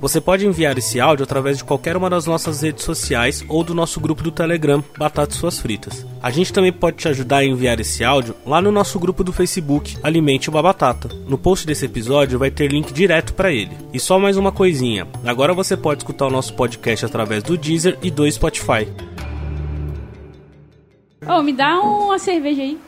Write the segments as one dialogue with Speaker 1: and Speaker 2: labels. Speaker 1: Você pode enviar esse áudio através de qualquer uma das nossas redes sociais ou do nosso grupo do Telegram, Batatas Suas Fritas. A gente também pode te ajudar a enviar esse áudio lá no nosso grupo do Facebook, Alimente uma Batata. No post desse episódio vai ter link direto para ele. E só mais uma coisinha: agora você pode escutar o nosso podcast através do Deezer e do Spotify.
Speaker 2: Ô, me dá uma cerveja aí.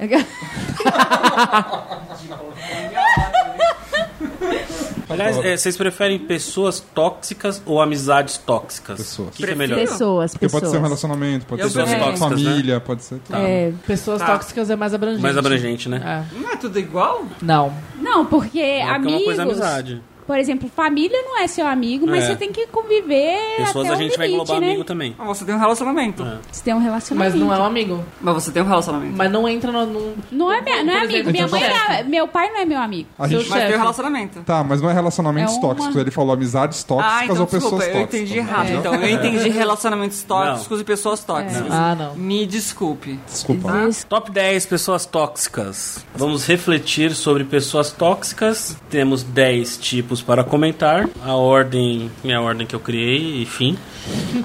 Speaker 1: Aliás, é, vocês preferem pessoas tóxicas ou amizades tóxicas?
Speaker 3: Pessoas.
Speaker 1: O que, que é melhor?
Speaker 2: Pessoas,
Speaker 3: Porque pode ser um
Speaker 2: pessoas.
Speaker 3: relacionamento, pode
Speaker 4: Eu
Speaker 3: ser
Speaker 4: sou
Speaker 3: uma
Speaker 4: tóxicas, né?
Speaker 3: família, pode ser.
Speaker 2: É,
Speaker 5: Pessoas
Speaker 1: Tá.
Speaker 5: tóxicas é mais abrangente.
Speaker 1: Mais abrangente, né?
Speaker 5: É.
Speaker 4: Não é tudo igual?
Speaker 5: Não.
Speaker 2: não, porque
Speaker 1: é
Speaker 2: amigos.
Speaker 1: uma coisa amizade.
Speaker 2: Por exemplo, família não é seu amigo, mas
Speaker 1: É.
Speaker 2: você tem que conviver.
Speaker 1: Pessoas
Speaker 2: até
Speaker 1: a
Speaker 2: um
Speaker 1: gente vai
Speaker 2: limite,
Speaker 1: englobar
Speaker 2: né?
Speaker 1: amigo também.
Speaker 4: Mas você tem um relacionamento.
Speaker 2: Você tem um relacionamento.
Speaker 5: Mas não é um amigo.
Speaker 4: Mas você tem um relacionamento.
Speaker 5: Mas não entra no. num-
Speaker 2: Não é, minha- não é
Speaker 5: Por
Speaker 2: amigo.
Speaker 5: exemplo,
Speaker 2: Minha
Speaker 5: seu
Speaker 2: mãe não é,
Speaker 5: chefe.
Speaker 2: meu pai não é meu amigo.
Speaker 3: A
Speaker 5: Seu
Speaker 3: gente...
Speaker 4: Mas tem
Speaker 5: chefe.
Speaker 4: um relacionamento.
Speaker 3: Tá, mas não é relacionamentos
Speaker 2: É uma-
Speaker 3: tóxicos. Ele falou amizades tóxicas
Speaker 4: Ah, então
Speaker 3: ou pessoas
Speaker 4: desculpa, eu
Speaker 3: tóxicas. né?
Speaker 4: entendi errado.
Speaker 5: É.
Speaker 4: Então, eu entendi relacionamentos tóxicos e pessoas tóxicas.
Speaker 3: assim.
Speaker 5: Ah, não.
Speaker 4: Me desculpe.
Speaker 3: Desculpa.
Speaker 1: Top 10 pessoas tóxicas. Vamos refletir sobre pessoas tóxicas. Temos 10 tipos para comentar. A ordem, minha ordem que eu criei, enfim.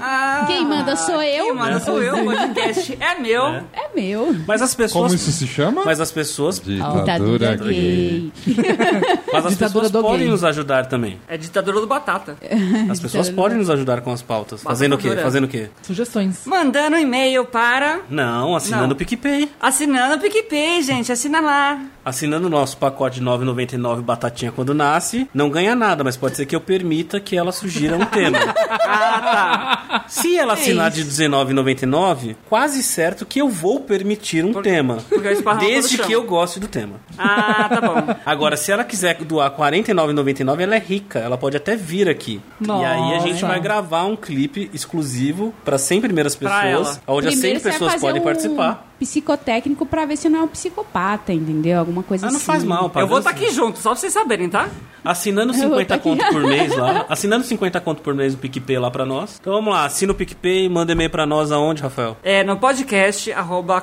Speaker 4: Ah,
Speaker 2: Quem manda sou eu.
Speaker 4: Quem manda sou eu, o podcast é meu.
Speaker 2: É meu.
Speaker 1: Mas as pessoas.
Speaker 3: Como isso se chama?
Speaker 1: Mas as pessoas,
Speaker 2: Ditadura
Speaker 1: É.
Speaker 3: gay.
Speaker 2: gay.
Speaker 1: mas as
Speaker 5: Ditadura
Speaker 1: pessoas
Speaker 5: do
Speaker 1: podem
Speaker 5: gay.
Speaker 1: nos ajudar também.
Speaker 4: É ditadura do batata.
Speaker 1: As pessoas podem nos ajudar com as pautas. Fazendo o quê? Fazendo o quê?
Speaker 5: Sugestões.
Speaker 4: Mandando e-mail para...
Speaker 1: Não, assinando
Speaker 4: Não.
Speaker 1: o PicPay.
Speaker 4: Assinando o PicPay, gente. Assina lá.
Speaker 1: Assinando o nosso pacote 9,99 Batatinha quando nasce, não ganha nada, mas pode ser que eu permita que ela sugira um tema. tá. Se ela assinar de 19,99, quase certo que eu vou permitir um tema.
Speaker 4: porque eu esparramo pelo
Speaker 1: desde
Speaker 4: chão.
Speaker 1: que eu goste do tema.
Speaker 4: Ah, tá bom.
Speaker 1: Agora, se ela quiser doar R$ 49,99, ela é rica. Ela pode até vir aqui. E aí a gente
Speaker 5: Nossa.
Speaker 1: vai gravar um clipe exclusivo para 100 primeiras
Speaker 4: Pra
Speaker 1: pessoas, onde as 100
Speaker 2: Primeiro você vai
Speaker 1: pessoas
Speaker 2: fazer
Speaker 1: podem
Speaker 2: um
Speaker 1: participar.
Speaker 2: Psicotécnico pra ver se não é um psicopata, entendeu? Alguma coisa
Speaker 1: Ah, não
Speaker 2: assim.
Speaker 1: faz assim. mal, pá.
Speaker 4: Eu vou
Speaker 1: Deus-
Speaker 4: estar aqui junto, só pra vocês saberem, tá?
Speaker 1: Assinando
Speaker 2: Eu vou
Speaker 1: 50
Speaker 2: tá aqui.
Speaker 1: conto por mês lá. Assinando 50 conto por mês o PicPay lá pra nós. Então vamos lá, assina o PicPay, manda e-mail pra nós aonde, Rafael?
Speaker 4: É no podcast arroba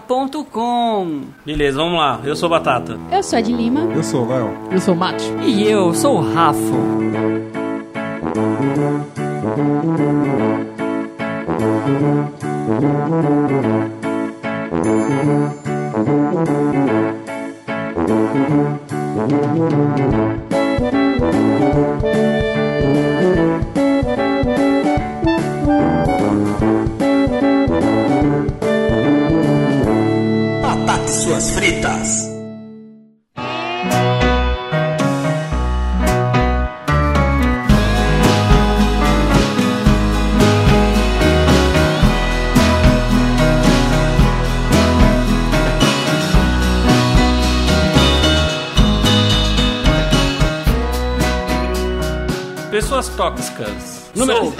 Speaker 4: cafofodobatata.com.
Speaker 1: Beleza, vamos lá. Eu sou Batata.
Speaker 2: Eu sou a de Lima.
Speaker 3: Eu sou o Léo.
Speaker 5: Eu sou o Mate.
Speaker 4: E eu sou o Rafa.
Speaker 6: Batatas suas fritas.
Speaker 1: Pessoas tóxicas. Número,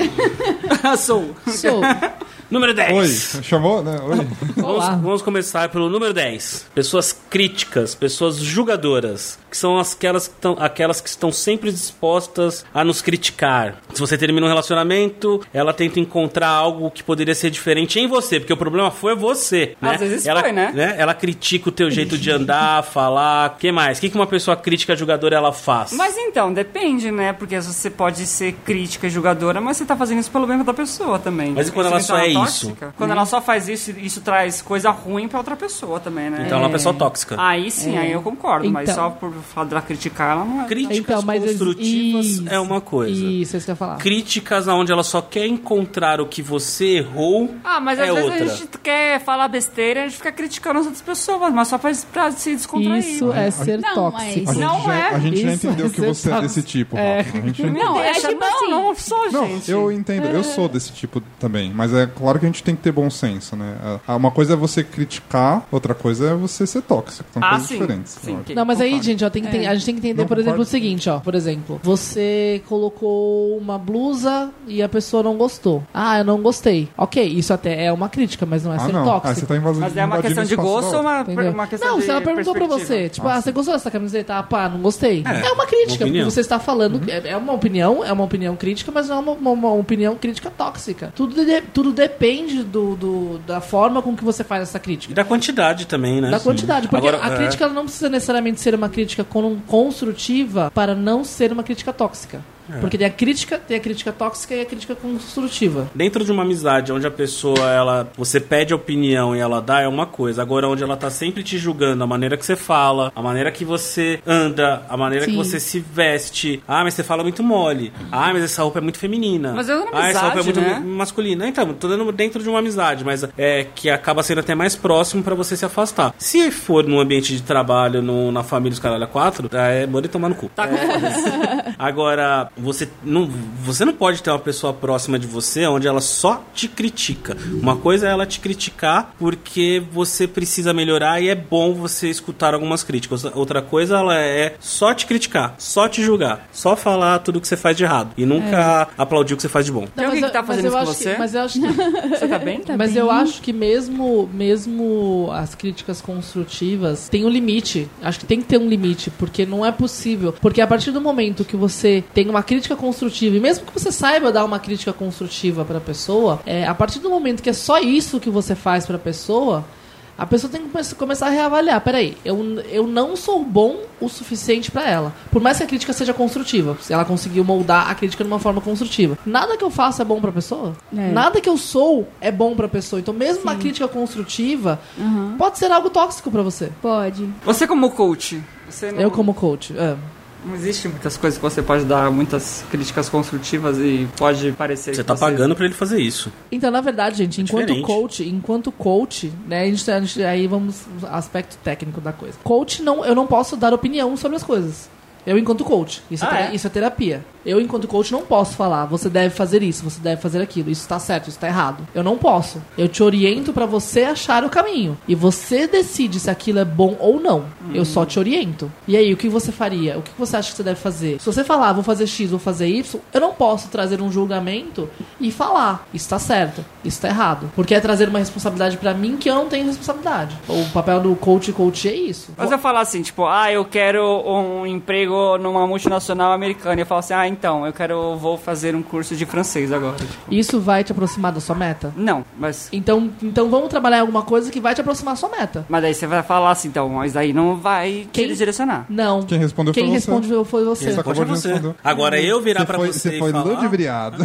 Speaker 4: sou.
Speaker 5: Sou.
Speaker 1: número 10.
Speaker 3: Oi. Chamou? né? Oi.
Speaker 1: Vamos,
Speaker 5: Olá.
Speaker 1: vamos começar pelo número 10. Pessoas críticas, pessoas julgadoras, que são aquelas que, tão, aquelas que estão sempre dispostas a nos criticar. Se você termina um relacionamento, ela tenta encontrar algo que poderia ser diferente em você, porque o problema foi você. Né?
Speaker 4: Às vezes
Speaker 1: ela,
Speaker 4: foi, né?
Speaker 1: Ela critica o teu jeito de andar, falar. O que mais? O que que uma pessoa crítica julgadora ela faz?
Speaker 4: Mas então, depende, né? Porque você pode ser crítica e julgadora, mas você tá fazendo isso pelo bem da pessoa também.
Speaker 1: Mas e quando ela
Speaker 4: Você
Speaker 1: só
Speaker 4: tá
Speaker 1: é
Speaker 4: tóxica? Quando
Speaker 5: Hum.
Speaker 4: ela só faz isso, isso traz coisa ruim pra outra pessoa também, né?
Speaker 1: Então ela é uma pessoa tóxica.
Speaker 4: Aí sim, aí eu concordo, mas
Speaker 5: Então.
Speaker 4: só por fato dela criticar, ela não é.
Speaker 1: Críticas
Speaker 5: Então, mas ex-
Speaker 1: construtivas
Speaker 5: isso,
Speaker 1: é uma coisa.
Speaker 5: Isso, é isso que eu ia falar.
Speaker 1: Críticas aonde ela só quer encontrar o que você errou
Speaker 4: Ah, mas
Speaker 1: é
Speaker 4: às vezes
Speaker 1: outra.
Speaker 4: a gente quer falar besteira, a gente fica criticando as outras pessoas, mas só pra, pra se descontrair.
Speaker 5: Isso é ser
Speaker 2: Não,
Speaker 5: tóxico.
Speaker 3: A
Speaker 2: mas-
Speaker 3: gente,
Speaker 4: Não
Speaker 3: já,
Speaker 4: é.
Speaker 3: a gente já
Speaker 5: Isso
Speaker 3: entendeu
Speaker 5: é
Speaker 3: que você é
Speaker 5: tóxico.
Speaker 3: desse tipo, Rafa.
Speaker 5: É.
Speaker 3: A gente...
Speaker 4: Não,
Speaker 2: Não, é
Speaker 4: deixa,
Speaker 2: tipo
Speaker 4: não,
Speaker 2: assim.
Speaker 4: não sou,
Speaker 3: Não,
Speaker 4: gente.
Speaker 3: eu entendo, eu sou desse tipo também, mas é claro que a gente tem que ter bom senso, né? Ah, Uma coisa é você criticar, outra coisa é você ser tóxico. São
Speaker 4: Ah,
Speaker 3: coisas
Speaker 4: sim.
Speaker 3: diferentes.
Speaker 4: Sim,
Speaker 3: eu acho.
Speaker 4: que-
Speaker 5: Não, mas aí,
Speaker 4: Concordo.
Speaker 5: gente, ó, tem que
Speaker 2: É.
Speaker 5: ter- a gente tem que entender,
Speaker 3: Não,
Speaker 5: por exemplo, o
Speaker 3: concordo.
Speaker 5: seguinte, ó. Por exemplo, você colocou uma blusa e a pessoa não gostou. Ah, eu não gostei. Ok, isso até é uma crítica, mas não é
Speaker 3: Ah,
Speaker 5: ser
Speaker 3: não. Ah, você
Speaker 5: tóxico.
Speaker 3: tá invadindo
Speaker 4: Mas é uma
Speaker 3: invadindo
Speaker 4: questão de
Speaker 3: espaço da
Speaker 4: gosto
Speaker 3: outra.
Speaker 4: ou uma,
Speaker 5: Entendeu?
Speaker 4: É uma questão
Speaker 5: não,
Speaker 4: de
Speaker 5: se ela perguntou pra você,
Speaker 4: perspectiva?
Speaker 5: tipo, ah, você gostou dessa camiseta? Ah, pá, não gostei. É, uma crítica,
Speaker 1: uma opinião. Uhum.
Speaker 5: porque você está falando, é, é uma opinião, é uma opinião crítica, mas não é uma, uma- uma opinião crítica tóxica. Tudo, de- tudo depende do, do- da forma com que você faz essa
Speaker 1: E
Speaker 5: crítica.
Speaker 1: da quantidade também, né?
Speaker 5: Da quantidade, porque
Speaker 1: Agora,
Speaker 5: a
Speaker 1: é.
Speaker 5: crítica ela não precisa necessariamente ser uma crítica con- construtiva para não ser uma crítica tóxica.
Speaker 1: É.
Speaker 5: Porque tem a crítica, tem a crítica tóxica e a crítica construtiva.
Speaker 1: Dentro de uma amizade onde a pessoa, ela, você pede opinião e ela dá, é uma coisa. Agora, onde ela tá sempre te julgando, a maneira que você fala, a maneira que você anda, a maneira que
Speaker 5: Sim.
Speaker 1: você se veste. Ah, mas você fala muito mole. Ah, mas essa roupa é muito feminina.
Speaker 4: Mas é uma
Speaker 1: Ah, essa roupa é muito
Speaker 4: amizade, né?
Speaker 1: masculina. Então, tô dando dentro de uma amizade, mas é que acaba sendo até mais próximo pra você se afastar. Se for num ambiente de trabalho, no, na família dos caralho a quatro, é, manda ele tomar no cu.
Speaker 4: Tá com
Speaker 1: Agora, você não, você não pode ter uma pessoa próxima de você onde ela só te critica. Uma coisa é ela te criticar porque você precisa melhorar e é bom você escutar algumas críticas. Outra coisa ela é só te criticar, só te julgar, só falar tudo que você faz de errado e nunca aplaudir o que você faz de bom.
Speaker 4: Tem alguém
Speaker 5: mas
Speaker 4: que tá
Speaker 5: eu-
Speaker 4: fazendo
Speaker 5: mas eu
Speaker 4: isso com
Speaker 5: acho que-
Speaker 4: você?
Speaker 5: mas eu acho que
Speaker 4: Você tá bem?
Speaker 2: Tá
Speaker 5: Mas
Speaker 2: bem.
Speaker 5: eu acho que mesmo, mesmo as críticas construtivas tem um limite. Acho que tem que ter um limite, porque não é possível. Porque a partir do momento que você tem uma crítica construtiva, e mesmo que você saiba dar uma crítica construtiva pra pessoa, é, a partir do momento que é só isso que você faz pra pessoa, a pessoa tem que come- começar a reavaliar. Peraí, eu, eu não sou bom o suficiente pra ela. Por mais que a crítica seja construtiva, se ela conseguiu moldar a crítica de uma forma construtiva. Nada que eu faço é bom pra pessoa?
Speaker 2: É.
Speaker 5: Nada que eu sou é bom pra pessoa. Então, mesmo uma crítica construtiva
Speaker 2: Aham.
Speaker 5: pode ser algo tóxico pra você.
Speaker 2: Pode.
Speaker 4: Você como coach, você não,
Speaker 5: Eu, como coach. é.
Speaker 4: não existe muitas coisas que você pode dar muitas críticas construtivas e pode parecer
Speaker 1: Você
Speaker 4: que
Speaker 1: tá pagando pra ele fazer isso.
Speaker 5: Então, na verdade, gente, enquanto
Speaker 1: diferente.
Speaker 5: coach, enquanto coach, né, a gente, a gente- aí vamos aspecto técnico da coisa. Coach não, eu não posso dar opinião sobre as coisas. Eu enquanto coach, isso,
Speaker 4: Ah,
Speaker 5: é, tera-
Speaker 4: é?
Speaker 5: isso é terapia. Eu enquanto coach não posso falar, você deve fazer isso, você deve fazer aquilo, isso tá certo, isso tá errado. Eu não posso. Eu te oriento pra você achar o caminho e você decide se aquilo é bom ou não. Eu só te oriento. E aí, o que você faria? O que você acha que você deve fazer? Se você falar, "Ah, vou fazer X, vou fazer Y, eu não posso trazer um julgamento e falar, isso tá certo, isso tá errado, porque é trazer uma responsabilidade pra mim que eu não tenho responsabilidade. O papel do coach coach é isso.
Speaker 4: Mas eu falar assim, tipo, ah, eu quero um emprego numa multinacional americana. E eu falo assim, ah, então, eu quero, eu vou fazer um curso de francês agora. Tipo,
Speaker 5: Isso vai te aproximar da sua meta?
Speaker 4: não, mas.
Speaker 5: Então, então vamos trabalhar em alguma coisa que vai te aproximar da sua meta.
Speaker 4: Mas aí você vai falar assim, então, mas aí não vai te
Speaker 5: Quem-
Speaker 4: direcionar.
Speaker 5: Não.
Speaker 3: Quem respondeu
Speaker 5: Quem
Speaker 3: foi você.
Speaker 5: responde foi você.
Speaker 3: Você acabou de
Speaker 1: Pode
Speaker 3: responder.
Speaker 1: Agora É eu virar
Speaker 3: Tá Você
Speaker 1: pra
Speaker 3: foi,
Speaker 1: você
Speaker 3: você
Speaker 1: e
Speaker 3: foi
Speaker 1: falar...
Speaker 3: ludibriado.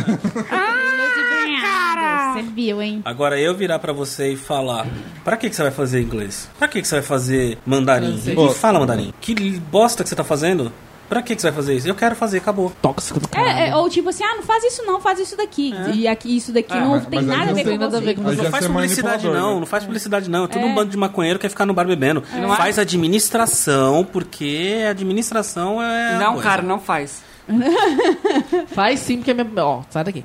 Speaker 1: Ah,
Speaker 2: Você viu, hein?
Speaker 1: Agora eu virar pra você e falar: Pra que, que você vai fazer inglês? Pra que, que você vai fazer mandarim?
Speaker 5: Francês.
Speaker 1: E fala mandarim. Que li- bosta que você tá fazendo? Pra que, que você vai fazer isso? Eu quero fazer, acabou.
Speaker 5: Tóxico do
Speaker 2: É, é, ou tipo assim, ah, não faz isso não, faz isso daqui. E aqui, isso daqui
Speaker 4: É,
Speaker 2: não
Speaker 3: mas-
Speaker 2: tem
Speaker 3: mas aí
Speaker 2: nada a
Speaker 3: não
Speaker 2: ver
Speaker 5: tem
Speaker 2: com
Speaker 5: nada a ver
Speaker 2: você.
Speaker 5: com
Speaker 3: Aí
Speaker 5: você.
Speaker 3: já
Speaker 1: Não faz
Speaker 3: você é
Speaker 1: publicidade,
Speaker 3: manipulador,
Speaker 1: não.
Speaker 3: né?
Speaker 1: Não faz publicidade, não. É tudo
Speaker 2: É.
Speaker 1: um bando de maconheiro que quer ficar no bar bebendo.
Speaker 4: Não
Speaker 1: Faz administração, porque administração é. a
Speaker 4: não,
Speaker 1: coisa.
Speaker 4: cara, não faz.
Speaker 5: Faz sim, porque é minha. Ó, sai daqui.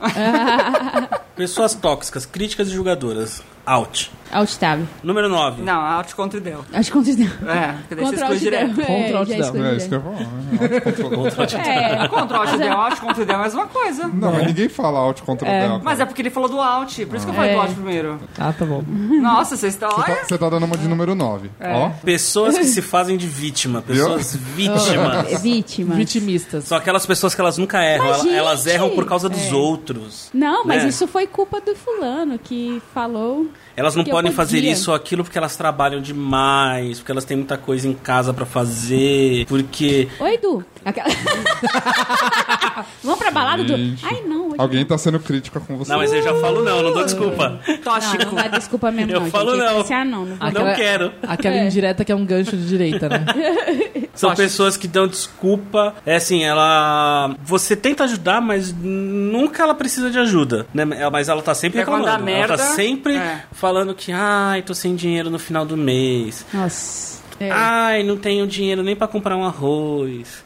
Speaker 1: Pessoas tóxicas, críticas e julgadoras. Out.
Speaker 2: Alt tab.
Speaker 1: Número 9.
Speaker 4: Não, out contra o del.
Speaker 2: Acho que contra
Speaker 4: É, porque daí você
Speaker 2: Contra
Speaker 4: exclui
Speaker 2: alt
Speaker 4: direto.
Speaker 2: del.
Speaker 5: Contra alt
Speaker 2: já
Speaker 5: del.
Speaker 2: exclui
Speaker 3: É isso que
Speaker 2: direto.
Speaker 3: eu falo. né?
Speaker 2: É,
Speaker 4: Contra o out del, out contra o del é a mesma coisa.
Speaker 3: Não, mas ninguém fala alt contra o
Speaker 5: É,
Speaker 3: del.
Speaker 4: Mas é porque ele falou do out, por isso que eu falei
Speaker 5: É.
Speaker 4: do out primeiro.
Speaker 5: Ah, tá bom.
Speaker 4: Nossa, vocês estão.
Speaker 3: Você
Speaker 4: Olha,
Speaker 3: tá, você tá dando uma de número 9.
Speaker 4: É.
Speaker 3: Ó.
Speaker 1: Pessoas que se fazem de vítima. Pessoas vítimas.
Speaker 2: é vítima.
Speaker 5: Vitimistas.
Speaker 1: São aquelas pessoas que elas nunca erram.
Speaker 2: Mas,
Speaker 1: Elas, elas
Speaker 2: gente!
Speaker 1: erram por causa
Speaker 2: É.
Speaker 1: dos outros.
Speaker 2: Não, mas
Speaker 1: né?
Speaker 2: isso foi culpa do fulano que falou.
Speaker 1: Elas não
Speaker 2: que eu
Speaker 1: podem fazer
Speaker 2: podia.
Speaker 1: isso ou aquilo porque elas trabalham demais, porque elas têm muita coisa em casa pra fazer, porque.
Speaker 2: Oi, Edu. Aquela- Vamos pra balada, Edu?
Speaker 3: Gente.
Speaker 2: Ai, não. Hoje...
Speaker 3: Alguém tá sendo crítica com você.
Speaker 1: Não, mas eu já falo não, não dou desculpa.
Speaker 2: Não,
Speaker 4: tóxico.
Speaker 2: não dá desculpa mesmo,
Speaker 1: Eu
Speaker 2: não.
Speaker 1: falo
Speaker 2: gente.
Speaker 1: não.
Speaker 2: Esse ah, não, não vou.
Speaker 5: Ah,
Speaker 1: Não
Speaker 5: Aquela-
Speaker 1: quero.
Speaker 5: Aquela
Speaker 2: É.
Speaker 5: indireta que é um gancho de direita, né?
Speaker 1: São pessoas que dão desculpa. É assim, ela. Você tenta ajudar, mas nunca ela precisa de ajuda. Né? É, Mas ela tá sempre
Speaker 4: É quando
Speaker 1: reclamando.
Speaker 4: dá
Speaker 1: ela tá
Speaker 4: merda,
Speaker 1: sempre
Speaker 4: é.
Speaker 1: falando que, ai, tô sem dinheiro no final do mês.
Speaker 2: Nossa. É.
Speaker 1: Ah. Ai, não tenho dinheiro nem pra comprar um arroz.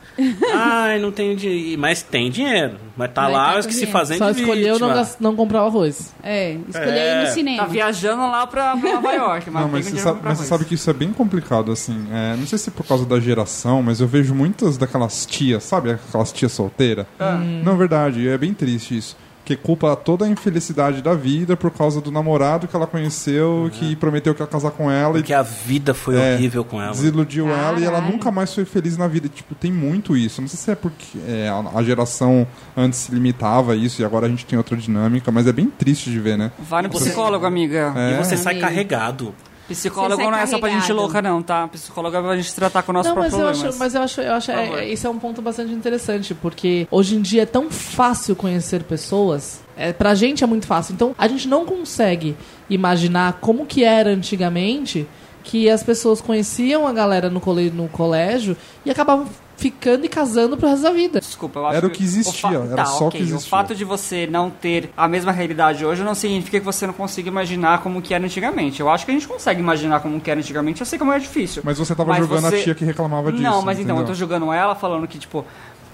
Speaker 1: Ai, não tenho dinheiro. Mas tem dinheiro. Mas tá
Speaker 2: Vai
Speaker 1: lá
Speaker 2: tá
Speaker 1: os
Speaker 2: com
Speaker 1: que se
Speaker 2: dinheiro.
Speaker 1: fazem
Speaker 5: Só
Speaker 1: de
Speaker 5: escolheu não,
Speaker 1: vítima.
Speaker 5: gas- não comprar o arroz.
Speaker 2: É, escolher
Speaker 1: É.
Speaker 2: ir no
Speaker 4: Tá
Speaker 2: cinema.
Speaker 4: viajando lá pra, pra Nova York, mas,
Speaker 3: Não, mas
Speaker 4: tem
Speaker 3: você,
Speaker 4: dinheiro
Speaker 3: sabe,
Speaker 4: pra
Speaker 3: mas você
Speaker 4: isso.
Speaker 3: sabe que isso é bem complicado, assim. É, não sei se por causa da geração, mas eu vejo muitas daquelas tias, sabe? Aquelas tias solteiras.
Speaker 4: Ah. Hum.
Speaker 3: Não, é verdade, é bem triste isso. Que culpa toda a infelicidade da vida por causa do namorado que ela
Speaker 1: Uhum.
Speaker 3: conheceu, que prometeu que ia casar com ela e
Speaker 1: Porque a vida foi
Speaker 3: É,
Speaker 1: horrível com ela.
Speaker 3: desiludiu ela e ela
Speaker 2: Caralho.
Speaker 3: nunca mais foi feliz na vida. Tipo, tem muito isso. Não sei se é porque é, a- a geração antes se limitava a isso e agora a gente tem outra dinâmica, mas é bem triste de ver, né?
Speaker 4: Vai no psicólogo, amiga.
Speaker 3: É.
Speaker 1: E você sai
Speaker 2: Amigo.
Speaker 1: carregado.
Speaker 4: Psicólogo
Speaker 2: Você sai
Speaker 4: não é só pra gente
Speaker 2: carregado.
Speaker 4: louca, não, tá? Psicólogo é pra gente tratar com nossos
Speaker 5: Não, mas
Speaker 4: próprios
Speaker 5: eu,
Speaker 4: problemas.
Speaker 5: acho, mas eu acho, eu acho,
Speaker 4: Por favor.
Speaker 5: é, esse é um ponto bastante interessante, porque hoje em dia é tão fácil conhecer pessoas. É, pra gente é muito fácil. Então a gente não consegue imaginar como que era antigamente que as pessoas conheciam a galera no, cole, no colégio e acabavam ficando e casando pro resto da vida.
Speaker 4: Desculpa, eu acho
Speaker 3: Era o que existia,
Speaker 4: fa-
Speaker 3: era
Speaker 4: tá,
Speaker 3: só o que
Speaker 4: ok,
Speaker 3: existia.
Speaker 4: O fato de você não ter a mesma realidade hoje não significa que você não consiga imaginar como que era antigamente. Eu acho que a gente consegue imaginar como que era antigamente, eu sei como é difícil.
Speaker 3: Mas você tava
Speaker 4: Mas
Speaker 3: julgando
Speaker 4: você-
Speaker 3: a tia que reclamava disso.
Speaker 4: Não, mas então, eu
Speaker 3: entendeu?
Speaker 4: tô julgando ela falando que, tipo,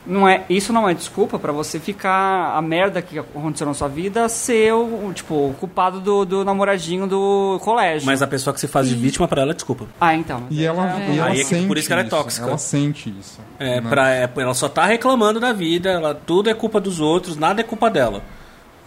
Speaker 4: não é, isso não é desculpa pra você ficar a merda que aconteceu na sua vida ser o, o, tipo, o culpado do, do namoradinho do colégio.
Speaker 1: Mas a pessoa que se faz de vítima pra ela, desculpa.
Speaker 4: Ah, então.
Speaker 3: E ela, e ela
Speaker 1: Aí é que-
Speaker 3: sente
Speaker 1: por isso que ela é tóxica.
Speaker 3: Ela sente isso.
Speaker 1: É,
Speaker 3: né?
Speaker 1: pra, é, ela só tá reclamando da vida, ela, tudo é culpa dos outros, nada é culpa dela.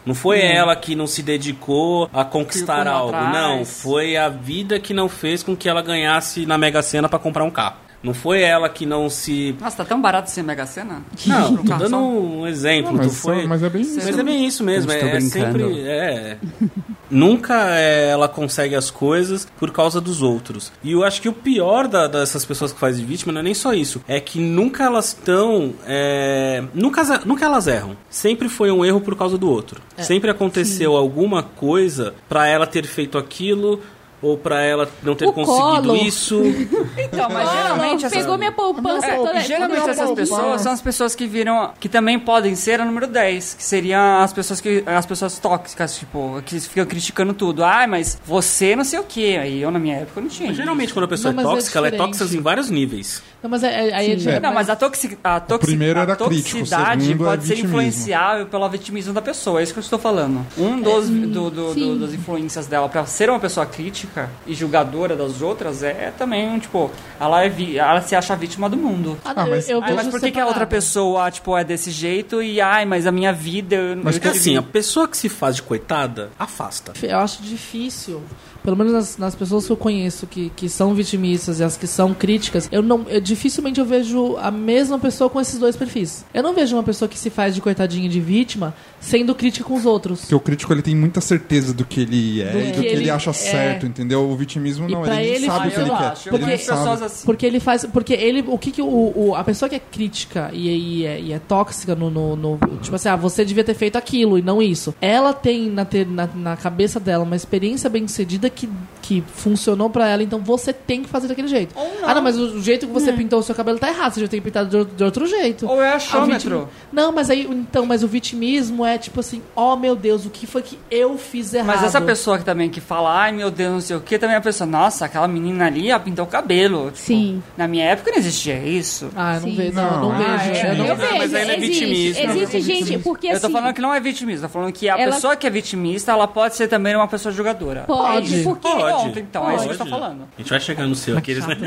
Speaker 1: Não foi ela que não se dedicou a conquistar
Speaker 4: Ficou lá
Speaker 1: algo,
Speaker 4: atrás.
Speaker 1: não. Foi a vida que não fez com que ela ganhasse na Mega Sena pra comprar um carro. Não foi ela que não se.
Speaker 4: Nossa, tá tão barato ser Mega Sena?
Speaker 1: Não, tô
Speaker 4: Comprar um
Speaker 1: dando
Speaker 4: carro
Speaker 1: um exemplo.
Speaker 3: Não, mas,
Speaker 1: tu foi...
Speaker 3: só- mas é bem isso.
Speaker 1: Mas é bem isso mesmo,
Speaker 6: Eu estou
Speaker 1: é, é
Speaker 6: brincando.
Speaker 1: sempre. É, nunca é, ela consegue as coisas por causa dos outros. E eu acho que o pior da- dessas pessoas que fazem vítima não é nem só isso. É que nunca elas estão. é, nunca, nunca elas erram. Sempre foi um erro por causa do outro. Sempre aconteceu alguma coisa pra ela ter feito aquilo. Ou pra ela não ter
Speaker 5: O
Speaker 1: conseguido
Speaker 5: colo.
Speaker 1: isso.
Speaker 4: só. Então, mas
Speaker 2: Olha,
Speaker 4: geralmente essas
Speaker 2: pegou minha poupança
Speaker 4: É,
Speaker 2: toda.
Speaker 4: e geralmente
Speaker 2: toda né?
Speaker 4: essas pessoas são as pessoas que viram. que também podem ser a número 10, que seriam as pessoas que. as pessoas tóxicas, tipo, que ficam criticando tudo. Ai, mas você não sei o quê. Aí eu na minha época não tinha.
Speaker 1: Mas Geralmente, quando a pessoa
Speaker 5: Não,
Speaker 1: é
Speaker 5: mas é
Speaker 1: tóxica, ela é
Speaker 5: diferente.
Speaker 1: tóxica em vários níveis.
Speaker 5: Não, mas é, é, aí é,
Speaker 2: Sim.
Speaker 5: é,
Speaker 4: Não, mas a, toxi, a, toxi,
Speaker 3: primeiro
Speaker 4: a
Speaker 3: era crítico, o
Speaker 4: toxicidade
Speaker 3: segundo é
Speaker 4: pode ser
Speaker 3: vitimismo.
Speaker 4: influenciável pela vitimismo da pessoa, é isso que eu estou falando. Um dos, do, do-
Speaker 2: É, sim.
Speaker 4: do- das influências dela pra ser uma pessoa crítica e julgadora das outras é também, um, tipo, ela, é vi- ela se acha vítima do mundo.
Speaker 3: Ah, mas-
Speaker 5: eu
Speaker 4: Ai, mas
Speaker 5: vejo
Speaker 4: por que, que a
Speaker 5: separado.
Speaker 4: outra pessoa, tipo, é desse jeito e, ai, mas a minha vida... Eu,
Speaker 3: Mas é
Speaker 4: eu
Speaker 1: Porque
Speaker 4: tive-
Speaker 1: assim, a pessoa que se faz de coitada, afasta.
Speaker 5: Eu acho difícil, pelo menos nas, nas pessoas que eu conheço que, que são vitimistas e as que são críticas, eu não, eu- dificilmente eu vejo a mesma pessoa com esses dois perfis. Eu não vejo uma pessoa que se faz de coitadinha e de vítima sendo crítica com os outros.
Speaker 3: Porque o crítico ele tem muita certeza do que ele é
Speaker 5: Do
Speaker 3: e do
Speaker 5: que
Speaker 3: que ele,
Speaker 5: ele
Speaker 3: acha
Speaker 5: é.
Speaker 3: certo, entendeu? O vitimismo
Speaker 5: E
Speaker 3: não,
Speaker 5: pra
Speaker 3: ele,
Speaker 5: ele
Speaker 3: nem
Speaker 4: Ah,
Speaker 3: sabe o que
Speaker 4: eu
Speaker 3: ele quer.
Speaker 4: acho. Eu
Speaker 3: Ele não
Speaker 4: conheço pessoas
Speaker 3: sabe.
Speaker 4: assim.
Speaker 5: Porque ele faz. Porque ele. O que que o. o- a pessoa que é crítica e, e é, e é tóxica no, no- no- Tipo assim, ah, você devia ter feito aquilo e não isso. Ela tem na, te- na, na cabeça dela uma experiência bem sucedida que, que funcionou pra ela, então você tem que fazer daquele jeito. Ah, não, mas o jeito que você pintou o seu cabelo tá errado, você já tem que pintar de, ou- de outro jeito.
Speaker 4: Ou é
Speaker 5: A
Speaker 4: achômetro.
Speaker 5: vitim- Não, mas aí. Então, mas o vitimismo é tipo assim, ó meu Deus, o que foi que eu fiz errado?
Speaker 4: Mas essa pessoa que também que fala, ai meu Deus, não sei o que, também é a pessoa, nossa, aquela menina ali, ela pintou o cabelo. Tipo,
Speaker 2: Sim.
Speaker 4: Na minha época não existia isso.
Speaker 5: Ah, eu não
Speaker 2: Sim.
Speaker 5: vejo, não, eu não
Speaker 3: Não,
Speaker 5: vejo.
Speaker 4: ah, é,
Speaker 5: eu não
Speaker 2: Eu
Speaker 1: Não,
Speaker 2: vejo,
Speaker 1: mas aí não é
Speaker 2: existe.
Speaker 1: vitimismo.
Speaker 2: Existe gente, porque
Speaker 4: eu tô
Speaker 2: assim...
Speaker 4: falando que não é vitimista, tô falando que a
Speaker 2: Ela-
Speaker 4: pessoa que é vitimista, ela pode ser também uma pessoa julgadora. É
Speaker 2: Pode,
Speaker 5: Pode.
Speaker 2: porque...
Speaker 4: Pronto, então, é isso que eu tô falando.
Speaker 1: A gente vai chegar no seu aqueles, né?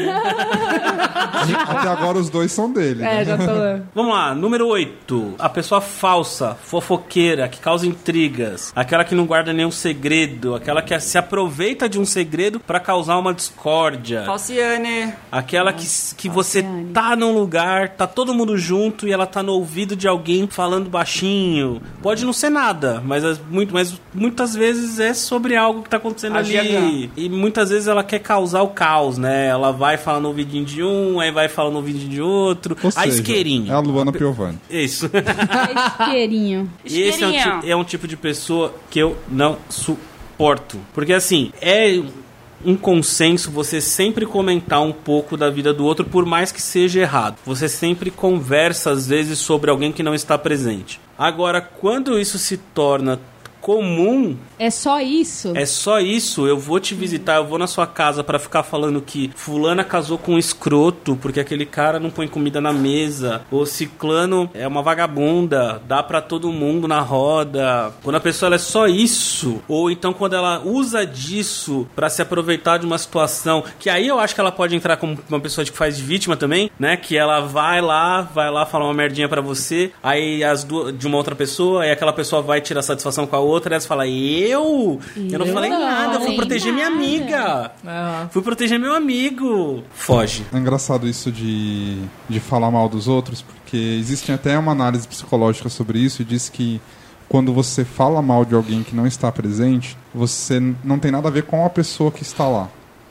Speaker 3: Até agora os dois são dele. né?
Speaker 5: É, já tô.
Speaker 1: Vamos lá, número 8. A pessoa falsa, fofoqueira, que causa intrigas. Aquela que não guarda nenhum segredo. Aquela que se aproveita de um segredo pra causar uma discórdia.
Speaker 4: Falciane.
Speaker 1: Aquela que, que você tá num lugar, tá todo mundo junto e ela tá no ouvido de alguém falando baixinho. Pode não ser nada, mas, as- muito, mas muitas vezes é sobre algo que tá acontecendo
Speaker 4: A
Speaker 1: ali.
Speaker 4: GH.
Speaker 1: E muitas vezes ela quer causar o caos, né? Ela vai falar no ouvidinho de um, aí vai falar no ouvidinho de outro.
Speaker 3: Ou
Speaker 1: a
Speaker 3: seja,
Speaker 1: isqueirinha.
Speaker 3: É a Luana Piovani.
Speaker 1: Isso.
Speaker 2: É Isqueirinho.
Speaker 1: Esse é um,
Speaker 4: Isqueirinha.
Speaker 1: ti- é um tipo de pessoa que eu não suporto. Porque assim, é um consenso você sempre comentar um pouco da vida do outro, por mais que seja errado. Você sempre conversa, às vezes, sobre alguém que não está presente. Agora, quando isso se torna comum
Speaker 2: É só isso?
Speaker 1: é só isso. Eu vou te visitar, eu vou na sua casa pra ficar falando que fulana casou com um escroto porque aquele cara não põe comida na mesa. O ciclano é uma vagabunda, dá pra todo mundo na roda. Quando a pessoa ela é só isso, ou então quando ela usa disso pra se aproveitar de uma situação, que aí eu acho que ela pode entrar como uma pessoa que faz de vítima também, né? Que ela vai lá, vai lá falar uma merdinha pra você, aí as duas de uma outra pessoa, aí aquela pessoa vai tirar satisfação com a outra, e ela fala: "Eu, eu não
Speaker 5: Eu
Speaker 1: falei
Speaker 5: não,
Speaker 1: nada, eu fui
Speaker 2: nem
Speaker 1: proteger minha
Speaker 2: nada.
Speaker 1: amiga.
Speaker 5: Ah,
Speaker 1: Fui proteger meu amigo. Foge.
Speaker 3: É engraçado isso de, de falar mal dos outros, porque existe até uma análise psicológica sobre isso e diz que quando você fala mal de alguém que não está presente, você n- não tem nada a ver com a pessoa que está lá.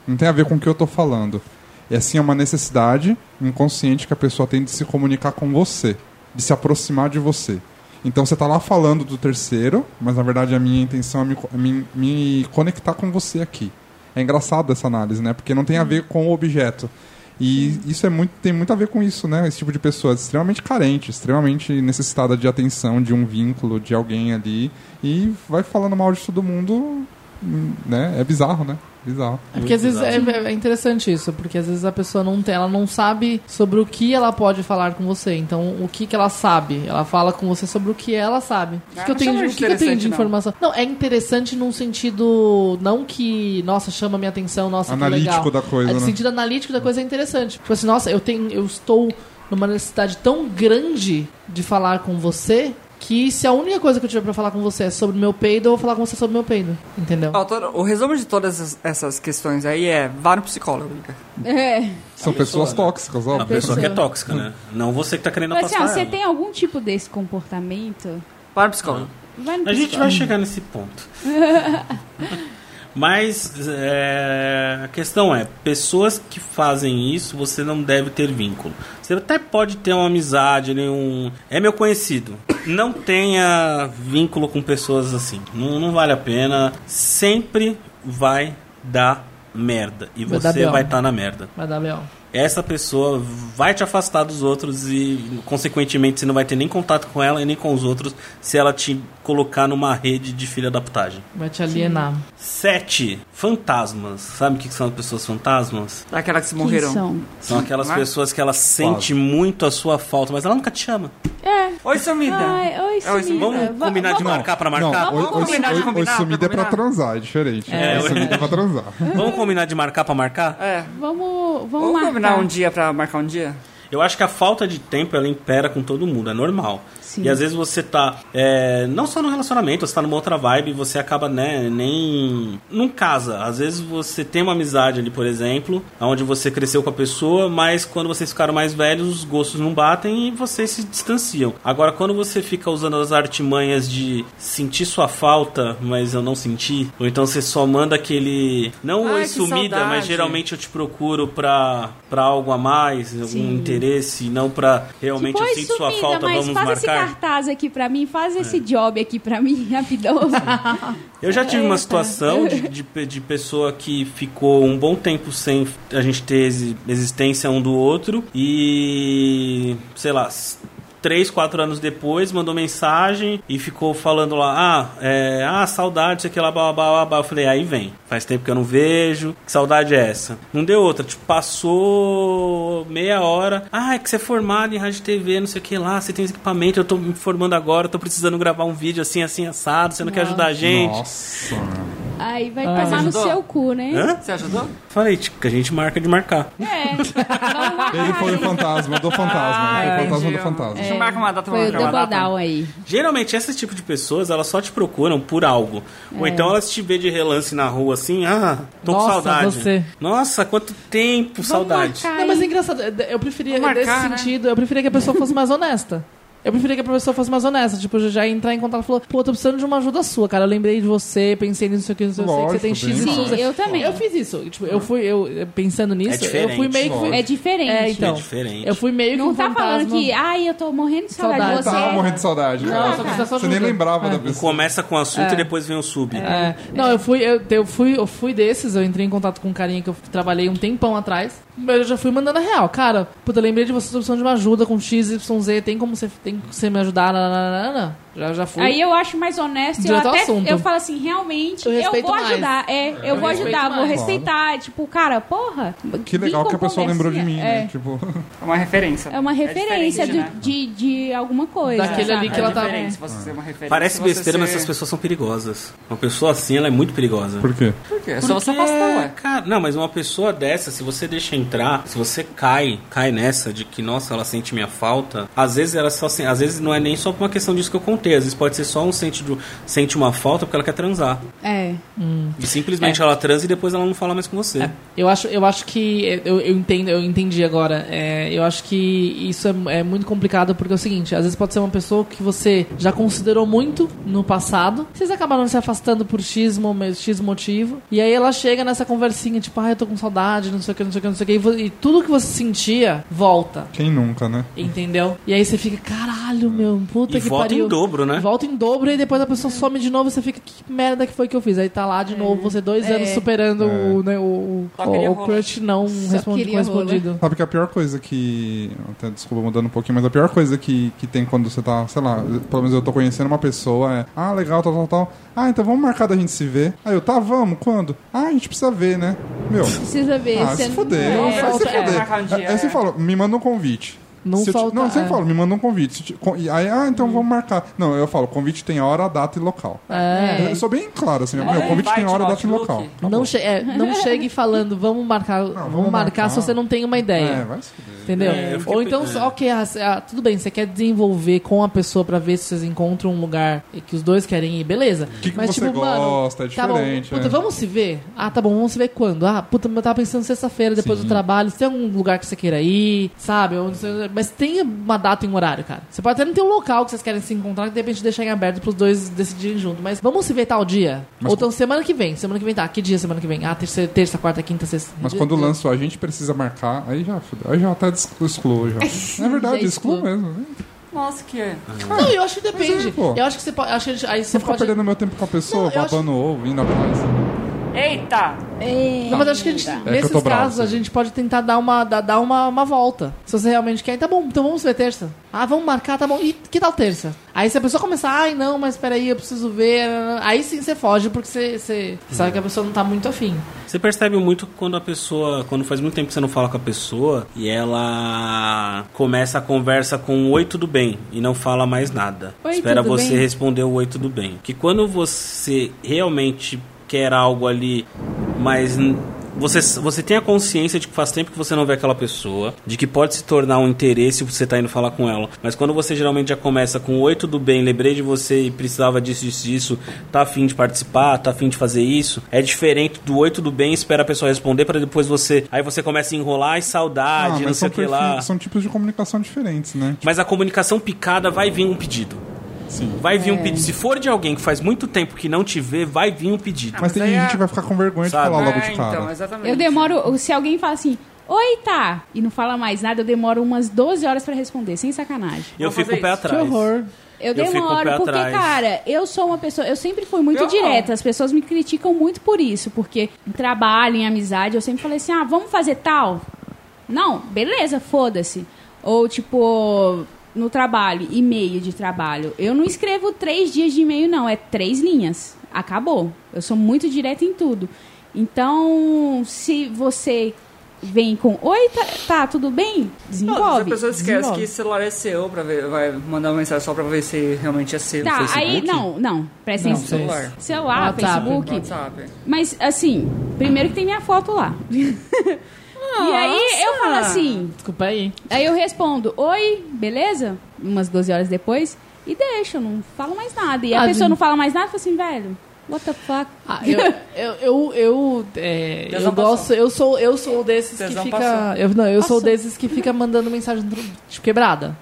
Speaker 3: Não tem a ver com o que eu estou falando. É assim, é uma necessidade inconsciente que a pessoa tem de se comunicar com você, de se aproximar de você. Então você está lá falando do terceiro, mas na verdade a minha intenção é me co- é me- me conectar com você aqui. É engraçado essa análise, né? Porque não tem a ver com o objeto. E isso é muito, tem muito a ver com isso, né? Esse tipo de pessoa extremamente carente, extremamente necessitada de atenção, de um vínculo, de alguém ali. E vai falando mal de todo mundo, hum, né? É bizarro, né? Bizarro.
Speaker 5: é porque às vezes é, é interessante isso, porque às vezes a pessoa não tem, ela não sabe sobre o que ela pode falar com você. Então, o que que ela sabe? Ela fala com você sobre o que ela sabe. O que
Speaker 4: Ah,
Speaker 5: que eu
Speaker 4: não
Speaker 5: tenho, de-
Speaker 4: chama
Speaker 5: o
Speaker 4: de
Speaker 5: que que eu tenho de
Speaker 4: interessante, não.
Speaker 5: informação? Não, é interessante num sentido não que, nossa, chama minha atenção, nossa, que legal.
Speaker 3: Analítico da coisa,
Speaker 5: O
Speaker 3: né?
Speaker 5: sentido analítico da coisa é interessante. Tipo assim, nossa, eu tenho, eu estou numa necessidade tão grande de falar com você que se a única coisa que eu tiver pra falar com você é sobre meu peido, eu vou falar com você sobre meu peido. Entendeu?
Speaker 4: Ó, todo- é o resumo de todas essas, essas questões aí é vá no psicólogo, amiga.
Speaker 2: É.
Speaker 3: São
Speaker 1: pessoa,
Speaker 3: pessoas
Speaker 1: né?
Speaker 3: tóxicas,
Speaker 1: A
Speaker 3: óbvio.
Speaker 1: pessoa que é tóxica, né? Não você que tá querendo
Speaker 2: Mas assim, ó,
Speaker 1: afastar
Speaker 2: você
Speaker 1: ela.
Speaker 2: tem algum tipo desse comportamento?
Speaker 4: Vá no psicólogo.
Speaker 2: Vai no
Speaker 1: A gente vai
Speaker 2: psicólogo.
Speaker 1: chegar nesse ponto. Mas é, a questão é, pessoas que fazem isso, você não deve ter vínculo. Você até pode ter uma amizade, nenhum. É meu conhecido. Não tenha vínculo com pessoas assim. Não, não vale a pena. Sempre vai dar merda. E
Speaker 5: Vai dar
Speaker 1: você
Speaker 5: B.O.
Speaker 1: vai estar na merda.
Speaker 5: Vai dar B.O.
Speaker 1: Essa pessoa vai te afastar dos outros e, consequentemente, você não vai ter nem contato com ela e nem com os outros se ela te colocar numa rede de filha da putagem.
Speaker 5: Vai te alienar.
Speaker 1: 7. Fantasmas. Sabe o que que são as pessoas fantasmas?
Speaker 4: Aquela que se
Speaker 2: Quem
Speaker 4: morreram.
Speaker 2: são?
Speaker 1: São aquelas
Speaker 4: Mas-
Speaker 1: pessoas que ela sente muito a sua falta, mas ela nunca te chama.
Speaker 2: É.
Speaker 4: Oi, sumida.
Speaker 2: Ai, oi,
Speaker 4: É, oi,
Speaker 2: sumida.
Speaker 1: Vamos
Speaker 2: Va-
Speaker 1: combinar de
Speaker 2: vamos-
Speaker 1: marcar pra
Speaker 3: Não,
Speaker 1: marcar?
Speaker 3: oi,
Speaker 4: Vamos
Speaker 3: oi,
Speaker 4: combinar de
Speaker 3: oi- oi,
Speaker 4: combinar,
Speaker 3: sumida é pra
Speaker 4: combinar.
Speaker 3: transar, é diferente.
Speaker 5: É,
Speaker 3: É,
Speaker 1: oi.
Speaker 3: sumida é pra transar.
Speaker 1: Vamos combinar de marcar pra marcar?
Speaker 4: É.
Speaker 2: Vamos, vamos
Speaker 4: Vamos
Speaker 2: marcar.
Speaker 4: combinar um dia pra marcar um dia?
Speaker 1: Eu acho que a falta de tempo ela impera com todo mundo, é normal.
Speaker 2: Sim.
Speaker 1: E às vezes você tá é, não só no relacionamento, você tá numa outra vibe e você acaba, né, nem. Não casa. Às vezes você tem uma amizade ali, por exemplo, onde você cresceu com a pessoa, mas quando vocês ficaram mais velhos, os gostos não batem e vocês se distanciam. Agora, quando você fica usando as artimanhas de sentir sua falta, mas eu não senti, ou então você só manda aquele. Não
Speaker 4: Ai,
Speaker 1: oi
Speaker 4: que
Speaker 1: é sumida, mas
Speaker 4: saudade.
Speaker 1: geralmente eu te procuro pra, pra algo a mais, algum interesse, não pra realmente
Speaker 2: Tipo,
Speaker 1: eu
Speaker 2: oi,
Speaker 1: sinto sua
Speaker 2: sumida,
Speaker 1: falta,
Speaker 2: mas
Speaker 1: vamos
Speaker 2: faz esse
Speaker 1: marcar.
Speaker 2: cartaz aqui pra mim, faz esse job aqui pra mim, rapidão.
Speaker 1: Eu já tive uma
Speaker 2: Eita.
Speaker 1: situação de, de, pe- de pessoa que ficou um bom tempo sem a gente ter exi- existência um do outro e, sei lá, s- três, quatro anos depois mandou mensagem e ficou falando lá, ah, é, ah saudade, sei que lá, blá, blá, blá, blá, blá. Eu falei, aí vem, faz tempo que eu não vejo, que saudade é essa? Não deu outra, tipo, passou meia hora, ah, é que você é formado em rádio e TV, não sei o que lá, você tem esse equipamento, eu tô me formando agora, eu tô precisando gravar um vídeo assim, assim, assado, você não quer ajudar a gente?
Speaker 3: Nossa.
Speaker 2: Aí vai
Speaker 5: Ah,
Speaker 2: tomar no
Speaker 4: ajudou?
Speaker 2: seu cu, né?
Speaker 1: Hã?
Speaker 4: Você ajudou?
Speaker 1: Falei, tipo, que a gente marca de marcar.
Speaker 2: É. Vamos marcar.
Speaker 3: Ele foi o fantasma do fantasma.
Speaker 4: Ah,
Speaker 3: Ele foi o fantasma
Speaker 4: entendi.
Speaker 3: do fantasma.
Speaker 4: Deixa eu marcar uma
Speaker 2: É.
Speaker 4: data,
Speaker 2: Foi o
Speaker 4: vamos marcar uma
Speaker 2: double
Speaker 4: data.
Speaker 2: down aí.
Speaker 1: Geralmente, esse tipo de pessoas, elas só te procuram por algo. Ou então elas te vê de relance na rua assim, ah, tô
Speaker 5: É. Nossa,
Speaker 1: com saudade.
Speaker 5: você.
Speaker 1: Nossa, quanto tempo, saudade.
Speaker 2: marcar.
Speaker 5: Não, mas é engraçado. Eu preferia,
Speaker 4: Vamos
Speaker 5: nesse
Speaker 4: marcar, né?
Speaker 5: sentido, eu preferia que a pessoa fosse mais honesta. Eu preferia que a pessoa fosse mais honesta. Tipo, eu já ia entrar em contato e falou, pô, tô precisando de uma ajuda sua, cara. Eu lembrei de você, pensei nisso, aqui, não sei o que, não sei o que, você tem
Speaker 3: Lógico, É
Speaker 5: X,
Speaker 3: bem
Speaker 5: Y,
Speaker 3: mais.
Speaker 5: Z.
Speaker 2: Sim, eu também.
Speaker 5: Eu fiz isso. Tipo, eu fui, eu, pensando nisso, eu
Speaker 1: diferente,
Speaker 5: fui meio que.
Speaker 2: É
Speaker 5: Fui,
Speaker 2: diferente.
Speaker 5: é, então.
Speaker 1: É diferente.
Speaker 5: Eu fui meio
Speaker 2: Não
Speaker 5: que. um
Speaker 2: tá falando
Speaker 5: fantasma.
Speaker 2: que, ai, eu tô morrendo de saudade,
Speaker 5: Saudade.
Speaker 2: de você.
Speaker 3: Tava Tá morrendo de saudade, cara.
Speaker 5: só precisa só
Speaker 3: Você nem
Speaker 5: ajuda.
Speaker 3: lembrava
Speaker 5: É.
Speaker 3: da
Speaker 1: Um
Speaker 3: pessoa.
Speaker 1: Começa com o assunto e depois vem o sub.
Speaker 5: É. Não, eu fui, eu, eu fui, eu fui desses, eu entrei em contato com um carinha que eu trabalhei um tempão atrás. Eu já fui mandando a real. Cara, puta, lembrei de vocês precisando de uma ajuda com X, Y, Z. Tem como você, tem como você me ajudar? Nananana. Já, já fui.
Speaker 2: Aí eu acho mais honesto. Eu,
Speaker 5: Direto ao
Speaker 2: até,
Speaker 5: assunto.
Speaker 2: eu falo assim, realmente,
Speaker 5: Eu
Speaker 2: eu,
Speaker 5: respeito
Speaker 2: vou
Speaker 5: mais.
Speaker 2: ajudar. É, eu, vou
Speaker 5: respeito
Speaker 2: ajudar, vou
Speaker 5: mais.
Speaker 2: respeitar. Tipo, cara, porra.
Speaker 3: Que
Speaker 2: vim
Speaker 3: legal
Speaker 2: com
Speaker 3: que a pessoa lembrou de mim,
Speaker 2: conversinha.
Speaker 3: né?
Speaker 2: É.
Speaker 3: Tipo,
Speaker 4: É uma referência.
Speaker 2: É uma referência
Speaker 4: diferente,
Speaker 2: de,
Speaker 4: né?
Speaker 2: de, de alguma coisa.
Speaker 5: Daquele
Speaker 2: sabe?
Speaker 5: ali
Speaker 2: É
Speaker 5: que ela tá-
Speaker 4: diferente você ser É uma referência,
Speaker 1: Parece
Speaker 4: você
Speaker 1: besteira,
Speaker 4: ser-
Speaker 1: mas essas pessoas são perigosas. Uma pessoa assim, ela é muito perigosa.
Speaker 3: por quê?
Speaker 4: Por quê? É só você
Speaker 1: Porque,
Speaker 4: afastar, ué.
Speaker 1: Cara, não, mas uma pessoa dessa, se você deixa entrar, se você cai, cai nessa de que, nossa, ela sente minha falta, às vezes ela só sen- às vezes não é nem só uma questão disso que eu contei, às vezes pode ser só um sente, de- sente uma falta porque ela quer transar.
Speaker 2: É.
Speaker 1: E simplesmente ela transa e depois ela não fala mais com você.
Speaker 5: Eu acho, eu acho que eu, eu entendo, eu entendi agora. É, eu acho que isso é, é muito complicado porque é o seguinte: às vezes pode ser uma pessoa que você já considerou muito no passado, vocês acabaram se afastando por x, momen- x motivo, e aí ela chega nessa conversinha tipo, ah, eu tô com saudade, não sei o que, não sei o que, não sei o que, e, vo- e tudo que você sentia volta.
Speaker 3: Quem nunca, né?
Speaker 5: Entendeu? E aí você fica, caralho, meu, puta
Speaker 1: e
Speaker 5: que
Speaker 1: volta
Speaker 5: pariu.
Speaker 1: em dobro, né?
Speaker 5: Volta em dobro e depois a pessoa some de novo e você fica, que merda que foi que eu fiz? Aí tá lá de novo, você dois anos superando o, né, o,
Speaker 4: Só
Speaker 5: o-
Speaker 4: queria
Speaker 5: o
Speaker 4: rola.
Speaker 5: crush não
Speaker 2: Só
Speaker 5: responde,
Speaker 2: queria rola.
Speaker 5: correspondido.
Speaker 3: Sabe que a pior coisa que. Até desculpa mudando um pouquinho, mas a pior coisa que, que tem quando você tá, sei lá, pelo menos eu tô conhecendo uma pessoa é. Ah, legal, tal, tal, tal. Ah, então vamos marcar da gente se ver. Aí eu, tá, vamos, quando? Ah, a gente precisa ver, né? Meu.
Speaker 2: Precisa ver.
Speaker 3: Ah, se fuder.
Speaker 2: não-
Speaker 3: Não,
Speaker 2: é.
Speaker 3: vai se
Speaker 5: falta- é,
Speaker 3: fuder.
Speaker 4: marcar um dia,
Speaker 3: Aí você
Speaker 4: é.
Speaker 3: fala, me manda um convite.
Speaker 5: Não
Speaker 3: se eu te-
Speaker 5: falta-
Speaker 3: não, eu sempre
Speaker 5: é.
Speaker 3: falo, me manda um convite. Se te- con- e Aí, ah,
Speaker 4: Hum.
Speaker 3: então vamos marcar. Não, eu falo, convite tem hora, data e local.
Speaker 5: É.
Speaker 3: Eu sou bem claro, assim, meu,
Speaker 4: Olha,
Speaker 3: convite tem
Speaker 4: é invite,
Speaker 3: hora,
Speaker 4: ó,
Speaker 3: data e
Speaker 4: Outlook.
Speaker 3: local. Tá
Speaker 5: Não,
Speaker 3: bom.
Speaker 5: che- é, não chegue falando, vamos marcar, vamos,
Speaker 3: vamos
Speaker 5: marcar,
Speaker 3: marcar.
Speaker 5: se você não tem uma
Speaker 3: É,
Speaker 5: ideia.
Speaker 3: vai se fuder.
Speaker 5: Entendeu?
Speaker 1: É, eu fiquei
Speaker 5: Ou então,
Speaker 1: pe- é.
Speaker 5: ok, ah, c- ah, tudo bem, você quer desenvolver com a pessoa pra ver se vocês encontram um lugar que os dois querem ir, beleza. tipo,
Speaker 3: que que você gosta? É
Speaker 5: tá bom,
Speaker 3: diferente,
Speaker 5: puta,
Speaker 3: é.
Speaker 5: vamos se ver? Ah, tá bom, vamos se ver quando? Ah, puta, eu tava pensando sexta-feira, depois do trabalho, se tem algum lugar que você queira ir, sabe? Ou não sei- Mas tem uma data e um horário, cara. Você pode até não ter um local que vocês querem se encontrar, que de repente deixar em aberto pros dois decidirem junto. Mas vamos se ver tal dia?
Speaker 3: Mas
Speaker 5: Ou então semana que vem, semana que vem tá. Que dia semana que vem? Ah, terça, terça quarta, quinta, sexta.
Speaker 3: Mas quando lança o a gente precisa marcar, aí já fudeu. Aí já tá até excluo, excluo já. É verdade,
Speaker 5: Já
Speaker 3: excluo
Speaker 5: excluo.
Speaker 3: mesmo. né?
Speaker 4: Nossa, que é.
Speaker 5: Não, eu acho que depende.
Speaker 3: é, pô.
Speaker 5: eu acho que você pode. Acho que a gente- aí você
Speaker 3: Você ficar
Speaker 5: pode.
Speaker 3: perdendo meu tempo com a pessoa,
Speaker 5: Não, eu acho-
Speaker 3: babando ovo, indo atrás.
Speaker 4: Eita!
Speaker 5: Não, mas acho que a gente,
Speaker 3: que eu
Speaker 5: nesses
Speaker 3: tô bravo,
Speaker 5: casos a
Speaker 3: sim.
Speaker 5: gente pode tentar dar uma, dar, dar uma, uma volta. Se você realmente quer, tá bom, então vamos ver terça. Ah, vamos marcar, tá bom. E que tal terça? Aí se a pessoa começar, ai não, mas peraí, eu preciso ver. Aí sim você foge, porque você, você sabe que a pessoa não tá muito afim.
Speaker 1: Você percebe muito quando a pessoa, quando faz muito tempo que você não fala com a pessoa e ela começa a conversa com oi tudo bem e não fala mais nada.
Speaker 2: Oi,
Speaker 1: Espera
Speaker 2: tudo
Speaker 1: você
Speaker 2: bem?
Speaker 1: responder o oi tudo bem. Que quando você realmente quer algo ali, mas n- você, você tem a consciência de que faz tempo que você não vê aquela pessoa, de que pode se tornar um interesse você tá indo falar com ela. Mas quando você geralmente já começa com oi, tudo bem, lembrei de você e precisava disso, disso, disso, tá afim de participar, tá afim de fazer isso, é diferente do oi, tudo bem, espera a pessoa responder pra depois você. Aí você começa a enrolar e saudade, Ah, não sei
Speaker 3: Ah, são,
Speaker 1: o que lá.
Speaker 3: perfis- são tipos de comunicação diferentes, né?
Speaker 1: Mas a comunicação picada vai vir um pedido.
Speaker 3: Sim.
Speaker 1: Vai
Speaker 2: É.
Speaker 1: vir um pedido. Se for de alguém que faz muito tempo que não te vê, vai vir um
Speaker 2: Ah,
Speaker 1: pedido.
Speaker 3: Mas
Speaker 4: mas
Speaker 3: tem
Speaker 4: aí
Speaker 3: gente
Speaker 4: é-
Speaker 3: que vai ficar com vergonha
Speaker 1: Sabe?
Speaker 3: de falar logo
Speaker 4: É,
Speaker 3: de cara. né?
Speaker 4: então, exatamente.
Speaker 2: Eu demoro. Se alguém fala assim, oi, tá, e não fala mais nada, eu demoro umas 12 horas pra responder, sem sacanagem.
Speaker 1: E eu
Speaker 4: Vou
Speaker 1: fico
Speaker 4: fazer
Speaker 1: o pé
Speaker 4: isso.
Speaker 1: atrás.
Speaker 5: Que horror.
Speaker 2: Eu,
Speaker 1: fico com o
Speaker 2: demoro,
Speaker 1: pé
Speaker 2: porque,
Speaker 1: atrás.
Speaker 2: cara, eu sou uma pessoa. Eu sempre fui muito
Speaker 4: Eu não.
Speaker 2: direta. As pessoas me criticam muito por isso, porque em trabalho, em amizade, eu sempre falei assim: ah, vamos fazer tal? Não, beleza, foda-se. Ou tipo, no trabalho, e-mail de trabalho. Eu não escrevo três dias de e-mail, não. É três linhas. Acabou. Eu sou muito direta em tudo. Então, se você vem com oi, tá, tá, tudo bem?
Speaker 4: Não,
Speaker 2: Desenvolve.
Speaker 4: se a pessoa esquece
Speaker 2: desenvolve.
Speaker 4: que esse celular é seu, pra ver, vai mandar uma mensagem só pra ver se realmente é seu.
Speaker 2: Tá,
Speaker 4: Facebook,
Speaker 2: aí não, não, presta
Speaker 5: Não, Ah, tá,
Speaker 2: atenção.
Speaker 4: celular.
Speaker 2: Celular,
Speaker 5: WhatsApp.
Speaker 2: Facebook.
Speaker 4: WhatsApp.
Speaker 2: Mas assim, primeiro que tem minha foto lá. E aí eu falo assim,
Speaker 5: Desculpa aí.
Speaker 2: aí eu respondo, oi, beleza? Umas 12 horas depois, e deixa, eu não falo mais nada. E a
Speaker 5: Ah,
Speaker 2: pessoa
Speaker 5: gente.
Speaker 2: não fala mais nada, fala assim, velho, what the fuck?
Speaker 5: Ah, eu, eu, eu, eu, é, eu
Speaker 4: Tesão
Speaker 5: gosto,
Speaker 4: passou.
Speaker 5: eu sou, eu sou desses
Speaker 4: Tesão
Speaker 5: que fica.
Speaker 4: passou.
Speaker 5: Eu, não, eu sou
Speaker 2: Passou.
Speaker 5: desses que fica mandando mensagem tipo, quebrada.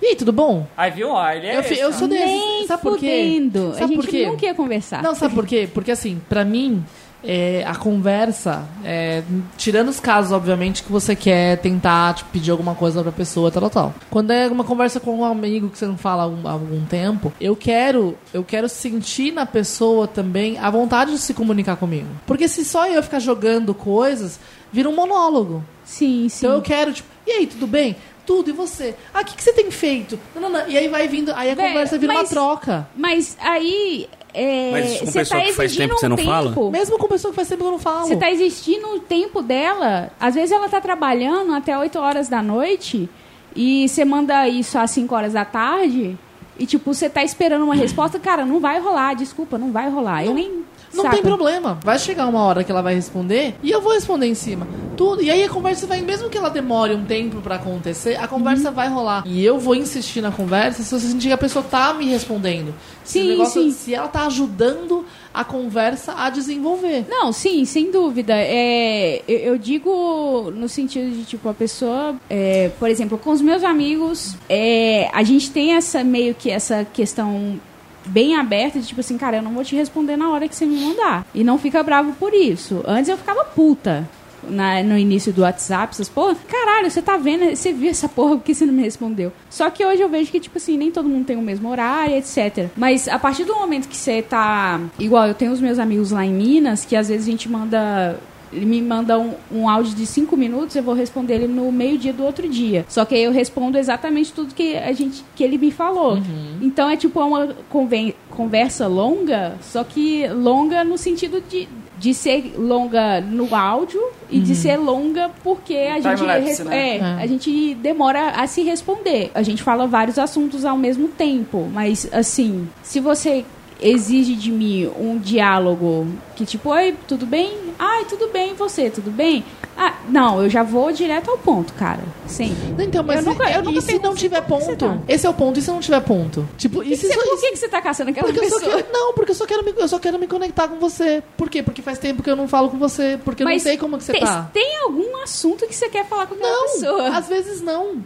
Speaker 5: E aí, tudo bom?
Speaker 4: Aí viu, ó, ele é
Speaker 5: Eu fi-
Speaker 4: esse,
Speaker 5: eu
Speaker 4: ó.
Speaker 5: sou desses.
Speaker 2: Nem
Speaker 5: Sabe por quê?
Speaker 2: fudendo.
Speaker 5: Sabe
Speaker 2: a gente
Speaker 5: por quê?
Speaker 2: nunca ia conversar.
Speaker 5: Não, sabe por quê? Porque assim, pra mim, é, a conversa, é, tirando os casos, obviamente, que você quer tentar tipo, pedir alguma coisa pra pessoa, tal, tal, tal. Quando é uma conversa com um amigo que você não fala há algum, há algum tempo, eu quero, eu quero sentir na pessoa também a vontade de se comunicar comigo. Porque se só eu ficar jogando coisas, vira um monólogo.
Speaker 2: Sim, sim.
Speaker 5: Então eu quero, tipo, e aí, tudo bem? Tudo, e você? Ah, o que, que você tem feito? Não, não, não. E aí vai vindo, aí a
Speaker 2: Velho,
Speaker 5: conversa vira uma
Speaker 2: mas-
Speaker 5: troca.
Speaker 2: Mas aí. é,
Speaker 1: Mas isso com
Speaker 2: você
Speaker 1: pessoa
Speaker 2: tá
Speaker 1: que faz
Speaker 2: exigindo
Speaker 1: tempo que você
Speaker 2: um
Speaker 1: não fala?
Speaker 2: tempo.
Speaker 5: Mesmo com pessoa que faz tempo que eu não falo.
Speaker 2: Você tá exigindo um tempo dela. Às vezes ela tá trabalhando até 8 horas da noite e você manda isso às 5 horas da tarde e, tipo, você tá esperando uma resposta. Cara, não vai rolar, desculpa, não vai rolar. Eu nem.
Speaker 5: Não
Speaker 2: saca?
Speaker 5: tem problema. Vai chegar uma hora que ela vai responder e eu vou responder em cima. Tudo. E aí a conversa vai, mesmo que ela demore um tempo pra acontecer, a conversa
Speaker 2: Uhum.
Speaker 5: vai rolar. E eu vou insistir na conversa se você sentir que a pessoa tá me respondendo. Se o
Speaker 2: Sim,
Speaker 5: negócio-
Speaker 2: sim.
Speaker 5: Se ela tá ajudando a conversa a desenvolver.
Speaker 2: Não, sim, sem dúvida. É, eu, eu digo no sentido de, tipo, a pessoa, é, por exemplo, com os meus amigos, é, a gente tem essa meio que essa questão bem aberta de tipo assim, cara, eu não vou te responder na hora que você me mandar. E não fica bravo por isso. Antes eu ficava puta. na- no início do WhatsApp, essas porra, caralho, você tá vendo, você viu essa porra, por que você não me respondeu? Só que hoje eu vejo que, tipo assim, nem todo mundo tem o mesmo horário, etc. Mas a partir do momento que você tá. Igual, eu tenho os meus amigos lá em Minas, que às vezes a gente manda. Ele me manda um, um áudio de cinco minutos, eu vou responder ele no meio-dia do outro dia. Só que aí eu respondo exatamente tudo que a gente que ele me falou. Então é tipo uma conven- conversa longa, só que longa no sentido de, de ser longa no áudio e de ser longa porque a
Speaker 4: Time
Speaker 2: gente
Speaker 4: lapse,
Speaker 2: resp-
Speaker 4: né?
Speaker 2: é,
Speaker 5: Uhum. É.
Speaker 2: a gente demora a se responder. A gente fala vários assuntos ao mesmo tempo, mas assim, se você exige de mim um diálogo que tipo, oi, tudo bem? Ai, tudo bem, e você, tudo bem? Ah, não, eu já vou direto ao ponto, cara. Sim.
Speaker 5: Então, mas
Speaker 2: Eu nunca-
Speaker 5: e-
Speaker 2: eu
Speaker 5: e
Speaker 2: nunca
Speaker 5: se não
Speaker 2: pergunto,
Speaker 5: tiver
Speaker 2: como que você tá?
Speaker 5: ponto? Esse é o ponto, e se não tiver ponto? Tipo, e
Speaker 2: E você-
Speaker 5: se isso-
Speaker 2: por que, que você tá caçando aquela
Speaker 5: Porque eu só
Speaker 2: pessoa?
Speaker 5: quero, não, porque eu só quero, me, eu só quero me conectar com você. Por quê? Porque faz tempo que eu não falo com você, porque eu não
Speaker 2: Mas
Speaker 5: sei como que você
Speaker 2: tem,
Speaker 5: tá.
Speaker 2: tem algum assunto que você quer falar com aquela
Speaker 5: Não,
Speaker 2: pessoa?
Speaker 5: às vezes não.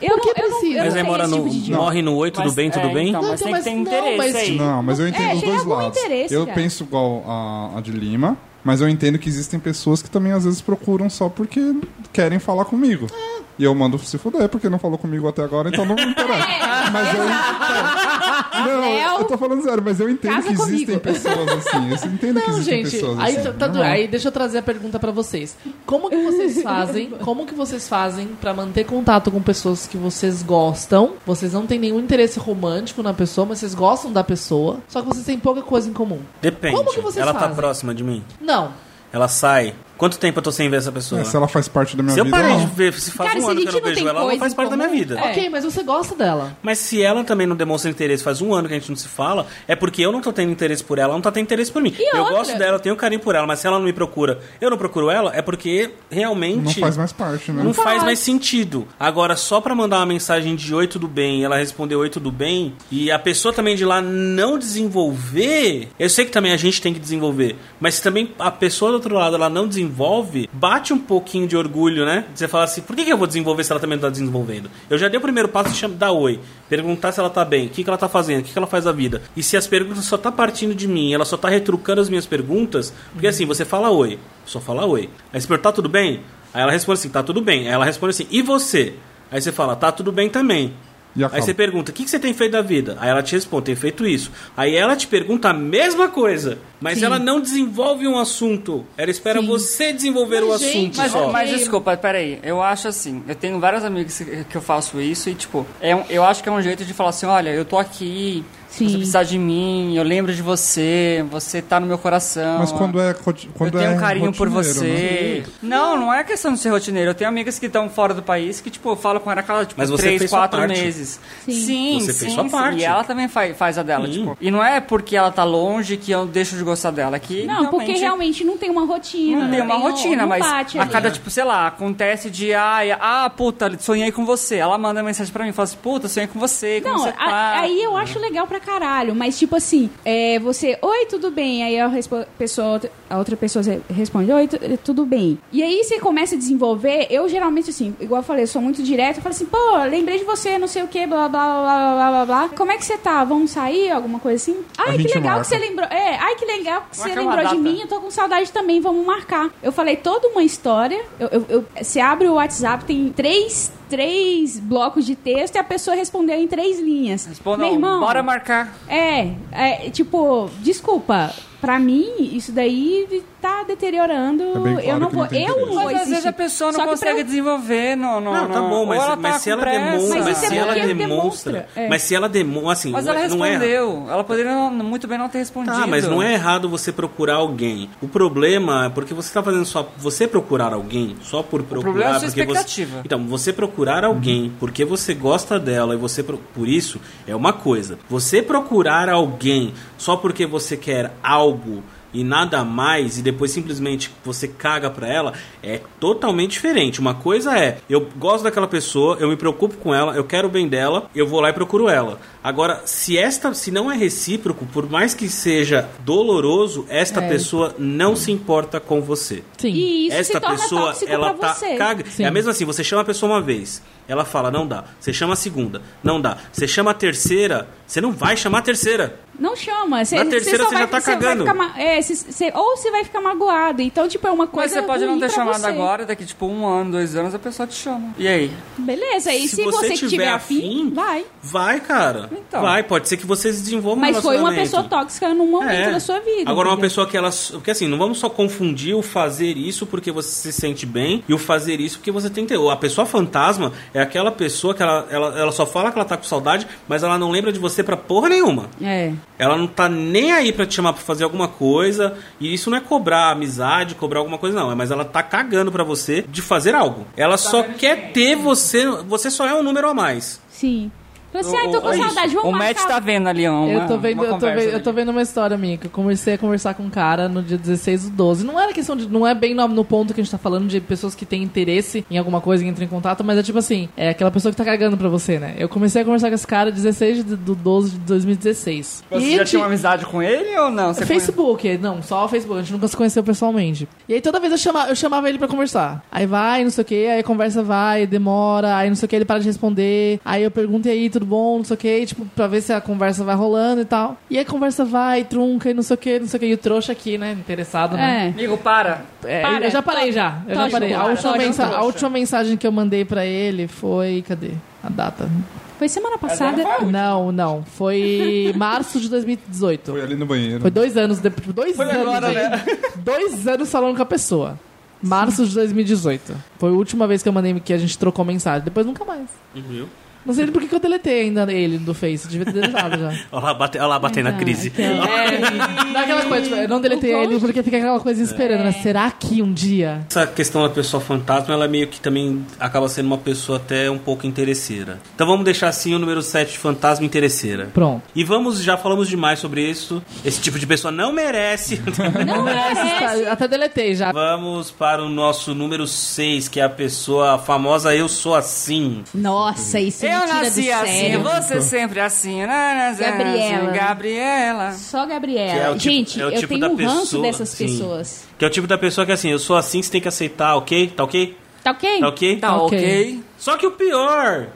Speaker 2: eu
Speaker 5: por que
Speaker 2: não, eu não, eu
Speaker 5: precisa?
Speaker 2: não
Speaker 1: Mas aí
Speaker 2: tenho
Speaker 1: mora
Speaker 2: esse
Speaker 1: no.
Speaker 2: tipo de diálogo.
Speaker 1: morre no oi, tudo
Speaker 4: Mas-
Speaker 1: bem, tudo
Speaker 4: é,
Speaker 1: bem?
Speaker 4: Então,
Speaker 5: Não,
Speaker 4: mas
Speaker 5: então,
Speaker 4: tem que ter
Speaker 5: mas não,
Speaker 4: interesse
Speaker 5: mas-
Speaker 4: aí.
Speaker 3: Não, mas eu
Speaker 2: É,
Speaker 3: entendo os
Speaker 2: tem
Speaker 3: dois
Speaker 2: algum
Speaker 3: lados.
Speaker 2: interesse,
Speaker 3: eu
Speaker 2: cara.
Speaker 3: penso igual a, a de Lima, mas eu entendo que existem pessoas que também às vezes procuram só porque querem falar comigo. E eu mando se fuder, porque não falou comigo até agora, então não me interessa. mas eu. Não,
Speaker 2: Léo,
Speaker 3: eu tô falando sério, mas eu entendo
Speaker 2: casa
Speaker 3: que existem
Speaker 2: comigo.
Speaker 3: pessoas assim. Eu entendo que
Speaker 5: Não,
Speaker 3: existem
Speaker 5: gente.
Speaker 3: pessoas
Speaker 5: Aí,
Speaker 3: assim.
Speaker 5: tá- tá
Speaker 3: normal.
Speaker 5: doido. Aí deixa eu trazer a pergunta pra vocês. Como que vocês fazem? Como que vocês fazem para manter contato com pessoas que vocês gostam? Vocês não têm nenhum interesse romântico na pessoa, mas vocês gostam da pessoa. Só que vocês têm pouca coisa em comum.
Speaker 1: Depende.
Speaker 5: Como que vocês
Speaker 1: ela tá
Speaker 5: fazem?
Speaker 1: próxima de mim?
Speaker 5: Não.
Speaker 1: Ela sai. Quanto tempo eu tô sem ver essa pessoa?
Speaker 3: É, se ela faz parte da minha
Speaker 1: Se eu
Speaker 3: vida.
Speaker 1: parei de
Speaker 3: não.
Speaker 1: ver, se faz
Speaker 2: Cara,
Speaker 1: um
Speaker 2: se a
Speaker 1: ano que eu
Speaker 2: gente
Speaker 1: não
Speaker 2: não
Speaker 1: vejo
Speaker 2: tem
Speaker 1: ela, ela não
Speaker 2: coisa
Speaker 1: faz
Speaker 2: em
Speaker 1: parte da minha
Speaker 2: comum,
Speaker 1: vida.
Speaker 2: É.
Speaker 5: Ok, mas você gosta dela.
Speaker 1: Mas se ela também não demonstra interesse, faz um ano que a gente não se fala, é porque eu não tô tendo interesse por ela, ela não tá tendo interesse por mim.
Speaker 2: E
Speaker 1: eu
Speaker 2: outra?
Speaker 1: gosto dela, eu tenho carinho por ela, mas se ela não me procura, eu não procuro ela, é porque realmente
Speaker 3: Não faz mais parte, né?
Speaker 1: não faz
Speaker 2: faz.
Speaker 1: mais sentido. Agora, só pra mandar uma mensagem de oi, tudo bem, e ela respondeu oi, tudo bem, e a pessoa também de lá não desenvolver, eu sei que também a gente tem que desenvolver, mas se também a pessoa do outro lado ela não desenvolve, bate um pouquinho de orgulho, né? Você fala assim, por que que eu vou desenvolver se ela também não tá desenvolvendo? Eu já dei o primeiro passo de chamar- dar oi, perguntar se ela tá bem, o que, que ela tá fazendo, o que, que ela faz da vida. E se as perguntas só tá partindo de mim, ela só tá retrucando as minhas perguntas, porque assim, você fala oi, só fala oi. Aí você pergunta, tá tudo bem? Aí ela responde assim, tá tudo bem. Aí ela responde assim, e você? Aí você fala, tá tudo bem também.
Speaker 3: E acaba.
Speaker 1: Aí você pergunta, o que, que você tem feito da vida? Aí ela te responde, tem feito isso. Aí ela te pergunta a mesma coisa, mas
Speaker 5: Sim.
Speaker 1: ela não desenvolve um assunto. Ela espera
Speaker 5: Sim.
Speaker 1: você desenvolver
Speaker 5: Mas,
Speaker 1: o
Speaker 5: gente,
Speaker 1: assunto
Speaker 4: Mas,
Speaker 1: só.
Speaker 4: mas
Speaker 5: Ok.
Speaker 4: desculpa, peraí. Eu acho assim, eu tenho vários amigos que que eu faço isso e, tipo, é um- eu acho que é um jeito de falar assim, olha, eu tô aqui, se
Speaker 2: Sim.
Speaker 4: você precisar de mim, eu lembro de você, você tá no meu coração.
Speaker 3: Mas quando é. co- Quando
Speaker 4: eu tenho
Speaker 3: é
Speaker 4: um carinho por
Speaker 3: rotineiro, né?
Speaker 4: você. Não, não é questão de ser rotineiro. Eu tenho amigas que estão fora do país que, tipo, eu falo com ela a cada, tipo,
Speaker 1: Mas você
Speaker 4: três,
Speaker 1: fez sua
Speaker 4: quatro
Speaker 1: parte.
Speaker 4: meses.
Speaker 2: Sim.
Speaker 4: sim,
Speaker 1: Você
Speaker 4: sim,
Speaker 1: fez sua
Speaker 4: sim.
Speaker 1: parte.
Speaker 4: E ela também faz, faz a dela,
Speaker 1: Sim.
Speaker 4: tipo. E não é porque ela tá longe que eu deixo de gostar dela. é Que
Speaker 2: Não, porque realmente não tem uma rotina.
Speaker 4: não tem uma
Speaker 2: um-
Speaker 4: rotina,
Speaker 2: não
Speaker 4: mas
Speaker 2: bate
Speaker 4: a
Speaker 2: ali.
Speaker 4: cada, tipo, sei lá, acontece de, ai, ah, puta, sonhei com você. Ela manda mensagem pra mim, fala assim, puta, sonhei com você, como
Speaker 2: Não,
Speaker 4: você
Speaker 2: a-
Speaker 4: tá?
Speaker 2: aí eu acho legal pra caralho, mas tipo assim, é, você, oi, tudo bem. Aí a, respo- pessoa, a outra pessoa ze- responde, oi, tu- eh, tudo bem. E aí você começa a desenvolver, eu geralmente assim, igual eu falei, eu sou muito direta, eu falo assim, pô, lembrei de você, não sei o que, blá, blá, blá, blá, blá, blá, blá. Como é que você tá? Vamos sair? Alguma coisa assim? Ai, que
Speaker 3: gente
Speaker 2: legal
Speaker 3: marca.
Speaker 2: que você lembrou. É, ai, que legal que você
Speaker 4: Marca uma
Speaker 2: lembrou de
Speaker 4: data.
Speaker 2: mim, eu tô com saudade também, vamos marcar. Eu falei toda uma história. Eu, eu, eu- você abre o WhatsApp, tem três, três blocos de texto e a pessoa respondeu em três linhas.
Speaker 4: Responda
Speaker 2: Meu
Speaker 4: um,
Speaker 2: irmão,
Speaker 4: bora marcar.
Speaker 2: é, é, tipo, desculpa. Pra mim, isso daí tá deteriorando.
Speaker 3: É bem claro
Speaker 2: eu não
Speaker 3: que
Speaker 2: vou.
Speaker 3: não tem
Speaker 2: eu não vou
Speaker 3: interesse.
Speaker 4: Mas às vezes
Speaker 2: insistir.
Speaker 4: a pessoa não
Speaker 2: Só que pra
Speaker 4: consegue
Speaker 2: eu-
Speaker 4: desenvolver no, no,
Speaker 1: Não, tá
Speaker 4: no-
Speaker 1: bom, mas,
Speaker 4: ou ela
Speaker 1: mas
Speaker 4: tá
Speaker 1: se
Speaker 4: com
Speaker 1: ela
Speaker 4: pressa.
Speaker 1: demonstra,
Speaker 2: Mas
Speaker 1: mas
Speaker 2: isso é
Speaker 1: se ela
Speaker 2: porque
Speaker 1: demonstra,
Speaker 2: demonstra, é.
Speaker 1: mas se ela demonstra, assim,
Speaker 4: Mas
Speaker 1: não
Speaker 4: ela
Speaker 1: é- não é
Speaker 4: respondeu. um Ela poderia não- muito bem não ter respondido.
Speaker 1: Tá, mas não é errado você procurar alguém. O problema é porque você tá fazendo só. Você procurar alguém só por procurar.
Speaker 4: problema é a sua
Speaker 1: porque você-
Speaker 4: expectativa.
Speaker 1: então, você procurar alguém porque você gosta dela e você. pro- Por isso, é uma coisa. Você procurar alguém só porque você quer algo e nada mais e depois simplesmente você caga pra ela é totalmente diferente. Uma coisa é, eu gosto daquela pessoa, eu me preocupo com ela, eu quero o bem dela, eu vou lá e procuro ela. Agora, se esta se não é recíproco, por mais que seja doloroso, esta
Speaker 5: É.
Speaker 1: pessoa não se importa com você.
Speaker 5: Sim.
Speaker 2: E isso
Speaker 1: Esta
Speaker 2: se torna
Speaker 1: pessoa,
Speaker 2: tóxico
Speaker 1: ela
Speaker 2: pra
Speaker 1: tá
Speaker 2: você.
Speaker 1: caga.
Speaker 5: Sim.
Speaker 1: É a mesma assim, você chama a pessoa uma vez, ela fala, não dá. Você chama a segunda, não dá. Você chama a terceira, você não vai chamar a terceira.
Speaker 2: Não chama. Cê,
Speaker 1: Na terceira
Speaker 2: só
Speaker 1: você
Speaker 2: vai-
Speaker 1: já tá
Speaker 2: vai
Speaker 1: cagando.
Speaker 2: ficar ma- é, cê- cê- ou você vai ficar magoado. Então, tipo, é uma
Speaker 4: Mas
Speaker 2: coisa.
Speaker 4: você pode não
Speaker 2: ruim
Speaker 4: ter
Speaker 2: pra
Speaker 4: chamado
Speaker 2: você.
Speaker 4: agora, daqui tipo um ano, dois anos, a pessoa te chama. E aí?
Speaker 2: Beleza, e se, você, que tiver afim, vai.
Speaker 1: Vai, cara.
Speaker 4: Então.
Speaker 1: Vai, pode ser que vocês desenvolvam um
Speaker 2: Mas foi uma
Speaker 1: relacionamento.
Speaker 2: pessoa tóxica num momento
Speaker 1: É.
Speaker 2: da sua vida.
Speaker 1: Agora, uma
Speaker 2: entendeu?
Speaker 1: pessoa que ela. Porque assim, não vamos só confundir o fazer isso porque você se sente bem e o fazer isso porque você tem que ter. A pessoa fantasma é aquela pessoa que ela, ela, ela só fala que ela tá com saudade, mas ela não lembra de você pra porra nenhuma.
Speaker 2: É.
Speaker 1: Ela não tá nem aí pra te chamar pra fazer alguma coisa. E isso não é cobrar amizade, cobrar alguma coisa, não. É, mas ela tá cagando pra você de fazer algo. Ela só quer ter você. Você só é um número a mais.
Speaker 2: Sim. Falei assim,
Speaker 4: O-
Speaker 2: ai, tô
Speaker 4: o-
Speaker 2: com
Speaker 4: é isso.
Speaker 2: saudade,
Speaker 4: O
Speaker 2: vamos
Speaker 4: Matt
Speaker 2: marcar.
Speaker 4: tá vendo ali, ó. uma-
Speaker 5: Eu tô, vendo,
Speaker 4: uma
Speaker 5: eu, tô
Speaker 4: conversa
Speaker 5: vendo, eu
Speaker 4: ali.
Speaker 5: tô vendo uma história minha, que eu comecei a conversar com um cara no dia 16 do 12. Não era questão de. Não é bem no, no ponto que a gente tá falando de pessoas que têm interesse em alguma coisa e entram em contato, mas é tipo assim, é aquela pessoa que tá cagando pra você, né? Eu comecei a conversar com esse cara 16 de- do 12 de 2016. E
Speaker 4: Você Tipo assim, já
Speaker 5: de-
Speaker 4: tinha uma amizade com ele ou não? Você
Speaker 5: Facebook, não, só o Facebook, a gente nunca se conheceu pessoalmente. E aí toda vez eu, chama, eu chamava ele pra conversar. Aí vai, não sei o que, aí a conversa vai, demora, aí não sei o que, ele para de responder. Aí eu pergunto, e aí, tudo bom, não sei o que, tipo, pra ver se a conversa vai rolando e tal. E aí a conversa vai, trunca, e não sei o que, não sei o que, e o trouxa aqui, né, interessado, né?
Speaker 2: É.
Speaker 4: Amigo, para.
Speaker 5: É,
Speaker 2: Para,
Speaker 5: eu já parei já. Eu já
Speaker 2: Tocha,
Speaker 5: parei. A
Speaker 2: para,
Speaker 5: última,
Speaker 2: tocha,
Speaker 5: mensa-
Speaker 4: trouxa.
Speaker 5: a última mensagem que eu mandei pra ele foi. Cadê? A data.
Speaker 2: Foi semana passada.
Speaker 5: Não, não. Foi março de 2018.
Speaker 3: Foi ali no banheiro.
Speaker 5: Foi dois anos depois. Dois
Speaker 4: Foi
Speaker 5: anos.
Speaker 4: agora, né?
Speaker 5: gente. Dois anos falando com a pessoa. Março de 2018. Foi a última vez que eu mandei que a gente trocou mensagem. Depois nunca mais.
Speaker 1: Viu?
Speaker 5: Não sei nem por que que eu deletei ainda ele do Face. Devia ter deletado já.
Speaker 1: Olha lá, bate, olha lá batendo a crise.
Speaker 5: Não é aquela coisa, tipo, eu não deletei ele porque fica aquela coisa esperando, né? Será que um dia?
Speaker 1: Essa questão da pessoa fantasma, ela meio que também acaba sendo uma pessoa até um pouco interesseira. Então vamos deixar assim o número 7, fantasma interesseira.
Speaker 5: Pronto.
Speaker 1: E vamos, já falamos demais sobre isso. Esse tipo de pessoa não merece.
Speaker 2: Não
Speaker 5: Tá,
Speaker 2: é.
Speaker 5: Até deletei já.
Speaker 1: Vamos para o nosso número 6, que é a pessoa a famosa Eu Sou Assim.
Speaker 2: Nossa, isso me
Speaker 4: eu
Speaker 2: tira do
Speaker 4: nasci assim,
Speaker 2: sério.
Speaker 4: você sempre assim. né, né,
Speaker 2: Gabriela.
Speaker 4: Gabriela.
Speaker 2: Só
Speaker 1: Que é
Speaker 2: Gabriela.
Speaker 1: o tipo-
Speaker 2: Gente,
Speaker 1: é o
Speaker 2: eu
Speaker 1: tipo
Speaker 2: tenho
Speaker 1: da
Speaker 2: um ranço
Speaker 1: pessoa,
Speaker 2: dessas
Speaker 1: sim.
Speaker 2: pessoas.
Speaker 1: Que é o tipo da pessoa que assim, eu sou assim, você tem que aceitar, ok? Tá ok?
Speaker 2: Tá ok?
Speaker 1: Tá ok?
Speaker 4: Tá
Speaker 5: Ok.
Speaker 4: ok.
Speaker 1: Só que o pior,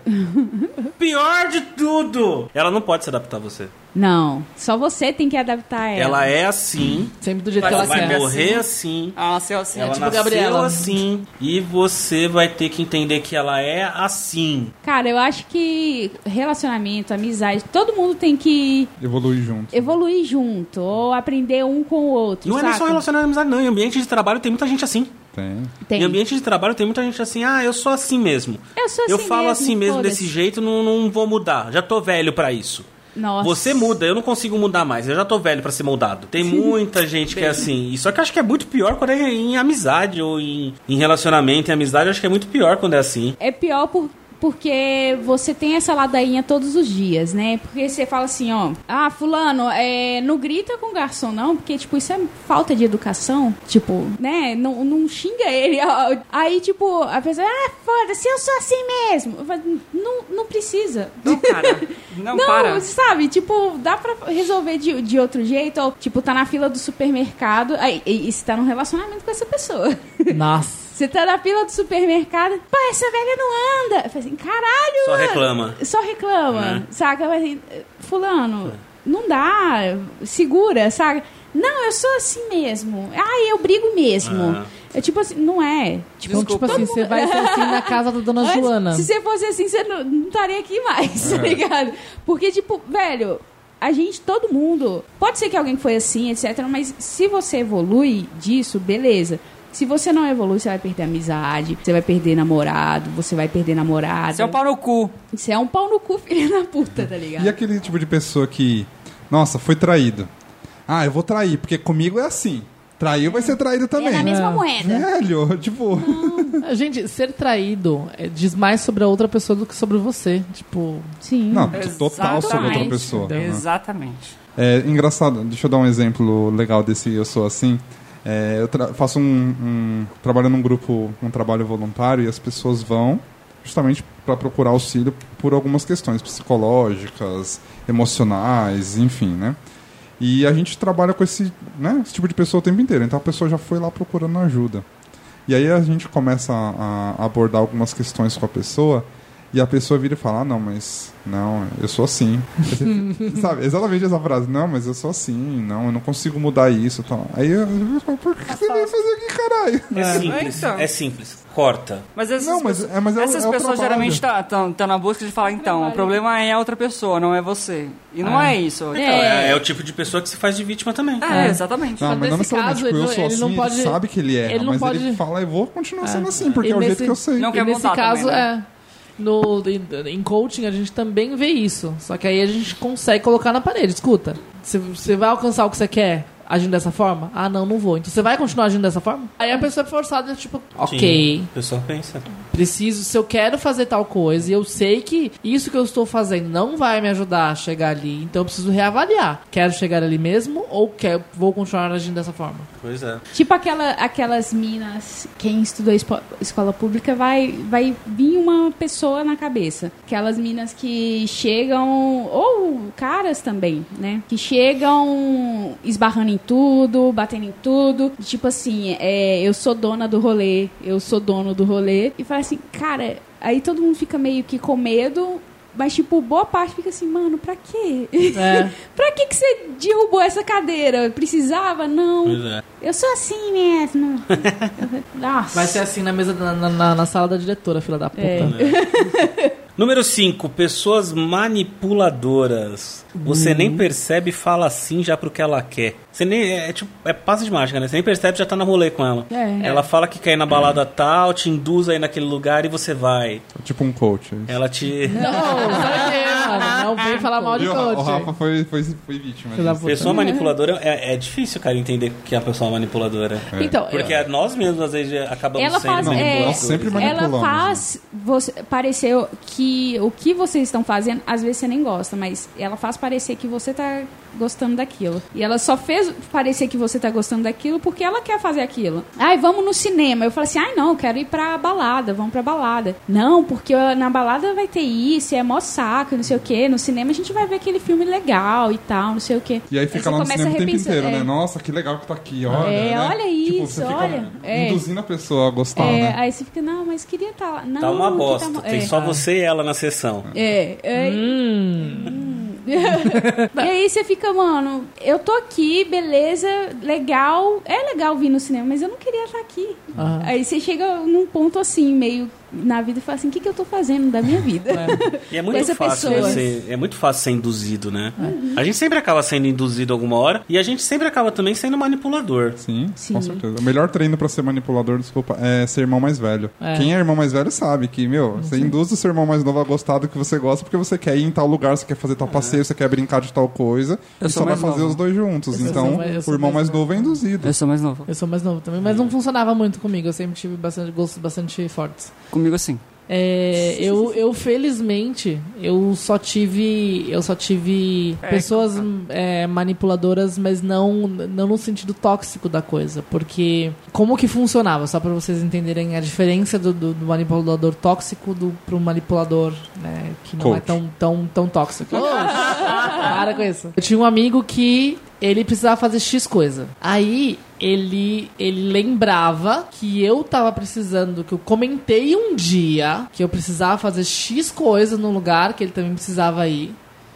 Speaker 1: pior de tudo, ela não pode se adaptar a você.
Speaker 2: Não. Só você tem que adaptar
Speaker 1: Ela
Speaker 2: ela.
Speaker 1: é assim,
Speaker 5: Sempre do jeito
Speaker 4: Mas
Speaker 5: que ela é
Speaker 1: vai
Speaker 5: quer.
Speaker 4: morrer.
Speaker 1: morrer assim.
Speaker 4: Ah, nasceu assim.
Speaker 1: ela
Speaker 5: tipo
Speaker 1: nasceu
Speaker 5: Gabriela.
Speaker 1: assim e você vai ter que entender que ela é assim.
Speaker 2: Cara, eu acho que relacionamento, amizade, todo mundo tem que
Speaker 3: Evolui junto.
Speaker 2: evoluir junto. Ou aprender um com o outro.
Speaker 1: Não é nem só
Speaker 2: saca?
Speaker 1: relacionamento à amizade, não. Em ambiente de trabalho tem muita gente assim.
Speaker 3: Tem.
Speaker 1: Em
Speaker 2: Tem.
Speaker 1: ambiente de trabalho tem muita gente assim, ah, eu sou assim mesmo.
Speaker 2: Eu sou assim
Speaker 1: eu falo
Speaker 2: mesmo,
Speaker 1: assim mesmo,
Speaker 2: foda-se.
Speaker 1: desse jeito, não, não vou mudar. Já tô velho pra isso.
Speaker 2: Nossa.
Speaker 1: Você muda, eu não consigo mudar mais. Eu já tô velho pra ser moldado. Tem muita gente que é assim. E Só que eu acho que é muito pior quando é em amizade ou em, em relacionamento. Em amizade, eu acho que é muito pior quando é assim.
Speaker 2: É pior por, porque você tem essa ladainha todos os dias, né? Porque você fala assim, ó, ah, fulano, é, não grita com o garçom não, porque, tipo, isso é falta de educação, tipo, né? Não, não xinga ele. ó. Aí, tipo, a pessoa, ah, foda-se, eu sou assim mesmo. Eu falo, Não, não precisa.
Speaker 4: Não, cara. Não, para.
Speaker 2: sabe? Tipo, dá pra resolver de, de outro jeito. Ou, tipo, tá na fila do supermercado. Aí, e, e você tá num relacionamento com essa pessoa.
Speaker 5: Nossa.
Speaker 2: Você tá na fila do supermercado. Pô, essa velha não anda. Eu falei assim, caralho,
Speaker 1: Só
Speaker 2: mano.
Speaker 1: reclama.
Speaker 2: Só reclama.
Speaker 1: Né?
Speaker 2: Saca? Mas, assim, fulano, não dá. Segura, saca? Não, eu sou assim mesmo. Ah, eu brigo mesmo.
Speaker 1: Ah.
Speaker 2: É tipo assim, não é. Tipo,
Speaker 5: Então, tipo assim, você vai ser assim na casa da dona
Speaker 2: Antes,
Speaker 5: Joana.
Speaker 2: Se você fosse assim, você não, não estaria aqui mais,
Speaker 3: É.
Speaker 2: tá ligado? Porque, tipo, velho, a gente, todo mundo. Pode ser que alguém foi assim, etc. Mas se você evolui disso, beleza. Se você não evolui, você vai perder amizade, você vai perder namorado, você vai perder namorada.
Speaker 4: Você é um pau no cu.
Speaker 2: Você é um pau no cu, filha da puta, tá ligado?
Speaker 3: E aquele tipo de pessoa que, nossa, foi traído. Ah, eu vou trair, porque comigo é assim. Traiu vai ser traído
Speaker 2: É
Speaker 3: também. né?
Speaker 2: na mesma
Speaker 5: É.
Speaker 2: moeda.
Speaker 3: Velho, tipo,
Speaker 5: Gente, ser traído é, diz mais sobre a outra pessoa do que sobre você. Tipo,
Speaker 2: Sim.
Speaker 3: não, total sobre outra
Speaker 4: Exatamente.
Speaker 3: pessoa. né?
Speaker 4: Exatamente.
Speaker 3: É engraçado, deixa eu dar um exemplo legal desse Eu Sou Assim. É, eu tra- faço um, um- trabalho num grupo, um trabalho voluntário, e as pessoas vão justamente para procurar auxílio por algumas questões psicológicas, emocionais, enfim, né? E a gente trabalha com esse, né, esse tipo de pessoa o tempo inteiro. Então a pessoa já foi lá procurando ajuda. E aí a gente começa a, a abordar algumas questões com a pessoa e a pessoa vira e fala, ah, não, mas não, eu sou assim. Sabe, exatamente essa frase, não, mas eu sou assim, não, eu não consigo mudar isso. Tal. Aí eu, eu falo, por que você veio fazer aqui, caralho?
Speaker 1: É simples,
Speaker 4: Então.
Speaker 1: é simples. Corta.
Speaker 4: Mas essas,
Speaker 3: Não, mas-
Speaker 4: pessoas,
Speaker 3: é- mas é o-
Speaker 4: essas
Speaker 3: é o
Speaker 4: pessoas
Speaker 3: trabalho.
Speaker 4: geralmente estão na busca de falar, então, o
Speaker 2: trabalho.
Speaker 4: problema é a outra pessoa, não é você. E não é isso.
Speaker 1: Então, é. é o tipo de pessoa que se faz de vítima também.
Speaker 2: Ah,
Speaker 4: É, exatamente.
Speaker 3: Não,
Speaker 5: Mas
Speaker 3: mas não
Speaker 5: nesse
Speaker 3: necessariamente,
Speaker 5: caso,
Speaker 3: tipo,
Speaker 5: ele
Speaker 3: eu
Speaker 5: não-
Speaker 3: sou
Speaker 5: ele
Speaker 3: assim,
Speaker 5: não
Speaker 3: ele
Speaker 5: pode-
Speaker 3: sabe que ele erra,
Speaker 5: ele não
Speaker 3: mas ele
Speaker 5: pode- Ah.
Speaker 3: fala, eu vou continuar sendo assim,
Speaker 5: E
Speaker 3: porque é o
Speaker 5: nesse-
Speaker 3: jeito que eu sei.
Speaker 4: Não
Speaker 5: e
Speaker 4: quer
Speaker 5: nesse
Speaker 4: mudar
Speaker 5: caso,
Speaker 4: também, né?
Speaker 5: é. No, em, em coaching, a gente também vê isso. Só que aí a gente consegue colocar na parede. Escuta, você- você vai alcançar o que você quer agindo dessa forma? Ah, não, não vou. Então você vai continuar agindo dessa forma? Aí a pessoa é forçada, tipo, ok,
Speaker 1: Sim, O pessoal pensa.
Speaker 5: preciso, se eu quero fazer tal coisa e eu sei que isso que eu estou fazendo não vai me ajudar a chegar ali, então eu preciso reavaliar. Quero chegar ali mesmo ou quero, vou continuar agindo dessa forma?
Speaker 1: Pois é.
Speaker 2: Tipo aquela, aquelas minas, quem estudou espo- escola pública vai, vai vir uma pessoa na cabeça. Aquelas minas que chegam, ou caras também, né? Que chegam esbarrando em tudo, batendo em tudo. Tipo assim, é, eu sou dona do rolê, eu sou dono do rolê. E fala assim, cara, aí todo mundo fica meio que com medo. Mas, tipo, boa parte fica assim, mano, pra quê?
Speaker 5: É.
Speaker 2: pra que, que você derrubou essa cadeira? Precisava? Não.
Speaker 1: Pois é.
Speaker 2: Eu sou assim mesmo. Nossa.
Speaker 5: Vai ser assim na mesa, da- na, na- na sala da diretora, filha da puta.
Speaker 2: É.
Speaker 1: Número 5, pessoas manipuladoras.
Speaker 2: Uhum.
Speaker 1: Você nem percebe e fala sim já pro que ela quer. Você nem. É, tipo, é passe de mágica, né? Você nem percebe já tá na rolê com ela.
Speaker 2: É.
Speaker 1: Ela fala que quer ir na balada tal, te induz aí naquele lugar e você vai.
Speaker 3: Tipo um coach. é isso.
Speaker 1: Ela te.
Speaker 5: Não, sabe o quê, mano? Não vem falar mal de
Speaker 3: E o, Ra- o Rafa
Speaker 5: coach.
Speaker 3: foi, foi, foi vítima
Speaker 5: Filha da
Speaker 3: disso.
Speaker 5: puta.
Speaker 1: Pessoa
Speaker 2: né?
Speaker 1: manipuladora é, é difícil, cara, entender que é uma pessoa manipuladora.
Speaker 3: É,
Speaker 5: Então,
Speaker 1: Porque
Speaker 5: eu-
Speaker 1: nós mesmos, às vezes, acabamos
Speaker 2: É. Ela
Speaker 1: sendo
Speaker 2: faz, é,
Speaker 1: manipuladores. né?
Speaker 3: Nós sempre
Speaker 2: ela
Speaker 3: manipulamos,
Speaker 2: faz você, parecer que o que vocês estão fazendo, às vezes você nem gosta, mas ela faz parecer que você tá gostando daquilo. E ela só fez parecer que você tá gostando daquilo porque ela quer fazer aquilo. Ai, vamos no cinema. Eu falo assim, ai não, eu quero ir pra balada, vamos pra balada. Não, porque na balada vai ter isso, é mó saco, não sei o quê. No cinema a gente vai ver aquele filme legal e tal, não sei o quê.
Speaker 3: E aí
Speaker 2: você
Speaker 3: fica lá no
Speaker 2: começa
Speaker 3: cinema o
Speaker 2: a
Speaker 3: tempo
Speaker 2: repensar,
Speaker 3: inteiro,
Speaker 2: é.
Speaker 3: né? Nossa, que legal que tá aqui, olha.
Speaker 2: É,
Speaker 3: né?
Speaker 2: olha
Speaker 3: Tipo,
Speaker 2: isso,
Speaker 3: você fica
Speaker 2: olha. É.
Speaker 3: Induzindo a pessoa a gostar,
Speaker 2: É,
Speaker 3: né?
Speaker 2: aí você fica, não, mas queria estar lá. Não,
Speaker 1: Tá uma
Speaker 2: que
Speaker 1: bosta.
Speaker 2: mo-
Speaker 1: Tem
Speaker 2: é.
Speaker 1: só você e ela na sessão.
Speaker 2: É, é.
Speaker 5: Hum.
Speaker 2: e aí você fica, mano, eu tô aqui, beleza, legal. É legal vir no cinema, mas eu não queria estar aqui.
Speaker 5: Aham.
Speaker 2: Aí você chega num ponto assim, meio na vida, e fala assim, o que, que eu tô fazendo da minha vida?
Speaker 1: E é muito
Speaker 2: Dessa
Speaker 1: fácil né,
Speaker 2: pessoa.
Speaker 1: ser, é muito fácil ser induzido, né?
Speaker 5: Uhum.
Speaker 1: A gente sempre acaba sendo induzido alguma hora e a gente sempre acaba também sendo manipulador.
Speaker 3: Sim,
Speaker 2: Sim.
Speaker 3: com certeza. O melhor treino pra ser manipulador, desculpa, é ser irmão mais velho.
Speaker 5: É.
Speaker 3: Quem é irmão mais velho sabe que, meu, você induz o seu irmão mais novo a gostar do que você gosta porque você quer ir em tal lugar, você quer fazer
Speaker 5: É.
Speaker 3: tal passeio, você quer brincar de tal coisa.
Speaker 4: Eu
Speaker 3: e
Speaker 4: sou
Speaker 3: só vai
Speaker 4: mais
Speaker 3: fazer
Speaker 4: novo.
Speaker 3: os dois juntos.
Speaker 5: Eu
Speaker 3: então,
Speaker 5: sou mais- eu
Speaker 3: o
Speaker 5: sou
Speaker 3: irmão
Speaker 5: mais
Speaker 3: mais novo é induzido.
Speaker 4: Eu sou mais novo.
Speaker 5: Eu sou mais novo também, mas não funcionava muito comigo. Eu sempre tive bastante gostos bastante fortes.
Speaker 4: Comigo assim.
Speaker 5: É, eu, eu felizmente eu só tive eu só tive
Speaker 4: É,
Speaker 5: pessoas é, manipuladoras, mas não não no sentido tóxico da coisa, porque como que funcionava só para vocês entenderem a diferença do, do- do manipulador tóxico do pro manipulador né, que não é
Speaker 3: Coach.
Speaker 5: tão tão tão tóxico. Para com isso. Eu tinha um amigo que ele precisava fazer X coisa. Aí ele, ele lembrava que eu tava precisando, que eu comentei um dia que eu precisava fazer X coisa num lugar que ele também precisava ir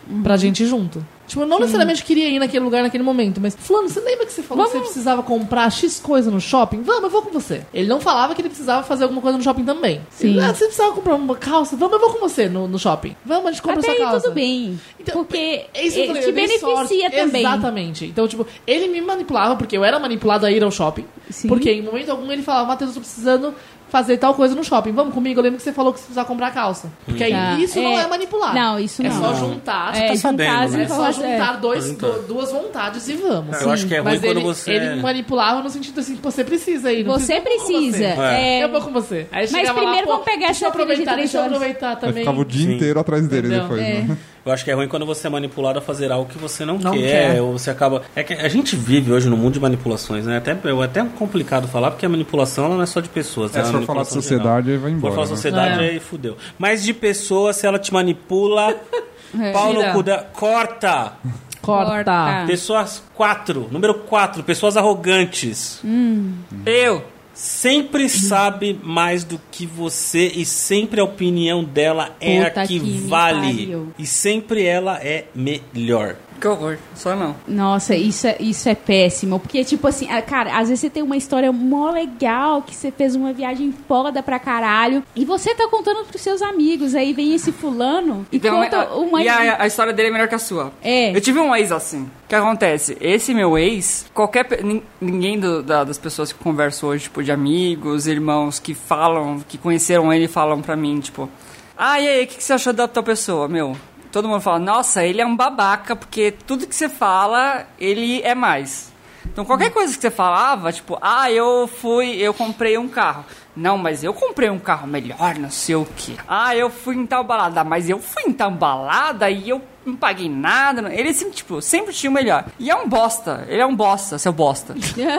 Speaker 2: Uhum.
Speaker 5: pra gente ir junto. Tipo, eu não necessariamente queria ir naquele lugar naquele momento, mas fulano, você lembra que você falou que você precisava comprar X coisa no shopping? Vamos, eu vou com você. Ele não falava que ele precisava fazer alguma coisa no shopping também.
Speaker 2: Sim.
Speaker 5: Ele, ah, você precisava comprar uma calça? Vamos, eu vou com você no, no shopping. Vamos, a gente compra
Speaker 2: Até
Speaker 5: sua
Speaker 2: aí
Speaker 5: calça.
Speaker 2: tudo bem.
Speaker 5: Então,
Speaker 2: porque
Speaker 5: É isso que eu
Speaker 2: eh,
Speaker 5: falei,
Speaker 2: te
Speaker 5: eu dei
Speaker 2: beneficia
Speaker 5: sorte.
Speaker 2: também.
Speaker 5: Exatamente. Então, tipo, ele me manipulava porque eu era manipulado a ir ao shopping.
Speaker 2: Sim.
Speaker 5: Porque em momento algum ele falava, Matheus, eu tô precisando fazer tal coisa no shopping. Vamos comigo, eu lembro que você falou que você precisava comprar calça. Porque aí
Speaker 2: Tá.
Speaker 5: isso não
Speaker 2: É.
Speaker 5: é manipular.
Speaker 2: Não, isso
Speaker 5: É
Speaker 2: não.
Speaker 5: só juntar.
Speaker 2: É,
Speaker 1: tá
Speaker 2: juntar
Speaker 1: sabendo,
Speaker 2: as
Speaker 1: né?
Speaker 5: É só
Speaker 2: informações, é.
Speaker 5: juntar dois,
Speaker 1: Então.
Speaker 5: do- duas vontades e vamos.
Speaker 1: Eu acho que é ruim
Speaker 5: Mas
Speaker 1: quando
Speaker 5: ele,
Speaker 1: você-
Speaker 5: ele me manipulava no sentido assim, você precisa ir. não
Speaker 2: Você
Speaker 5: precisa, eu vou com
Speaker 2: precisa.
Speaker 5: você.
Speaker 1: É.
Speaker 2: é,
Speaker 5: Eu vou com você. Aí chegava lá,
Speaker 2: primeiro
Speaker 5: pô,
Speaker 2: vamos pegar
Speaker 5: deixa eu
Speaker 2: essa filha de
Speaker 5: aproveitar,
Speaker 2: três
Speaker 5: deixa eu
Speaker 2: horas.
Speaker 5: aproveitar
Speaker 3: Aí
Speaker 5: também.
Speaker 3: ficava o dia
Speaker 1: Sim.
Speaker 3: inteiro atrás dele
Speaker 5: Entendeu?
Speaker 3: depois,
Speaker 2: É.
Speaker 3: né?
Speaker 1: Eu acho que é ruim quando você é manipulado a fazer algo que você não,
Speaker 5: Não
Speaker 1: quer,
Speaker 5: quer.
Speaker 1: Ou você acaba. É que a gente vive hoje num mundo de manipulações, né? Até, é até complicado falar, porque a manipulação ela não é só de pessoas.
Speaker 3: É,
Speaker 1: ela
Speaker 3: se
Speaker 1: uma
Speaker 3: for falar de
Speaker 1: manipulação
Speaker 3: sociedade,
Speaker 1: geral.
Speaker 3: vai
Speaker 1: Se for
Speaker 3: embora,
Speaker 1: falar de
Speaker 3: né?
Speaker 1: sociedade,
Speaker 5: É.
Speaker 1: aí fudeu. Mas de pessoa, se ela te manipula, pau no
Speaker 5: Tira.
Speaker 1: cu da- Corta!
Speaker 5: Corta.
Speaker 2: Ah.
Speaker 1: Pessoas 4, número 4, pessoas arrogantes.
Speaker 3: Hum.
Speaker 4: Eu.
Speaker 1: Sempre sabe mais do que você e sempre a opinião dela é
Speaker 2: Puta
Speaker 1: a que,
Speaker 2: que me
Speaker 1: vale.
Speaker 2: pariu.
Speaker 1: E sempre ela é melhor.
Speaker 4: Que horror. Só não.
Speaker 2: Nossa, isso é, isso é péssimo. Porque, tipo assim, ah, cara, às vezes você tem uma história mó legal, que você fez uma viagem foda pra caralho, e você tá contando pros seus amigos. Aí vem esse fulano e,
Speaker 4: Então,
Speaker 2: conta
Speaker 4: a-
Speaker 2: uma.
Speaker 4: e a, a história dele é melhor que a sua.
Speaker 2: É.
Speaker 4: Eu tive um ex assim. O que acontece? Esse meu ex, qualquer. pe- nin- Ninguém do- da- das pessoas que eu converso hoje, tipo, de amigos, irmãos que falam, que conheceram ele, falam pra mim, tipo. Ah, e aí, o que, que você achou da tua pessoa, meu? Todo mundo fala, nossa, ele é um babaca, porque tudo que você fala, ele é mais. Então qualquer coisa que você falava, tipo, ah, eu fui, eu comprei um carro. Não, mas eu comprei um carro melhor, não sei o quê. Ah, eu fui em tal balada, mas eu fui em tal balada e eu não paguei nada. não- Ele sempre, tipo, sempre tinha o melhor. E é um bosta. Ele é um bosta, seu bosta.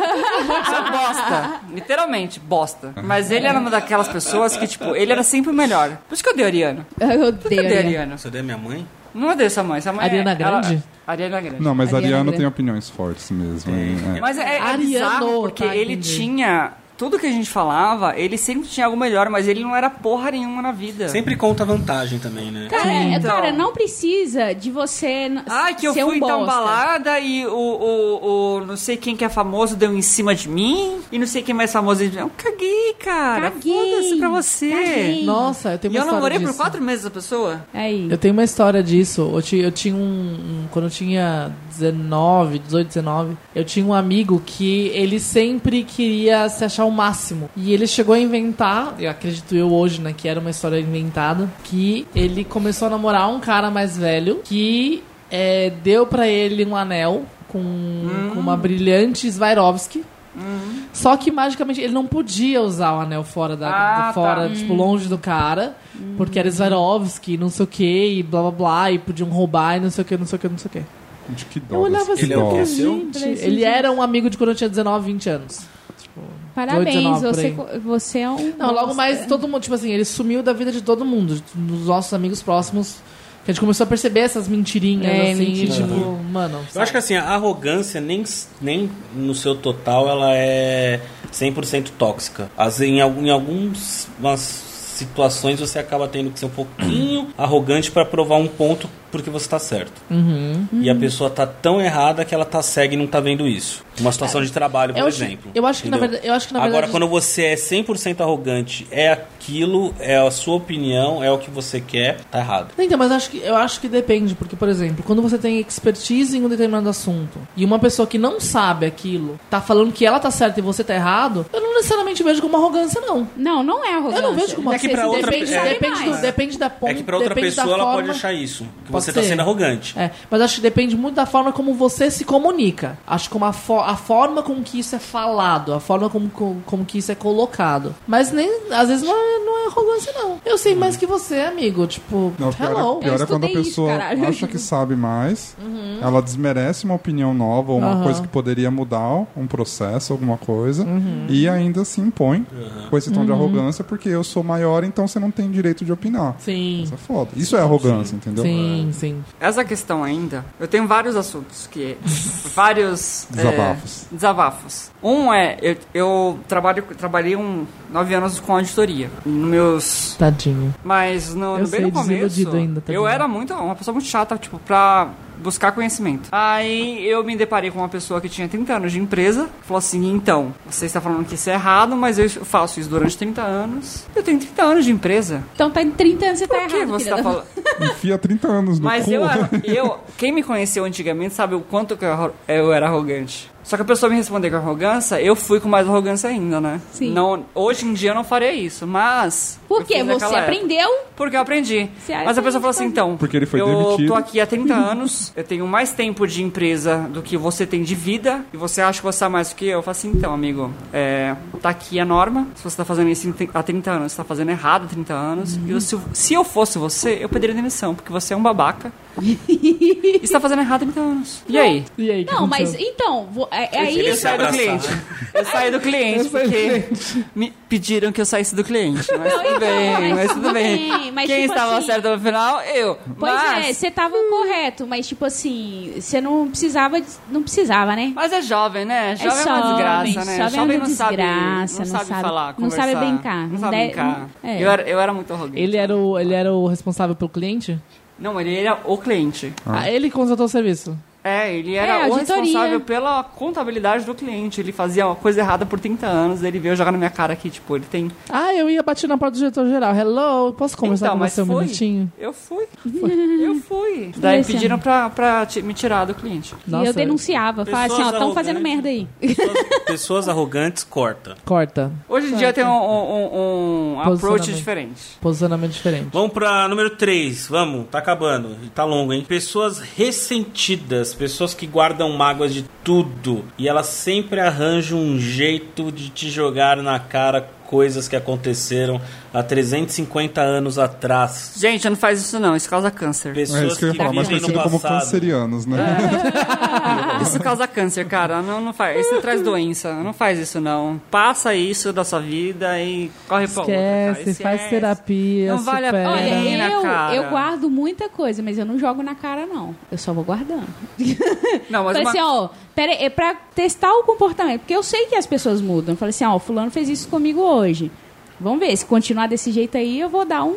Speaker 4: seu bosta. Literalmente, bosta. Mas ele era uma daquelas pessoas que, tipo, ele era sempre o melhor. Por isso que eu dei a Ariana.
Speaker 2: Ai, Eu
Speaker 4: Eu dei a
Speaker 2: odeio. né?
Speaker 4: Ariana.
Speaker 1: Você odeia minha mãe?
Speaker 4: Não odeio essa mãe. Essa mãe é-
Speaker 5: Ariana
Speaker 4: ela-
Speaker 5: Grande?
Speaker 4: Ariana Grande.
Speaker 3: Não, mas
Speaker 2: Ariana
Speaker 3: Ariano
Speaker 2: Grande.
Speaker 3: tem opiniões fortes mesmo. hein? É.
Speaker 4: Mas é, é
Speaker 5: Ariano,
Speaker 4: bizarro, porque
Speaker 5: tá,
Speaker 4: ele
Speaker 5: entendi.
Speaker 4: tinha... Tudo que a gente falava, ele sempre tinha algo melhor, mas ele não era porra nenhuma na vida.
Speaker 1: Sempre conta vantagem também, né?
Speaker 2: Cara,
Speaker 4: Sim.
Speaker 2: é, cara,
Speaker 4: Então.
Speaker 2: não precisa de você n-
Speaker 4: Ah, que eu
Speaker 2: ser um
Speaker 4: fui em tal
Speaker 2: bosta.
Speaker 4: balada e o, o, o não sei quem que é famoso deu em cima de mim e não sei quem mais famoso. deu- Eu caguei, cara.
Speaker 2: Caguei,
Speaker 4: Foda-se pra você.
Speaker 2: caguei.
Speaker 5: Nossa, eu tenho uma
Speaker 4: E eu
Speaker 5: história
Speaker 4: namorei por
Speaker 5: disso.
Speaker 4: quatro meses a pessoa?
Speaker 2: Aí.
Speaker 5: Eu tenho uma história disso. Eu tinha, eu tinha um, um- Quando eu tinha 19, 18, 19, eu tinha um amigo que ele sempre queria se achar o máximo. E ele chegou a inventar, eu acredito eu hoje, né, que era uma história inventada, que ele começou a namorar um cara mais velho que é, deu pra ele um anel com, com uma brilhante Swarovski. Só que magicamente ele não podia usar o anel fora da
Speaker 4: Ah,
Speaker 5: do- fora,
Speaker 4: tá.
Speaker 5: tipo longe do cara, porque era Swarovski, não sei o que, e blá blá blá, e podiam roubar e não sei o que, não sei o que, não sei o que.
Speaker 3: Gente, que dó.
Speaker 5: Eu olhava
Speaker 3: que
Speaker 5: assim,
Speaker 1: Ele é o
Speaker 3: dó.
Speaker 1: quê?
Speaker 5: pô,
Speaker 1: Seu?
Speaker 5: gente,
Speaker 2: Parece
Speaker 5: ele
Speaker 2: que-
Speaker 5: era um amigo de quando eu tinha 19, 20 anos.
Speaker 2: Parabéns,
Speaker 5: 19 por
Speaker 2: você,
Speaker 5: aí.
Speaker 2: co- você é um.
Speaker 5: Não, logo
Speaker 2: bosta.
Speaker 5: mais todo mundo, tipo assim, ele sumiu da vida de todo mundo, de- dos nossos amigos próximos. que A gente começou a perceber essas mentirinhas,
Speaker 2: É,
Speaker 5: assim, e,
Speaker 2: mentira.
Speaker 5: tipo, mano.
Speaker 1: Eu acho que assim, a arrogância nem, nem no seu total ela é 100% tóxica. As, em algum- em alguns umas situações você acaba tendo que ser um
Speaker 5: Uhum.
Speaker 1: pouquinho arrogante pra provar um ponto porque você tá certo.
Speaker 5: Uhum.
Speaker 1: E a pessoa tá tão errada que ela tá cega e não tá vendo isso. Uma situação de trabalho, por
Speaker 5: É, eu acho-
Speaker 1: exemplo.
Speaker 5: eu acho que, na
Speaker 1: entendeu?
Speaker 5: verdade- eu acho que, na
Speaker 1: Agora,
Speaker 5: verdade-
Speaker 1: quando você é 100% arrogante, é aquilo, é a sua opinião, é o que você quer, tá errado.
Speaker 5: Não, Então, mas acho que, eu acho que depende, porque, por exemplo, quando você tem expertise em um determinado assunto e uma pessoa que não sabe aquilo tá falando que ela tá certa e você tá errado, eu não necessariamente vejo como arrogância, não.
Speaker 2: Não, não é arrogância.
Speaker 5: Eu não vejo como
Speaker 1: É que pra
Speaker 2: Você
Speaker 1: outra-
Speaker 5: depende,
Speaker 2: depende, sabe
Speaker 1: é-
Speaker 5: depende, do-
Speaker 2: mais.
Speaker 5: depende da ponta.
Speaker 1: é que pra outra
Speaker 5: depende da
Speaker 1: pessoa ela
Speaker 5: forma-
Speaker 1: pode achar isso, que
Speaker 5: Pode
Speaker 1: você tá
Speaker 5: ser.
Speaker 1: sendo arrogante.
Speaker 5: É, mas acho que depende muito da forma como você se comunica. Acho como a, fo- a forma com que isso é falado, a forma como, com- como que isso é colocado. Mas nem às vezes não é, não é arrogância, não. Eu sei
Speaker 1: Uhum.
Speaker 5: mais que você, amigo. Tipo,
Speaker 3: Não,
Speaker 5: hello.
Speaker 3: pior é, pior é
Speaker 2: Eu
Speaker 3: quando a
Speaker 2: estudei isso,
Speaker 3: pessoa
Speaker 2: caralho.
Speaker 3: acha que sabe mais, ela desmerece uma opinião nova ou uma
Speaker 5: Aham.
Speaker 3: coisa que poderia mudar um processo, alguma coisa, e ainda se impõe com esse tom de arrogância, porque eu sou maior, então você não tem direito de opinar.
Speaker 5: Sim.
Speaker 3: Isso é foda. Isso é arrogância, entendeu?
Speaker 4: é.
Speaker 5: Sim, sim.
Speaker 4: Essa questão ainda, eu tenho vários assuntos que. vários. é,
Speaker 3: Desabafos.
Speaker 4: desabafos. Um é, eu, eu trabalho, trabalhei um, nove anos com auditoria. Nos meus
Speaker 5: Tadinho.
Speaker 4: Mas no,
Speaker 5: Eu
Speaker 4: no
Speaker 5: sei,
Speaker 4: bem no começo,
Speaker 5: desiludido ainda, tá
Speaker 4: eu
Speaker 5: ligado?
Speaker 4: era muito uma pessoa muito chata, tipo, pra buscar conhecimento. Aí eu me deparei com uma pessoa que tinha 30 anos de empresa, que falou assim, então, você está falando que isso é errado, mas eu faço isso durante 30 anos. Eu tenho 30 anos de empresa.
Speaker 2: Então tá em 30 anos, você tá
Speaker 4: Por que
Speaker 2: errado,
Speaker 4: você
Speaker 2: querida.
Speaker 4: tá falando?
Speaker 3: Enfia 30 anos no
Speaker 4: Mas
Speaker 3: cu. É
Speaker 4: eu, era- eu, quem me conheceu antigamente sabe o quanto que eu, arro- eu era arrogante. Só que a pessoa me responder com arrogância, eu fui com mais arrogância ainda, né?
Speaker 2: Sim.
Speaker 4: Não, hoje em dia eu não faria isso, mas.
Speaker 2: Por
Speaker 4: eu
Speaker 2: quê?
Speaker 4: fiz
Speaker 2: Você
Speaker 4: naquela época.
Speaker 2: aprendeu?
Speaker 4: Porque eu aprendi.
Speaker 2: Você
Speaker 4: Mas a
Speaker 2: aprende
Speaker 4: pessoa falou assim,
Speaker 2: fazendo.
Speaker 4: então.
Speaker 3: Porque ele foi
Speaker 4: eu
Speaker 3: demitido.
Speaker 4: tô aqui há 30 anos, eu tenho mais tempo de empresa do que você tem de vida, e você acha que você sabe mais do que eu? Eu falo assim, então, amigo, é, tá aqui a norma. Se você tá fazendo isso há 30 anos, você tá fazendo errado há 30 anos. E eu- se, se eu fosse você, eu pediria demissão, porque você é um babaca. e você tá fazendo errado há 30 anos. E aí?
Speaker 5: E aí, que
Speaker 2: Não, mas
Speaker 5: aconteceu?
Speaker 2: então, vo- é, é
Speaker 4: eu
Speaker 2: aí.
Speaker 1: se
Speaker 4: saí do
Speaker 1: abraçar.
Speaker 4: cliente. Eu saí do cliente,
Speaker 5: Eu saí do
Speaker 4: porque me pediram que eu saísse do cliente. Mas
Speaker 2: então,
Speaker 4: tudo bem, mas tudo bem.
Speaker 2: mas
Speaker 4: Quem
Speaker 2: tipo
Speaker 4: estava
Speaker 2: assim-
Speaker 4: certo no final? Eu.
Speaker 2: Pois
Speaker 4: mas...
Speaker 2: é, você tava correto, mas tipo assim, você não precisava, de- não precisava, né?
Speaker 4: Mas é jovem, né? Jovem é,
Speaker 2: jovem,
Speaker 4: uma desgraça, né?
Speaker 2: jovem é uma
Speaker 4: não sabe,
Speaker 2: desgraça,
Speaker 4: não
Speaker 2: não
Speaker 4: sabe,
Speaker 2: sabe-
Speaker 4: falar,
Speaker 2: não sabe
Speaker 4: conversar,
Speaker 2: brincar,
Speaker 4: Não sabe
Speaker 2: não de-
Speaker 4: brincar.
Speaker 2: não- é.
Speaker 4: Eu, era, eu era muito arrogante.
Speaker 5: Ele é- era, o, ele era o responsável pelo cliente?
Speaker 4: Não, ele era o cliente.
Speaker 5: Ah, ele contratou o serviço.
Speaker 4: É, ele era o
Speaker 2: auditoria.
Speaker 4: responsável pela contabilidade do cliente. Ele fazia uma coisa errada por 30 anos, ele veio jogar na minha cara aqui, tipo, ele tem...
Speaker 5: Ah, eu ia bater na porta do diretor-geral. Hello, posso conversar
Speaker 4: então,
Speaker 5: com
Speaker 4: mas
Speaker 5: você um
Speaker 4: foi.
Speaker 5: minutinho?
Speaker 4: Eu fui. Eu fui. Daí
Speaker 2: Esse
Speaker 4: pediram pra, pra ti- me tirar do cliente.
Speaker 5: Nossa,
Speaker 2: e eu denunciava, falava assim, ó,
Speaker 1: Pessoas
Speaker 2: estão fazendo
Speaker 1: arrogantes.
Speaker 2: merda aí.
Speaker 1: Pessoas, pessoas arrogantes corta.
Speaker 5: Corta.
Speaker 4: Hoje em dia tem um, um, um approach
Speaker 5: Posicionamento.
Speaker 4: diferente.
Speaker 5: Posicionamento diferente.
Speaker 1: Vamos pra número 3, vamos, tá acabando, tá longo, hein? Pessoas ressentidas, pessoas que guardam mágoas de tudo e elas sempre arranjam um jeito de te jogar na cara coisas que aconteceram há 350 anos atrás.
Speaker 4: Gente, não faz isso não, isso causa câncer.
Speaker 1: Pessoas
Speaker 3: É isso que eu ia falar, mais
Speaker 1: vivem no
Speaker 3: conhecido como
Speaker 1: passado.
Speaker 3: cancerianos, né?
Speaker 4: Isso causa câncer, cara. Não, não faz. Isso traz doença. Não faz isso, não. Passa isso da sua vida e corre pra outra, cara.
Speaker 5: Esquece,
Speaker 4: é
Speaker 5: faz terapia,
Speaker 4: Não vale a
Speaker 5: supera.
Speaker 4: pena.
Speaker 2: Olha,
Speaker 4: Menina,
Speaker 2: eu,
Speaker 4: cara.
Speaker 2: eu guardo muita coisa, mas eu não jogo na cara, não. Eu só vou guardando.
Speaker 4: Não, mas
Speaker 2: Falei
Speaker 4: uma...
Speaker 2: assim, ó, pera, é pra testar o comportamento, porque eu sei que as pessoas mudam. Falei assim, ó, fulano fez isso comigo hoje. Vamos ver, se continuar desse jeito aí, eu vou dar um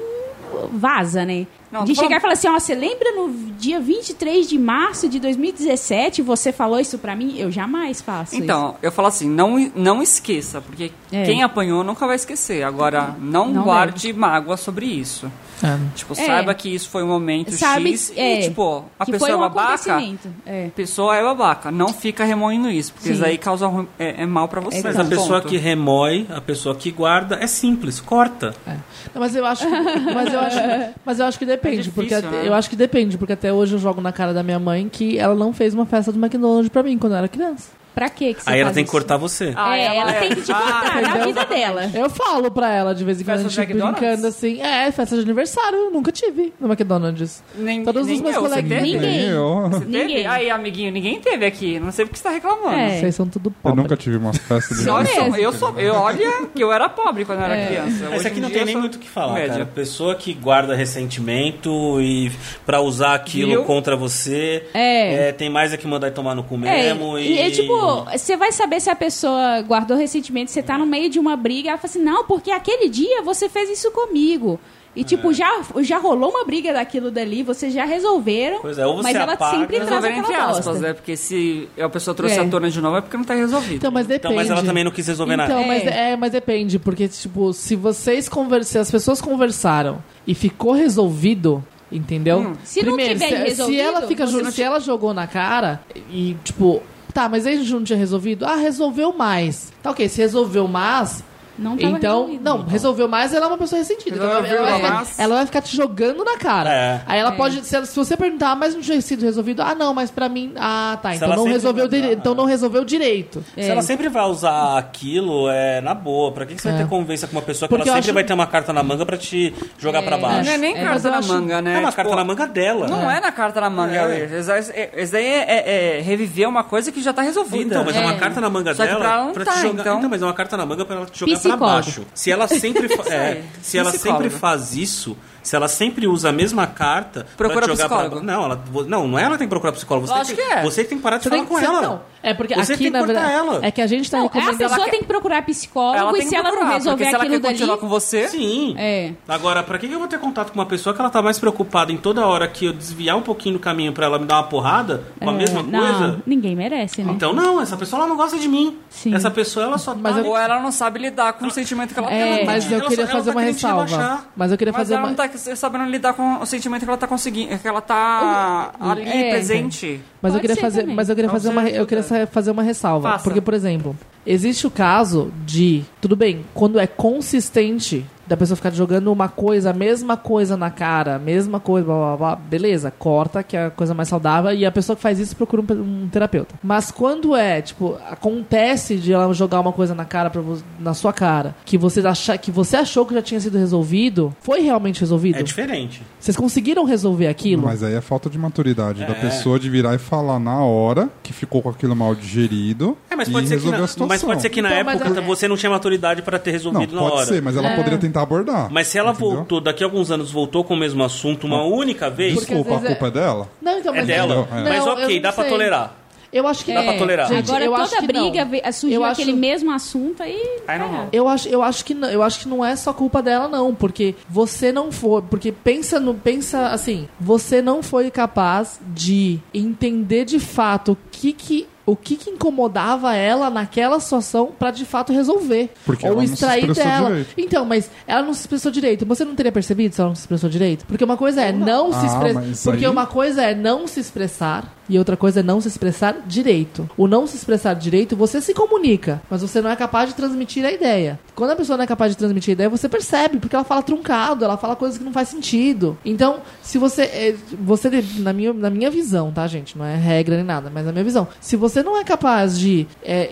Speaker 2: vaza, né?
Speaker 4: Não,
Speaker 2: de
Speaker 4: tô
Speaker 2: chegar
Speaker 4: falando-
Speaker 2: e falar assim, ó, você lembra no dia 23 de março de 2017 você falou isso pra mim? Eu jamais faço isso.
Speaker 4: Então, eu falo assim, não, não esqueça, porque
Speaker 2: É.
Speaker 4: quem apanhou nunca vai esquecer. Agora, não,
Speaker 5: é.
Speaker 2: Não
Speaker 4: guarde mágoa sobre isso.
Speaker 5: Ah,
Speaker 4: Tipo,
Speaker 2: É.
Speaker 4: saiba que isso foi um momento
Speaker 2: Sabe
Speaker 4: X
Speaker 2: que- é,
Speaker 4: e, tipo, a
Speaker 2: que
Speaker 4: pessoa
Speaker 2: foi um
Speaker 4: é babaca.
Speaker 2: acontecimento. É.
Speaker 4: A pessoa é babaca. Não fica remoendo isso, porque
Speaker 2: Sim.
Speaker 4: isso aí causa ruim- é, é mal pra você.
Speaker 1: Mas a
Speaker 4: ponto.
Speaker 1: pessoa que remoe, a pessoa que guarda, é simples, corta.
Speaker 5: é. Não, mas eu acho que, mas eu acho, mas eu acho que depende,
Speaker 4: difícil,
Speaker 5: porque até-
Speaker 4: né?
Speaker 5: eu acho que depende, porque até hoje eu jogo na cara da minha mãe que ela não fez uma festa do McDonald's pra mim quando eu era criança.
Speaker 2: Pra quê que você
Speaker 1: Aí ela
Speaker 2: faz
Speaker 1: tem que
Speaker 2: isso?
Speaker 1: cortar você.
Speaker 4: Ah,
Speaker 2: é, ela tem que te cortar na vida dela.
Speaker 5: Eu falo pra ela de vez em quando,
Speaker 4: Festa do
Speaker 5: tipo,
Speaker 4: McDonald's?
Speaker 5: brincando assim, é, festa de aniversário, eu nunca tive no McDonald's.
Speaker 4: Nem,
Speaker 5: Todos
Speaker 4: nem
Speaker 5: os meus
Speaker 4: eu, você
Speaker 5: coleguinhas-
Speaker 4: teve?
Speaker 2: Ninguém.
Speaker 3: Nem eu.
Speaker 4: Você teve?
Speaker 2: Ninguém.
Speaker 4: Aí, amiguinho, ninguém teve aqui. Não sei porque você tá reclamando.
Speaker 2: É.
Speaker 5: Vocês são tudo
Speaker 3: Eu
Speaker 5: pobre.
Speaker 3: nunca tive uma festa de
Speaker 4: Nós
Speaker 2: mesmo. É.
Speaker 4: somos- eu sou, eu olha que eu era pobre quando eu era criança.
Speaker 1: Mas
Speaker 4: Hoje
Speaker 1: aqui
Speaker 4: em
Speaker 1: não
Speaker 4: dia
Speaker 1: tem
Speaker 4: é eu
Speaker 1: nem
Speaker 4: sou
Speaker 1: muito o que falar,
Speaker 4: média.
Speaker 1: cara. Pessoa que guarda ressentimento e pra usar aquilo
Speaker 4: Viu?
Speaker 1: contra você,
Speaker 2: É.
Speaker 1: tem mais é que mandar e tomar no cu
Speaker 2: É,
Speaker 1: mesmo.
Speaker 2: e,
Speaker 1: e,
Speaker 2: é tipo, você vai saber se a pessoa guardou recentemente, você tá no meio de uma briga, ela fala assim, não, porque aquele dia você fez isso comigo. E,
Speaker 1: É.
Speaker 2: tipo, já, já rolou uma briga daquilo dali, vocês já resolveram,
Speaker 1: Pois é, ou você
Speaker 2: mas ela
Speaker 1: apaga-
Speaker 2: sempre traz
Speaker 4: Resolver entre
Speaker 2: aquela
Speaker 4: aspas,
Speaker 2: bosta.
Speaker 4: né? Porque se a pessoa trouxe
Speaker 2: É.
Speaker 4: a tona de novo é porque não tá resolvido.
Speaker 5: Então, mas
Speaker 1: Então,
Speaker 5: depende.
Speaker 1: mas ela também não quis resolver
Speaker 5: Então,
Speaker 1: nada.
Speaker 5: mas
Speaker 2: É.
Speaker 5: é, mas depende, porque tipo, se vocês conver- se as pessoas conversaram e ficou resolvido, entendeu?
Speaker 2: Hum. Se não tiver
Speaker 5: se,
Speaker 2: resolvido,
Speaker 5: se ela fica
Speaker 2: você
Speaker 5: jo-
Speaker 2: não
Speaker 5: se ela jogou na cara e tipo, tá, mas a gente não tinha resolvido. Ah, resolveu mais. Tá OK, se resolveu mais,
Speaker 2: Não tava
Speaker 5: Então,
Speaker 2: resolvido.
Speaker 5: não, resolveu mais, ela é uma pessoa ressentida. Então, Ela,
Speaker 4: Resolveu
Speaker 5: ela vai,
Speaker 4: mais.
Speaker 5: ficar, ela vai ficar te jogando na cara.
Speaker 1: É.
Speaker 5: Aí ela
Speaker 2: É.
Speaker 5: pode. Se, ela- se você perguntar, ah, mas não tinha sido resolvido? Ah, não, mas pra mim. Ah, tá.
Speaker 1: Se
Speaker 5: Então
Speaker 1: ela
Speaker 5: não,
Speaker 1: sempre
Speaker 5: resolveu
Speaker 1: mandar,
Speaker 5: dire- então
Speaker 1: ah.
Speaker 5: não resolveu direito.
Speaker 1: Se ela sempre vai usar aquilo, é na boa. Pra que, que você vai
Speaker 5: É.
Speaker 1: ter convivência com uma pessoa que
Speaker 5: Porque
Speaker 1: ela
Speaker 5: eu
Speaker 1: sempre
Speaker 5: acho-
Speaker 1: vai ter uma carta na manga pra te jogar pra
Speaker 4: Não
Speaker 1: baixo?
Speaker 4: é nem
Speaker 5: É, mas
Speaker 4: carta
Speaker 5: eu
Speaker 4: na
Speaker 5: acho-
Speaker 4: manga, né?
Speaker 1: É uma
Speaker 4: Tipo,
Speaker 1: carta na manga dela.
Speaker 4: Não é. na carta na manga,
Speaker 1: É.
Speaker 4: Alex. Isso daí- Isso daí é, é- é reviver uma coisa que já tá resolvida.
Speaker 1: Então, mas é, uma
Speaker 2: É.
Speaker 1: carta na manga
Speaker 4: Só que
Speaker 1: dela
Speaker 4: pra ela não
Speaker 1: te
Speaker 4: tá,
Speaker 1: jogar.
Speaker 4: então.
Speaker 1: mas é uma carta na manga pra ela te jogar
Speaker 2: Psicólogo.
Speaker 1: pra baixo. Se ela sempre fa- é,
Speaker 4: aí.
Speaker 1: se ela
Speaker 4: Psicólogo.
Speaker 1: sempre faz isso, se ela sempre usa a mesma carta
Speaker 4: Procura
Speaker 1: pra te jogar
Speaker 4: psicólogo.
Speaker 1: pra Não, ela não, não é ela que tem que procurar psicólogo, você
Speaker 4: Lógico
Speaker 1: tem
Speaker 4: que é.
Speaker 1: você tem que parar de
Speaker 5: Você
Speaker 1: falar
Speaker 5: tem
Speaker 1: com
Speaker 5: que-
Speaker 1: ela.
Speaker 5: Não, é porque
Speaker 1: Você
Speaker 5: aqui,
Speaker 1: tem que
Speaker 5: na
Speaker 1: cortar
Speaker 5: verdade.
Speaker 1: ela.
Speaker 5: É que a gente tá
Speaker 2: Não, a
Speaker 5: recomendando.
Speaker 2: pessoa
Speaker 5: ela-
Speaker 2: tem que procurar psicólogo e
Speaker 4: tem
Speaker 2: se
Speaker 4: que
Speaker 2: ela não
Speaker 4: procurar,
Speaker 2: resolver
Speaker 4: porque se ela
Speaker 2: aquilo
Speaker 4: quer continuar
Speaker 2: dali.
Speaker 4: com você,
Speaker 1: Sim.
Speaker 2: É.
Speaker 1: Agora, pra que que eu vou ter contato com uma pessoa que ela tá mais preocupada em toda hora que eu desviar um pouquinho do caminho pra ela me dar uma porrada com a
Speaker 2: É,
Speaker 1: mesma
Speaker 2: não,
Speaker 1: coisa?
Speaker 2: Ninguém merece, né?
Speaker 1: Então não, essa pessoa ela não gosta de mim.
Speaker 2: Sim.
Speaker 1: Essa pessoa ela só
Speaker 5: Mas
Speaker 1: tá
Speaker 5: eu-
Speaker 4: ou ela não sabe lidar com o sentimento que ela
Speaker 5: É,
Speaker 4: tem.
Speaker 5: mas eu
Speaker 1: Ela
Speaker 5: queria
Speaker 1: só- ela
Speaker 5: fazer
Speaker 1: tá
Speaker 5: uma
Speaker 1: querendo te
Speaker 5: ressalva.
Speaker 1: rebaixar.
Speaker 5: Mas eu queria
Speaker 4: Mas
Speaker 5: fazer
Speaker 4: ela
Speaker 5: uma.
Speaker 4: não tá sabendo lidar com o sentimento que ela tá conseguindo, que ela tá ali
Speaker 5: é,
Speaker 4: presente.
Speaker 5: Mas eu
Speaker 2: Pode
Speaker 5: queria
Speaker 2: ser
Speaker 5: fazer,
Speaker 2: também.
Speaker 5: mas eu queria
Speaker 4: Então
Speaker 5: fazer uma,
Speaker 4: você
Speaker 5: eu queria
Speaker 4: ajuda.
Speaker 5: sa- fazer uma ressalva,
Speaker 4: Faça.
Speaker 5: porque por exemplo, existe o caso de, tudo bem, quando é consistente da pessoa ficar jogando uma coisa, a mesma coisa na cara, a mesma coisa, blá, blá, blá, beleza, corta, que é a coisa mais saudável, e a pessoa que faz isso procura um, pe- um terapeuta. Mas quando é, tipo, acontece de ela jogar uma coisa na cara pra vo- na sua cara, que você achar, que você achou que já tinha sido resolvido, foi realmente resolvido?
Speaker 1: É diferente.
Speaker 5: Vocês conseguiram resolver aquilo?
Speaker 3: Mas aí é falta de maturidade da
Speaker 1: É.
Speaker 3: pessoa de virar e falar na hora que ficou com aquilo mal digerido
Speaker 1: É, mas
Speaker 3: e
Speaker 1: pode, ser que
Speaker 3: resolver
Speaker 1: na,
Speaker 3: a situação.
Speaker 1: mas pode ser que na
Speaker 5: Então, mas
Speaker 1: época
Speaker 2: assim,
Speaker 5: é-
Speaker 1: você não tinha maturidade pra ter
Speaker 3: Não,
Speaker 1: resolvido na
Speaker 3: pode
Speaker 1: hora.
Speaker 3: ser, mas
Speaker 4: É.
Speaker 3: ela poderia tentar abordar.
Speaker 1: Mas se ela
Speaker 3: entendeu?
Speaker 1: voltou, daqui a alguns anos voltou com o mesmo assunto uma única vez,
Speaker 5: Porque às
Speaker 3: Desculpa, a
Speaker 5: vezes é-
Speaker 3: culpa é dela?
Speaker 5: Não, então,
Speaker 1: é
Speaker 5: mas-
Speaker 1: dela.
Speaker 3: entendeu? É.
Speaker 1: Mas
Speaker 5: Não, eu
Speaker 1: ok,
Speaker 5: não
Speaker 1: dá pra
Speaker 5: sei.
Speaker 1: tolerar.
Speaker 5: Eu acho que é.
Speaker 1: Dá pra tolerar.
Speaker 5: Gente,
Speaker 2: É, Agora
Speaker 5: eu acho
Speaker 2: toda
Speaker 5: que
Speaker 2: briga
Speaker 5: não.
Speaker 2: ve- surgiu
Speaker 5: Eu acho-
Speaker 2: aquele mesmo assunto aí.
Speaker 4: I don't know.
Speaker 5: Eu acho, eu acho que não, eu acho que não é só culpa dela não, porque você não foi, porque pensa no pensa assim, você não foi capaz de entender de fato o que que o que, que incomodava ela naquela situação pra de fato resolver.
Speaker 3: Porque
Speaker 5: Ou
Speaker 3: ela não se
Speaker 5: extrair
Speaker 3: expressou
Speaker 5: dela.
Speaker 3: direito.
Speaker 5: Então, mas ela não se expressou direito. Você não teria percebido se ela não se expressou direito? Porque uma coisa é não, se
Speaker 3: Ah,
Speaker 5: expressar.
Speaker 3: mas isso
Speaker 5: Porque
Speaker 3: aí-
Speaker 5: uma coisa é não se expressar e outra coisa é não se expressar direito. O não se expressar direito, você se comunica, mas você não é capaz de transmitir a ideia. Quando a pessoa não é capaz de transmitir a ideia, você percebe, porque ela fala truncado, ela fala coisas que não faz sentido. Então, se você. é, você na, minha, na minha visão, tá, gente? Não é regra nem nada, mas na minha visão. Se você não é capaz de é,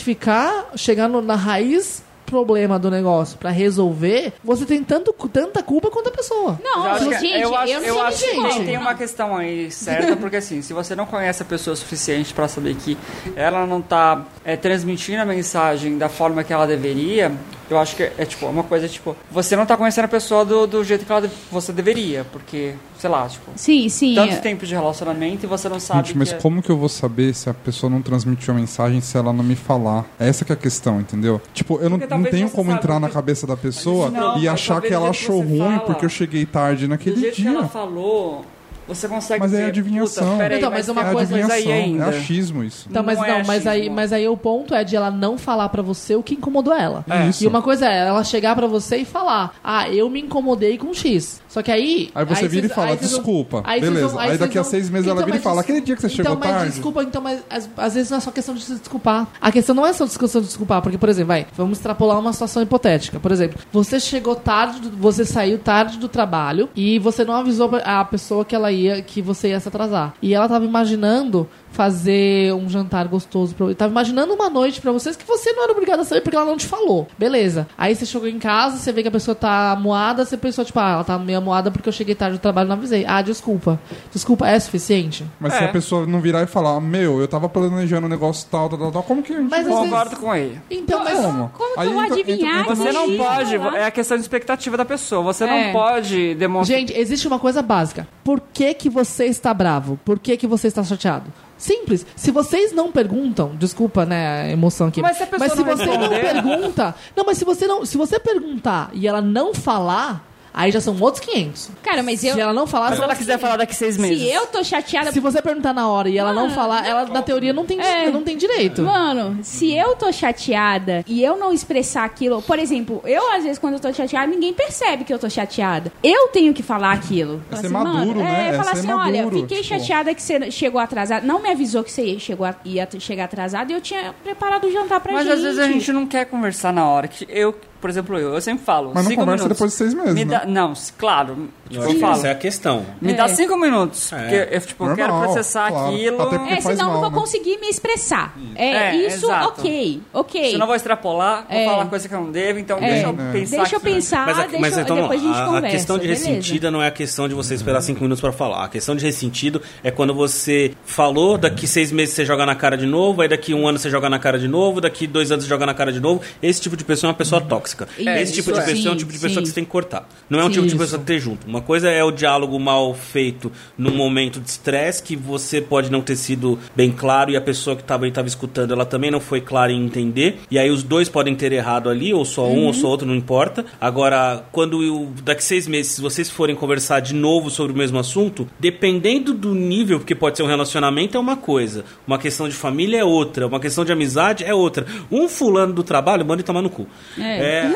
Speaker 5: identificar, chegar no- na raiz problema do negócio pra resolver, você tem tanto, tanta culpa quanto a pessoa.
Speaker 2: Não,
Speaker 4: Eu acho que- é,
Speaker 2: gente,
Speaker 4: eu acho,
Speaker 2: não
Speaker 4: eu
Speaker 2: sou
Speaker 4: acho que
Speaker 2: psicóloga.
Speaker 4: tem, tem uma questão aí certa, porque assim, se você não conhece a pessoa o suficiente pra saber que ela não tá é, transmitindo a mensagem da forma que ela deveria, eu acho que é, é, tipo uma coisa tipo, você não tá conhecendo a pessoa do, do jeito que ela de- você deveria, porque, sei lá, tipo,
Speaker 2: Sim, sim.
Speaker 4: tanto tempo de relacionamento e você não sabe
Speaker 3: Gente, mas
Speaker 4: que é-
Speaker 3: como que eu vou saber se a pessoa não transmitiu a mensagem se ela não me falar? Essa que é a questão, entendeu? Tipo, eu não,
Speaker 4: Porque
Speaker 3: não
Speaker 4: talvez
Speaker 3: tenho
Speaker 4: você
Speaker 3: como
Speaker 4: saiba
Speaker 3: entrar na
Speaker 4: que-
Speaker 3: cabeça da pessoa
Speaker 4: Não,
Speaker 3: e
Speaker 4: mas
Speaker 3: achar
Speaker 4: talvez
Speaker 3: que
Speaker 4: do
Speaker 3: ela
Speaker 4: jeito que
Speaker 3: achou
Speaker 4: você
Speaker 3: ruim
Speaker 4: fala,
Speaker 3: porque eu cheguei tarde
Speaker 4: do
Speaker 3: naquele
Speaker 4: jeito que ela
Speaker 3: dia.
Speaker 4: falou, você consegue
Speaker 3: Mas é
Speaker 4: dizer,
Speaker 3: adivinhação.
Speaker 4: "Puta, peraí,
Speaker 5: Então, mas uma
Speaker 3: É
Speaker 4: tem
Speaker 5: coisa-
Speaker 3: adivinhação,
Speaker 4: aí ainda.
Speaker 3: é achismo isso.
Speaker 5: Então, mas
Speaker 4: Não
Speaker 5: não,
Speaker 4: é
Speaker 5: mas aí,
Speaker 4: achismo.
Speaker 5: mas aí o ponto é de ela não falar pra você o que incomodou ela.
Speaker 4: É.
Speaker 3: Isso.
Speaker 5: E uma coisa é ela chegar pra você e falar: "Ah, eu me incomodei com X". Só que aí
Speaker 3: Aí você vira e
Speaker 5: vocês-
Speaker 3: fala,
Speaker 5: aí vocês vão-
Speaker 3: desculpa,
Speaker 5: vocês
Speaker 3: beleza. Aí
Speaker 5: vocês
Speaker 3: daqui a
Speaker 5: vão-
Speaker 3: seis meses ela vira e
Speaker 5: mas
Speaker 3: fala,
Speaker 5: des-
Speaker 3: "Aquele dia que você
Speaker 5: então,
Speaker 3: chegou
Speaker 5: mas
Speaker 3: tarde".
Speaker 5: Desculpa, então, mas às, às vezes não é só questão de se desculpar. A questão não é só questão de desculpar, porque por exemplo, vai, vamos extrapolar uma situação hipotética. Por exemplo, você chegou tarde, do- você saiu tarde do trabalho e você não avisou a pessoa que ela ia que você ia se atrasar. E ela tava imaginando fazer um jantar gostoso pra... Tava imaginando uma noite pra vocês que você não era obrigada a saber porque ela não te falou. Beleza. Aí você chegou em casa, você vê que a pessoa tá moada, você pensou, tipo, ah, ela tá meio moada porque eu cheguei tarde do trabalho e não avisei. Ah, desculpa. Desculpa, é suficiente?
Speaker 3: Mas se
Speaker 4: É.
Speaker 3: a pessoa não virar e falar, meu, eu tava planejando um negócio tal, tal, tal, tal, como que a gente
Speaker 5: Mas
Speaker 3: vai-
Speaker 5: às vezes-
Speaker 4: Concordo com ele.
Speaker 5: Então, mas...
Speaker 3: Como?
Speaker 2: Como que
Speaker 3: Aí então,
Speaker 2: eu vou
Speaker 3: entra- entra-
Speaker 2: adivinhar?
Speaker 3: entra-
Speaker 4: Você não
Speaker 2: Sim,
Speaker 4: pode,
Speaker 2: falar.
Speaker 4: é a questão de expectativa da pessoa. Você
Speaker 2: É.
Speaker 4: não pode demonstrar.
Speaker 5: Gente, existe uma coisa básica. Por que que você está bravo? Por que que você está chateado? Simples. Se vocês não perguntam, desculpa, né, a emoção aqui.
Speaker 4: Mas se a pessoa
Speaker 5: se
Speaker 4: não
Speaker 5: você
Speaker 4: responder-
Speaker 5: não pergunta, não, mas se você não, se você perguntar e ela não falar, aí já são outros 500.
Speaker 2: Cara, mas eu.
Speaker 5: Se ela não falar,
Speaker 4: se
Speaker 5: são
Speaker 4: ela
Speaker 5: outros
Speaker 4: quiser falar daqui seis meses.
Speaker 2: Se eu tô chateada.
Speaker 5: Se você perguntar na hora e ela
Speaker 4: Ah,
Speaker 5: não falar, ela na teoria não tem, di-
Speaker 2: É.
Speaker 5: não tem direito.
Speaker 2: Mano, se eu tô chateada e eu não expressar aquilo, por exemplo, eu às vezes quando eu tô chateada, ninguém percebe que eu tô chateada. Eu tenho que falar aquilo.
Speaker 3: É
Speaker 2: Falar
Speaker 3: ser maduro,
Speaker 2: mano,
Speaker 3: né?
Speaker 2: É,
Speaker 3: É
Speaker 2: falar
Speaker 3: ser
Speaker 2: assim, olha,
Speaker 3: maduro,
Speaker 2: fiquei
Speaker 3: tipo.
Speaker 2: chateada que você chegou atrasada. Não me avisou que você chegou a- ia t- chegar atrasada e eu tinha preparado o jantar pra
Speaker 4: Mas
Speaker 2: gente.
Speaker 4: às vezes a gente não quer conversar na hora. Que eu, por exemplo, eu, eu sempre falo.
Speaker 3: Mas não
Speaker 4: cinco
Speaker 3: conversa
Speaker 4: minutos.
Speaker 3: depois de seis meses,
Speaker 4: Me
Speaker 3: né?
Speaker 4: dá- Não, s- claro.
Speaker 1: Eu
Speaker 4: Tipo,
Speaker 1: acho
Speaker 4: eu
Speaker 1: que
Speaker 4: falo.
Speaker 1: essa é a questão.
Speaker 4: Me
Speaker 2: É.
Speaker 4: dá cinco minutos.
Speaker 1: É.
Speaker 4: Porque eu, tipo, eu quero
Speaker 3: Normal,
Speaker 4: processar
Speaker 3: claro.
Speaker 4: aquilo.
Speaker 3: Até porque-
Speaker 2: É,
Speaker 3: faz
Speaker 2: senão eu não
Speaker 3: mal,
Speaker 2: vou
Speaker 3: né?
Speaker 2: conseguir me expressar. É,
Speaker 4: É,
Speaker 2: isso,
Speaker 4: exato.
Speaker 2: ok, ok.
Speaker 4: Se não vou extrapolar, vou
Speaker 2: É.
Speaker 4: falar coisa que eu não devo, então
Speaker 2: É.
Speaker 4: deixa eu
Speaker 3: Né.
Speaker 2: Deixa
Speaker 4: pensar.
Speaker 2: eu
Speaker 4: aqui antes.
Speaker 2: pensar,
Speaker 1: a-
Speaker 2: Ah, deixa,
Speaker 1: então,
Speaker 2: depois a gente
Speaker 1: a,
Speaker 2: conversa.
Speaker 1: a questão de
Speaker 2: beleza.
Speaker 1: ressentida não é a questão de você esperar cinco minutos pra falar. A questão de ressentido é quando você falou, daqui seis meses você joga na cara de novo, aí daqui um ano você joga na cara de novo, daqui dois anos você joga na cara de novo. Esse tipo de pessoa é uma pessoa tóxica.
Speaker 2: É,
Speaker 1: Esse tipo de
Speaker 2: isso é.
Speaker 1: pessoa é um
Speaker 2: Sim,
Speaker 1: tipo de pessoa
Speaker 2: sim.
Speaker 1: que você tem que cortar. Não é um
Speaker 5: Sim,
Speaker 1: tipo de
Speaker 5: isso.
Speaker 1: pessoa que ter junto. Uma coisa é o diálogo mal feito num momento de estresse que você pode não ter sido bem claro e a pessoa que estava estava escutando ela também não foi clara em entender. E aí os dois podem ter errado ali, ou só um ou só outro, não importa. Agora, quando eu, daqui seis meses, se vocês forem conversar de novo sobre o mesmo assunto, dependendo do nível, porque pode ser um relacionamento é uma coisa, uma questão de família é outra, uma questão de amizade é outra. Um fulano do trabalho manda ele tomar no cu. É,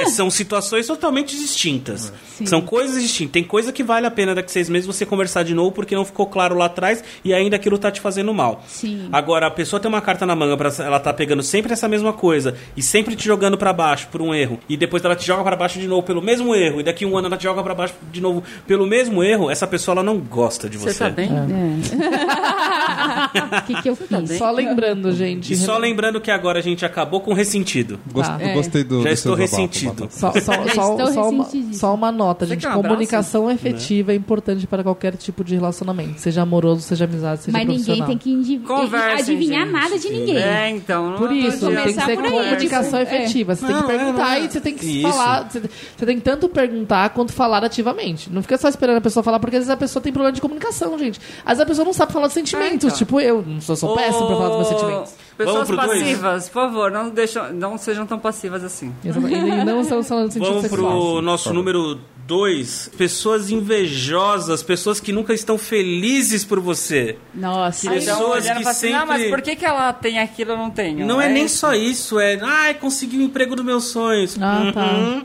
Speaker 1: é, são situações totalmente distintas.
Speaker 2: Sim.
Speaker 1: São coisas distintas. Tem coisa que vale a pena daqui seis meses você conversar de novo porque não ficou claro lá atrás e ainda aquilo tá te fazendo mal.
Speaker 2: Sim.
Speaker 1: Agora, a pessoa tem uma carta na manga, pra, ela tá pegando sempre essa mesma coisa e sempre te jogando pra baixo por um erro. E depois ela te joga pra baixo de novo pelo mesmo erro. E daqui um ano ela te joga pra baixo de novo pelo mesmo erro. Essa pessoa ela não gosta de você.
Speaker 4: Você tá bem?
Speaker 2: É. O que, que eu
Speaker 4: Tá
Speaker 2: fiz?
Speaker 5: Só lembrando, gente.
Speaker 1: E só
Speaker 5: Renan-
Speaker 1: lembrando que agora a gente acabou com ressentido.
Speaker 3: Gost-
Speaker 5: Tá.
Speaker 3: eu Gostei do.
Speaker 1: Já
Speaker 3: do
Speaker 1: estou
Speaker 3: seu desabafo,
Speaker 1: ressentido.
Speaker 3: Batata.
Speaker 5: Só, só-
Speaker 2: Já
Speaker 5: só-
Speaker 2: estou
Speaker 5: só uma,
Speaker 2: ressentidíssima.
Speaker 5: só uma nota,
Speaker 4: Você
Speaker 5: gente.
Speaker 4: quer um abraço?
Speaker 5: comunicação efetiva é importante para qualquer tipo de relacionamento, seja amoroso, seja amizade, seja
Speaker 2: Mas ninguém
Speaker 5: profissional.
Speaker 2: tem que indiv- eh,
Speaker 4: Conversem,
Speaker 2: adivinhar
Speaker 4: gente.
Speaker 2: nada de ninguém.
Speaker 4: É, então.
Speaker 5: Por
Speaker 4: não
Speaker 5: isso,
Speaker 4: adianta.
Speaker 5: tem que
Speaker 2: Começar
Speaker 5: ser
Speaker 2: por aí,
Speaker 5: comunicação
Speaker 2: tipo, é.
Speaker 5: efetiva. Você tem
Speaker 1: Não,
Speaker 5: que
Speaker 1: é, não
Speaker 5: perguntar
Speaker 1: é.
Speaker 5: e você tem que
Speaker 1: Isso.
Speaker 5: falar. Você, você tem que tanto perguntar quanto falar ativamente. Não fica só esperando a pessoa falar, porque às vezes a pessoa tem problema de comunicação, gente. Às vezes a pessoa não sabe falar dos sentimentos.
Speaker 4: É, então.
Speaker 5: Tipo eu, não sou, sou péssimo pra falar dos meus
Speaker 4: Ô,
Speaker 5: sentimentos.
Speaker 1: Vamos
Speaker 4: Pessoas
Speaker 1: pro dois?
Speaker 4: passivas, por favor, não, deixam, não sejam tão passivas assim.
Speaker 5: Exatamente. E não estamos falando de sentido
Speaker 1: Vamos
Speaker 5: sexual.
Speaker 1: pro nosso número 2. Pessoas invejosas, pessoas que nunca estão felizes por você.
Speaker 2: Nossa.
Speaker 1: Ai, Pessoas
Speaker 4: Olhando e
Speaker 1: que
Speaker 4: falam assim, ah, mas
Speaker 1: sempre-
Speaker 4: por que, que ela tem aquilo e eu não tenho?
Speaker 1: Não é nem
Speaker 4: isso.
Speaker 1: só isso, é. Ai, consegui o emprego dos meus sonhos.
Speaker 5: Ah, tá.
Speaker 2: Uhum.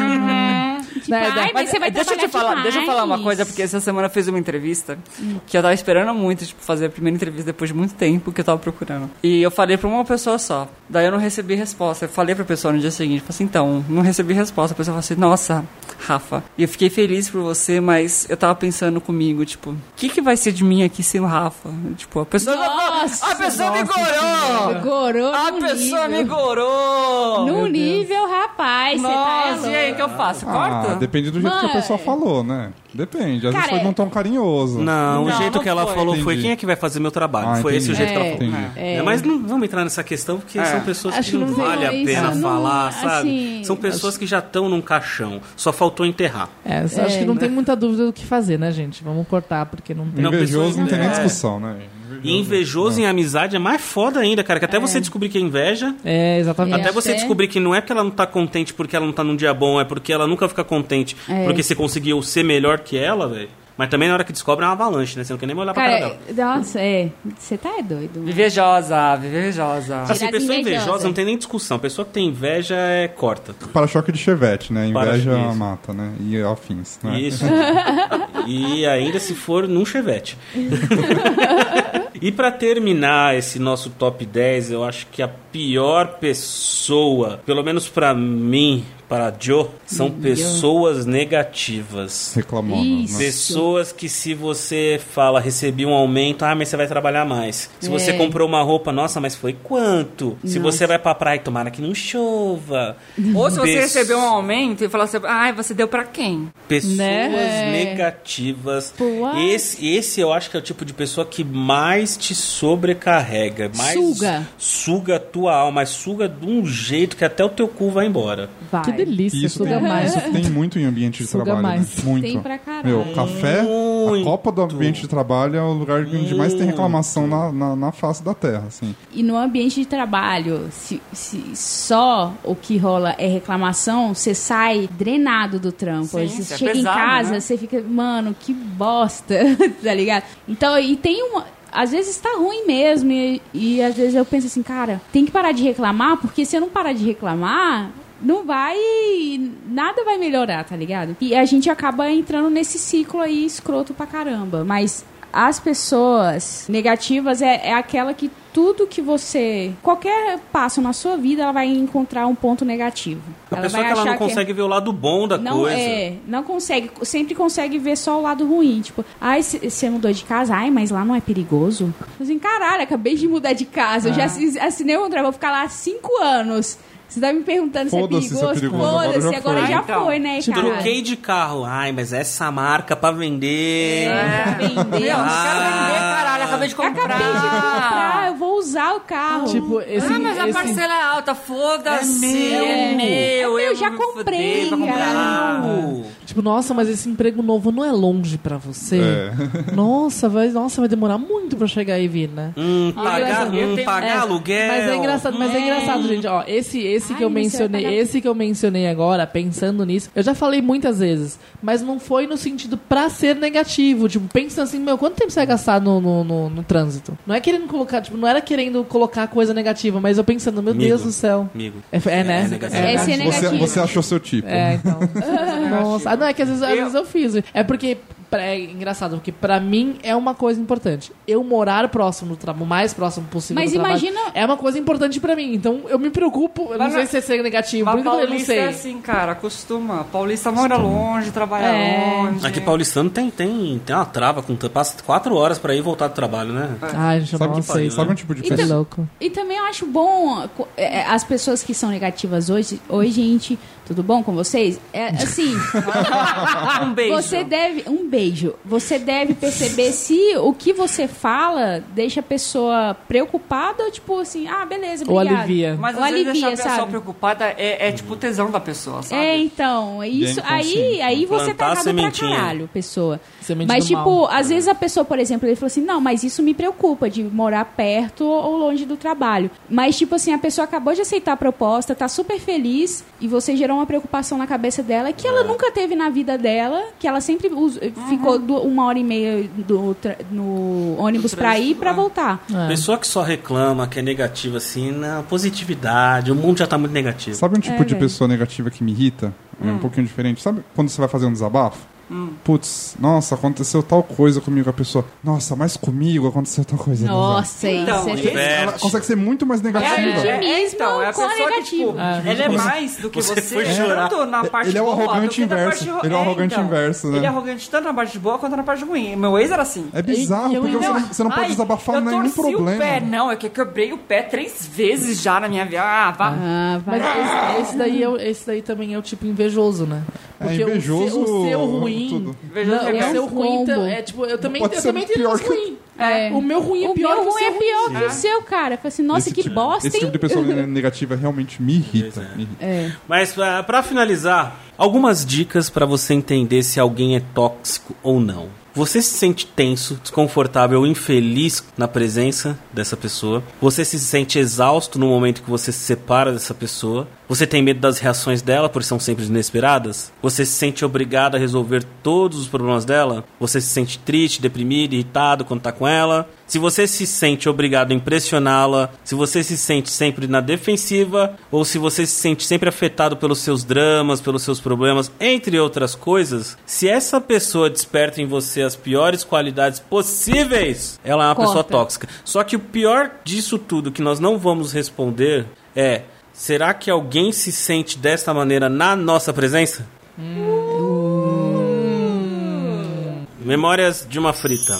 Speaker 2: Tipo,
Speaker 5: Né,
Speaker 2: ai,
Speaker 5: dá-
Speaker 2: mas, você vai
Speaker 4: uhum, deixa eu te
Speaker 2: trabalhar
Speaker 4: falar, deixa eu falar uma
Speaker 2: demais.
Speaker 4: coisa, porque essa semana eu fiz uma entrevista que eu tava esperando muito, tipo, fazer a primeira entrevista depois de muito tempo que eu tava procurando. E eu falei pra uma pessoa só. Daí eu não recebi resposta. Eu falei pra pessoa no dia seguinte, falei assim, então, não recebi resposta. A pessoa falou assim, nossa, Rafa, e eu fiquei feliz por você, mas eu tava pensando comigo, tipo, o que que vai ser de mim aqui sem o Rafa? Tipo, a pessoa
Speaker 2: Nossa,
Speaker 4: a pessoa me gorou!
Speaker 2: Gorou
Speaker 4: A
Speaker 2: num
Speaker 4: pessoa
Speaker 2: nível.
Speaker 4: me gorou!
Speaker 2: Num nível, rapaz, você tá
Speaker 4: Nossa, e aí, o que eu faço? Corta?
Speaker 3: Ah, depende do jeito que a
Speaker 2: Mano.
Speaker 3: pessoa falou, né? Depende. Às
Speaker 2: Cara,
Speaker 3: vezes foi num
Speaker 2: é-
Speaker 3: tom carinhoso.
Speaker 1: Não, o
Speaker 4: Não,
Speaker 1: jeito
Speaker 4: não
Speaker 1: que ela
Speaker 4: foi.
Speaker 1: falou foi:
Speaker 3: Entendi.
Speaker 1: quem é que vai fazer meu trabalho?
Speaker 3: Ah,
Speaker 1: foi esse o
Speaker 3: entendi.
Speaker 1: jeito que ela
Speaker 2: É.
Speaker 1: falou.
Speaker 3: Entendi.
Speaker 1: É, mas não vamos entrar nessa questão porque
Speaker 4: É.
Speaker 1: são pessoas
Speaker 5: Acho
Speaker 1: que
Speaker 5: que
Speaker 1: não,
Speaker 5: não tem-
Speaker 1: vale a
Speaker 2: isso
Speaker 1: pena
Speaker 2: não-
Speaker 1: falar, sabe?
Speaker 2: assim,
Speaker 1: são pessoas que já estão num caixão, só faltou enterrar.
Speaker 5: É, só acho que não
Speaker 2: né?
Speaker 5: tem muita dúvida do que fazer, né, gente? Vamos cortar, porque não tem.
Speaker 1: Não, pessoas-
Speaker 3: Invejoso não tem nem
Speaker 1: é.
Speaker 3: discussão, né?
Speaker 1: E
Speaker 3: Ah.
Speaker 1: invejoso em amizade é mais foda ainda, cara, que até você descobrir que é inveja.
Speaker 5: É, exatamente.
Speaker 1: Até você
Speaker 2: até-
Speaker 1: descobrir que não é porque ela não tá contente porque ela não tá num dia bom, é porque ela nunca fica contente
Speaker 2: É.
Speaker 1: porque você conseguiu ser melhor que ela, velho. Mas também na hora que descobre é uma avalanche, né? Você não quer nem olhar pra cara
Speaker 2: Cara,
Speaker 1: dela.
Speaker 2: nossa, é. Você tá é doido. mano.
Speaker 4: Invejosa, invejosa.
Speaker 1: Assim,
Speaker 2: Tirada
Speaker 1: pessoa invejosa.
Speaker 2: invejosa.
Speaker 1: não tem nem discussão. Pessoa que tem inveja é corta.
Speaker 3: Para-choque de chevette, né? Inveja
Speaker 1: Para- isso.
Speaker 3: mata, né? E afins, né?
Speaker 1: Isso. e ainda se for num chevette. e pra terminar esse nosso top 10, eu acho que a pior pessoa, pelo menos pra mim, para Joe, são pessoas negativas.
Speaker 3: Reclamou.
Speaker 2: Isso.
Speaker 3: Né?
Speaker 1: Pessoas que se você fala, recebi um aumento, ah, mas você vai trabalhar mais. Se você
Speaker 2: É.
Speaker 1: comprou uma roupa, nossa, mas foi quanto? Se você vai pra praia, tomara que não chova.
Speaker 4: Ou se você
Speaker 1: Pes-
Speaker 4: receber um aumento e falar assim, ai, você deu pra quem?
Speaker 1: Pessoas
Speaker 5: Né?
Speaker 1: negativas.
Speaker 2: Pô,
Speaker 1: Esse, esse eu acho que é o tipo de pessoa que mais te sobrecarrega. Mais
Speaker 2: Suga.
Speaker 1: Suga a tua alma, mas suga de um jeito que até o teu cu vai embora.
Speaker 2: Vai.
Speaker 5: Que delícia,
Speaker 3: Isso
Speaker 5: suga
Speaker 3: tem,
Speaker 5: mais.
Speaker 3: isso tem muito em ambiente de
Speaker 5: Suga
Speaker 3: trabalho,
Speaker 5: mais.
Speaker 3: né? Muito.
Speaker 2: Tem pra caralho.
Speaker 3: Meu, café,
Speaker 1: Muito.
Speaker 3: a copa do ambiente de trabalho é o lugar onde mais tem reclamação na, na, na face da terra, assim.
Speaker 2: E no ambiente de trabalho, se, se só o que rola é reclamação, você sai drenado do trampo.
Speaker 4: Sim,
Speaker 2: você
Speaker 4: isso é
Speaker 2: chega
Speaker 4: pesado,
Speaker 2: em casa,
Speaker 4: né?
Speaker 2: você fica, mano, que bosta, tá ligado? Então, e tem uma. Às vezes tá ruim mesmo, e, e às vezes eu penso assim, cara, tem que parar de reclamar, porque se eu não parar de reclamar, não vai. Nada vai melhorar, tá ligado? E a gente acaba entrando nesse ciclo aí escroto pra caramba. Mas as pessoas negativas é, é aquela que tudo que você. Qualquer passo na sua vida, ela vai encontrar um ponto negativo.
Speaker 1: A
Speaker 2: Ela
Speaker 1: pessoa
Speaker 2: vai
Speaker 1: que ela
Speaker 2: achar
Speaker 1: não
Speaker 2: que é-
Speaker 1: consegue ver o lado bom da
Speaker 2: Não
Speaker 1: coisa.
Speaker 2: é, não consegue, sempre consegue ver só o lado ruim, tipo, ai, você mudou de casa, ai, mas lá não é perigoso. Eu Assim, caralho, acabei de mudar de casa, eu
Speaker 3: É.
Speaker 2: já assi- assinei um contrato, vou ficar lá há cinco anos. Você tá me perguntando se é
Speaker 3: Foda-se
Speaker 2: perigoso?
Speaker 3: se é perigoso, agora já tipo,
Speaker 2: Foda-se, agora
Speaker 4: foi.
Speaker 2: já
Speaker 4: Ah, então.
Speaker 2: foi, né,
Speaker 1: Se
Speaker 2: cara?
Speaker 1: Troquei de carro. Ai, mas essa marca pra vender.
Speaker 2: É,
Speaker 4: Meu,
Speaker 2: vender.
Speaker 4: não
Speaker 1: Ah.
Speaker 4: quero vender, caralho. Acabei de comprar.
Speaker 2: Acabei de comprar, "Ah, eu vou usar o carro.
Speaker 5: Tipo, esse.
Speaker 4: ah, mas a
Speaker 5: esse-
Speaker 4: parcela é alta, foda-se.
Speaker 1: É
Speaker 4: É
Speaker 1: meu.
Speaker 4: meu.
Speaker 2: Eu
Speaker 4: eu
Speaker 2: já
Speaker 4: vou me
Speaker 2: comprei,
Speaker 4: fuder pra comprar.
Speaker 1: Caralho.
Speaker 5: Tipo, nossa, mas esse emprego novo não é longe pra você.
Speaker 3: É.
Speaker 5: Nossa, vai, nossa, vai demorar muito pra chegar e vir, né?
Speaker 1: Hum, pagar,
Speaker 5: engraçado, eu
Speaker 1: hum,
Speaker 4: tenho-
Speaker 1: pagar
Speaker 4: é,
Speaker 1: aluguel.
Speaker 5: Mas é engraçado, mas é
Speaker 1: Hum.
Speaker 5: engraçado, gente. Ó, esse, esse
Speaker 2: Ai,
Speaker 5: que eu
Speaker 2: você vai
Speaker 5: mencionei,
Speaker 2: pagar-
Speaker 5: esse que eu mencionei agora, pensando nisso, eu já falei muitas vezes, mas não foi no sentido pra ser negativo. Tipo, pensando assim, meu, quanto tempo você vai gastar no, no, no- no trânsito? Não é querendo colocar, tipo, não era querendo colocar coisa negativa, mas eu pensando, meu
Speaker 1: Amigo.
Speaker 5: Deus do céu.
Speaker 1: Amigo.
Speaker 5: É, é, né?
Speaker 1: É negativo.
Speaker 5: É,
Speaker 2: É, se é
Speaker 3: Você,
Speaker 2: negativo.
Speaker 3: você achou seu tipo.
Speaker 5: é, então. Nossa. Ah, não, é que às vezes, às
Speaker 4: Eu-
Speaker 5: vezes eu fiz. É porque. pra- É engraçado, porque pra mim é uma coisa importante. Eu morar próximo do trabalho, o mais próximo possível
Speaker 2: Mas
Speaker 5: do trabalho,
Speaker 2: imagina-
Speaker 5: é uma coisa importante pra mim. Então eu me preocupo, eu
Speaker 4: Mas
Speaker 5: não sei
Speaker 4: na-
Speaker 5: se é ser negativo, por
Speaker 4: Mas
Speaker 5: isso que eu não
Speaker 4: paulista
Speaker 5: sei.
Speaker 4: é assim, cara, acostuma. Paulista mora longe, trabalha
Speaker 5: É.
Speaker 4: longe.
Speaker 1: Aqui paulistano tem, tem, tem uma trava, com, passa quatro horas pra ir e voltar do trabalho, né?
Speaker 5: Ai, gente, eu
Speaker 3: Sabe,
Speaker 5: não
Speaker 3: que-
Speaker 5: sei.
Speaker 3: sabe um tipo de
Speaker 2: Então,
Speaker 5: Que
Speaker 3: pessoa?
Speaker 5: louco.
Speaker 2: E também eu acho bom co- é, é, as pessoas que são negativas hoje. Oi, gente, tudo bom com vocês? É assim.
Speaker 4: Um beijo.
Speaker 2: Você deve. Um beijo. Você deve perceber se o que você fala deixa a pessoa preocupada ou tipo assim, ah, beleza,
Speaker 5: Ou
Speaker 2: obrigado.
Speaker 5: alivia.
Speaker 4: Mas às
Speaker 2: Ou
Speaker 4: vezes deixar a
Speaker 2: alivia,
Speaker 4: pessoa
Speaker 2: sabe?
Speaker 4: preocupada é, é tipo o tesão da pessoa, sabe?
Speaker 2: É, então, é isso
Speaker 3: Bem
Speaker 2: aí,
Speaker 3: consciente.
Speaker 2: aí você
Speaker 1: Plantar
Speaker 2: tá errado pra
Speaker 1: sementinha.
Speaker 2: caralho, pessoa.
Speaker 5: Semente
Speaker 2: mas
Speaker 5: do
Speaker 2: tipo,
Speaker 5: mal.
Speaker 2: às vezes a pessoa, por exemplo, ele falou assim: "Não, mas isso me preocupa de morar perto ou longe do trabalho". Mas tipo assim, a pessoa acabou de aceitar a proposta, tá super feliz e você gerou uma preocupação na cabeça dela que ela nunca teve na vida dela, que ela sempre us- eh, ficou du- uma hora e meia do tra- no ônibus pra ir e
Speaker 4: trânsito,
Speaker 2: pra
Speaker 4: é.
Speaker 2: voltar.
Speaker 5: É.
Speaker 1: Pessoa que só reclama, que é negativa, assim, na positividade, o mundo já tá muito negativo.
Speaker 3: Sabe um tipo
Speaker 2: É,
Speaker 3: de
Speaker 2: velho. Hum.
Speaker 3: pessoa negativa que me irrita? É um pouquinho diferente. Sabe quando você vai fazer um desabafo? Putz, nossa, aconteceu tal coisa comigo. A pessoa, nossa, mas comigo aconteceu tal coisa. né, velho?
Speaker 2: Nossa,
Speaker 4: Então,
Speaker 2: isso é
Speaker 4: esse-
Speaker 3: Ela
Speaker 1: Verte.
Speaker 3: consegue ser muito mais negativa.
Speaker 2: É, é. otimismo com a
Speaker 4: então, pessoa que,
Speaker 2: negativa.
Speaker 4: tipo,
Speaker 5: Ah.
Speaker 4: ela é mais do que
Speaker 1: Você
Speaker 4: você, é
Speaker 1: foi chorar.
Speaker 4: tanto na parte
Speaker 3: Ele é o
Speaker 4: boa do
Speaker 3: arrogante
Speaker 4: que na
Speaker 3: inverso.
Speaker 4: parte ru-
Speaker 3: Ele é o arrogante inverso, né?
Speaker 4: Ele é arrogante tanto na parte boa quanto na parte ruim. Meu ex era assim.
Speaker 3: É bizarro,
Speaker 5: Eu-
Speaker 3: porque
Speaker 5: eu-
Speaker 3: você não, você não pode
Speaker 4: Ai,
Speaker 3: desabafar nenhum
Speaker 4: Eu torci o pé,
Speaker 3: problema.
Speaker 4: não, é que eu quebrei o pé três vezes já na minha vida. Ah, vá.
Speaker 2: Ah, vai.
Speaker 5: Mas esse, esse daí é, o- esse daí também é o tipo invejoso, né?
Speaker 3: É,
Speaker 5: Porque o
Speaker 3: invejoso,
Speaker 5: seu- o seu ruim.
Speaker 3: tudo.
Speaker 4: Invejoso
Speaker 5: não,
Speaker 4: é
Speaker 5: o seu
Speaker 2: um
Speaker 5: ruim
Speaker 2: combo.
Speaker 5: tam- é tipo, eu também,
Speaker 3: pode
Speaker 5: eu
Speaker 3: ser
Speaker 5: também tenho
Speaker 3: pior
Speaker 5: mais
Speaker 3: que o-
Speaker 5: ruim.
Speaker 2: É.
Speaker 5: O meu ruim é
Speaker 2: o
Speaker 5: pior
Speaker 2: meu
Speaker 5: que o
Speaker 2: ruim
Speaker 5: seu
Speaker 2: é
Speaker 5: ruim.
Speaker 2: pior que o seu, cara. Eu falei assim, nossa,
Speaker 3: Esse
Speaker 2: que
Speaker 3: tipo-
Speaker 2: bosta,
Speaker 3: Esse
Speaker 2: hein?
Speaker 3: tipo de pessoa negativa realmente me irrita. me irrita.
Speaker 2: É.
Speaker 1: Mas ah, pra finalizar, algumas dicas pra você entender se alguém é tóxico ou não. Você se sente tenso, desconfortável ou infeliz na presença dessa pessoa? Você se sente exausto no momento que você se separa dessa pessoa? Você tem medo das reações dela por são sempre inesperadas? Você se sente obrigado a resolver todos os problemas dela? Você se sente triste, deprimido, irritado quando tá com ela? Se você se sente obrigado a impressioná-la, se você se sente sempre na defensiva, ou se você se sente sempre afetado pelos seus dramas, pelos seus problemas, entre outras coisas, se essa pessoa desperta em você as piores qualidades possíveis, ela é uma
Speaker 2: Corta.
Speaker 1: pessoa tóxica. Só que o pior disso tudo que nós não vamos responder é: será que alguém se sente desta maneira na nossa presença? Memórias de uma frita.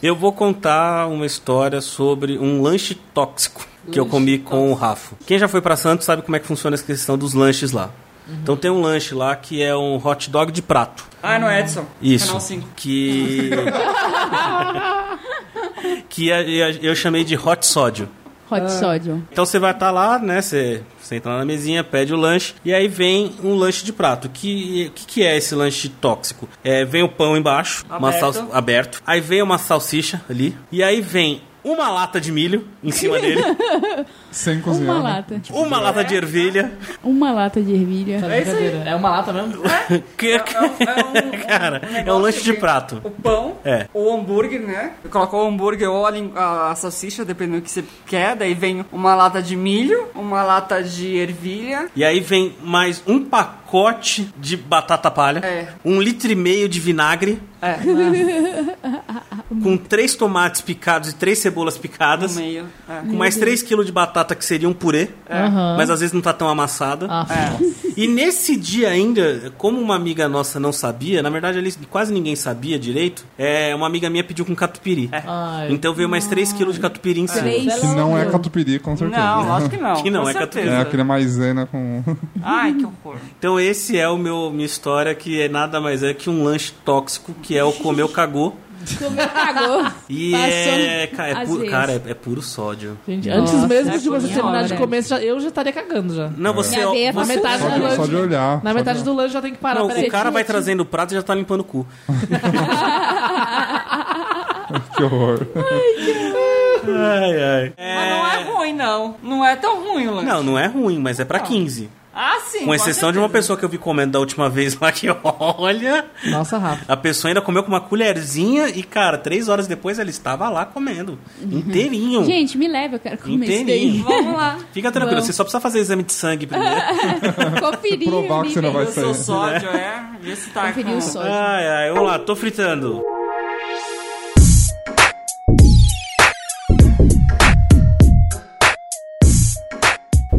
Speaker 1: Eu vou contar uma história sobre um lanche tóxico que eu comi com o Rafa. Quem já foi pra Santos sabe como é que funciona essa questão dos lanches lá. Então tem um lanche lá que é um hot dog de prato.
Speaker 4: Ah, não, Edson.
Speaker 1: Isso.
Speaker 4: Canal 5.
Speaker 1: Que. que a- a- eu chamei de hot sódio.
Speaker 2: Hot
Speaker 4: É.
Speaker 2: sódio.
Speaker 1: Então você vai estar lá, né? Você senta lá na mesinha, pede o lanche e aí vem um lanche de prato. Que que, que é esse lanche tóxico? É, vem o pão embaixo, uma
Speaker 4: Aberto.
Speaker 1: salsa aberto. Aí vem uma salsicha ali e aí vem uma lata de milho em cima dele,
Speaker 3: Sem cozinhar.
Speaker 2: Uma
Speaker 3: né?
Speaker 2: lata.
Speaker 1: uma lata de ervilha.
Speaker 4: É
Speaker 2: Uma lata de ervilha.
Speaker 5: Tá de brincadeira. É uma lata mesmo?
Speaker 1: Que-
Speaker 4: É um-
Speaker 1: Cara, é um
Speaker 4: negócio
Speaker 1: lanche de
Speaker 4: que-
Speaker 1: prato.
Speaker 4: O pão,
Speaker 1: É.
Speaker 4: o hambúrguer, né? Colocou o hambúrguer ou a, lin- a- a salsicha, dependendo do que você quer. Daí vem uma lata de milho, uma lata de ervilha.
Speaker 1: E aí vem mais um pacote de batata palha,
Speaker 4: É.
Speaker 1: um litro e meio de vinagre,
Speaker 4: É.
Speaker 1: com três tomates picados e três cebolas
Speaker 4: No
Speaker 1: picadas,
Speaker 4: meio. É.
Speaker 1: com mais três quilos de batata que seria um purê,
Speaker 5: Aham.
Speaker 1: mas às vezes não tá tão amassada.
Speaker 5: Ah,
Speaker 4: É.
Speaker 1: E nesse dia ainda, como uma amiga nossa não sabia, na verdade ali quase ninguém sabia direito, é, uma amiga minha pediu com catupiry.
Speaker 5: Ai.
Speaker 1: Então veio mais 3 quilos de catupiry em cima.
Speaker 2: Três.
Speaker 5: Pelo
Speaker 3: Que não
Speaker 5: amor
Speaker 3: é
Speaker 5: de
Speaker 3: catupiry, com certeza.
Speaker 4: Não, lógico que não.
Speaker 1: Que não,
Speaker 4: com
Speaker 1: é
Speaker 4: certeza.
Speaker 1: que-
Speaker 3: É aquele maisena com.
Speaker 4: Ai, que horror.
Speaker 1: Então esse é o meu minha história que é nada mais é que um lanche tóxico que é o comer o cagô.
Speaker 2: Comeu, cagou.
Speaker 1: E
Speaker 2: Passou
Speaker 1: é, ca- é
Speaker 2: às
Speaker 1: puro,
Speaker 2: vezes.
Speaker 1: cara, é, é puro sódio.
Speaker 5: Gente,
Speaker 2: Nossa,
Speaker 5: antes mesmo
Speaker 4: é
Speaker 5: de você
Speaker 4: por
Speaker 5: terminar de
Speaker 2: hora.
Speaker 5: comer, já- eu já estaria cagando já.
Speaker 1: Não, você,
Speaker 2: Minha veia
Speaker 5: Na
Speaker 2: passou
Speaker 5: metade
Speaker 3: Só
Speaker 5: do
Speaker 3: de,
Speaker 5: lanche.
Speaker 3: só de olhar.
Speaker 5: Na
Speaker 3: só
Speaker 5: metade
Speaker 3: de...
Speaker 5: do lanche já tem que parar.
Speaker 1: Não,
Speaker 5: peraí.
Speaker 1: o cara vai trazendo o prato e já tá limpando o cu.
Speaker 3: Que horror.
Speaker 1: Ai, ai.
Speaker 4: Mas não é ruim, não. Não é tão ruim o lanche.
Speaker 1: Não, não é ruim, mas é pra 15.
Speaker 4: Ah, sim.
Speaker 1: Com exceção de uma
Speaker 4: certeza.
Speaker 1: pessoa que eu vi comendo da última vez lá que olha.
Speaker 5: Nossa, Rafa.
Speaker 1: A pessoa ainda comeu com uma colherzinha e, cara, três horas depois ela estava lá comendo. Inteirinho.
Speaker 2: Gente, me leva, eu quero comer isso daí.
Speaker 1: Inteirinho.
Speaker 4: Vamos lá.
Speaker 1: Fica tranquilo,
Speaker 2: Vamos.
Speaker 1: você só precisa fazer exame de sangue primeiro.
Speaker 2: Conferir
Speaker 3: Provar
Speaker 2: o
Speaker 3: que você não
Speaker 2: nível.
Speaker 3: vai
Speaker 4: Eu
Speaker 3: sair.
Speaker 4: sou sódio, é? Vê se tá
Speaker 2: Conferir
Speaker 4: com-
Speaker 2: o sódio.
Speaker 1: Ai, ai, vamos lá, tô fritando.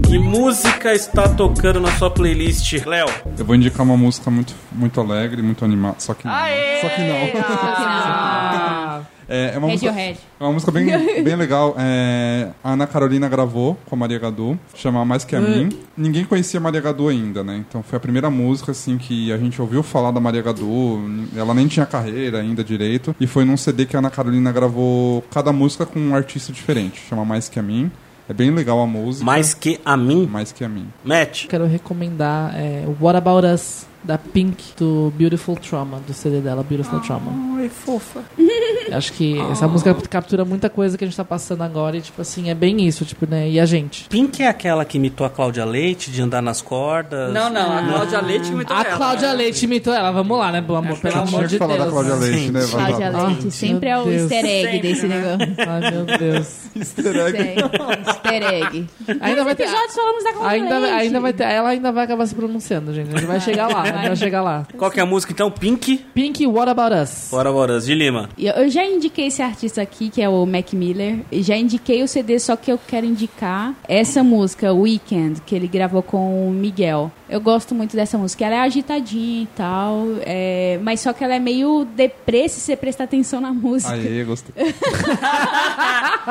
Speaker 1: Que música está tocando na sua playlist, Léo?
Speaker 3: Eu vou indicar uma música muito, muito alegre, muito animada. Só que não.
Speaker 4: Aê!
Speaker 3: Só que não.
Speaker 5: Ah,
Speaker 3: É, é uma música,
Speaker 2: Radiohead.
Speaker 3: é uma música bem, bem legal. É, a Ana Carolina gravou com a Maria Gadu, chama Mais Que a
Speaker 5: Hum.
Speaker 3: Mim. Ninguém conhecia a Maria Gadu ainda, né? Então foi a primeira música assim que a gente ouviu falar da Maria Gadu. Ela nem tinha carreira ainda direito. E foi num CD que a Ana Carolina gravou cada música com um artista diferente. Chama Mais Que a Mim. É bem legal a música.
Speaker 1: Mais que a mim,
Speaker 3: Mais que a mim.
Speaker 1: Matt.
Speaker 5: quero recomendar é, o What About Us, da Pink, do Beautiful Trauma, do CD dela, Beautiful Trauma.
Speaker 4: Ai, fofa.
Speaker 5: Acho que essa música captura muita coisa que a gente tá passando agora e, tipo assim, é bem isso, tipo, né? E a gente.
Speaker 1: Pink é aquela que imitou a Cláudia Leite de andar nas cordas?
Speaker 4: Não, não, a Cláudia Leite muito
Speaker 5: A
Speaker 4: ela.
Speaker 5: Cláudia Leite imitou ela, vamos lá, né, pelo amor, pelo
Speaker 3: Tinha
Speaker 5: amor
Speaker 3: né? que
Speaker 5: de
Speaker 3: falar da
Speaker 5: Deus.
Speaker 3: Cláudia Leite, né? Vai
Speaker 2: Cláudia
Speaker 3: lá.
Speaker 2: Leite,
Speaker 5: Ah,
Speaker 2: sempre
Speaker 5: meu
Speaker 2: é o
Speaker 5: Deus.
Speaker 2: easter egg
Speaker 4: Sempre,
Speaker 2: desse
Speaker 4: né?
Speaker 2: negócio.
Speaker 5: Ai, meu Deus.
Speaker 2: Sempre, easter egg.
Speaker 5: Ainda vai ter.
Speaker 2: episódios falamos da Cláudia
Speaker 5: Ainda,
Speaker 2: Leite.
Speaker 5: ainda vai ter. Ela ainda vai acabar se pronunciando, gente. A gente vai chegar lá, a gente vai chegar lá.
Speaker 1: Qual que é a música então? Pink?
Speaker 5: Pink, What About Us?
Speaker 1: Bora, bora, de Lima.
Speaker 2: E Eu eu já indiquei esse artista aqui, que é o Mac Miller. E Já indiquei o CD, só que eu quero indicar essa música, Weekend, que ele gravou com o Miguel. Eu gosto muito dessa música. Ela é agitadinha e tal, é, mas só que ela é meio deprê se você prestar atenção na música.
Speaker 3: Aê, gostei.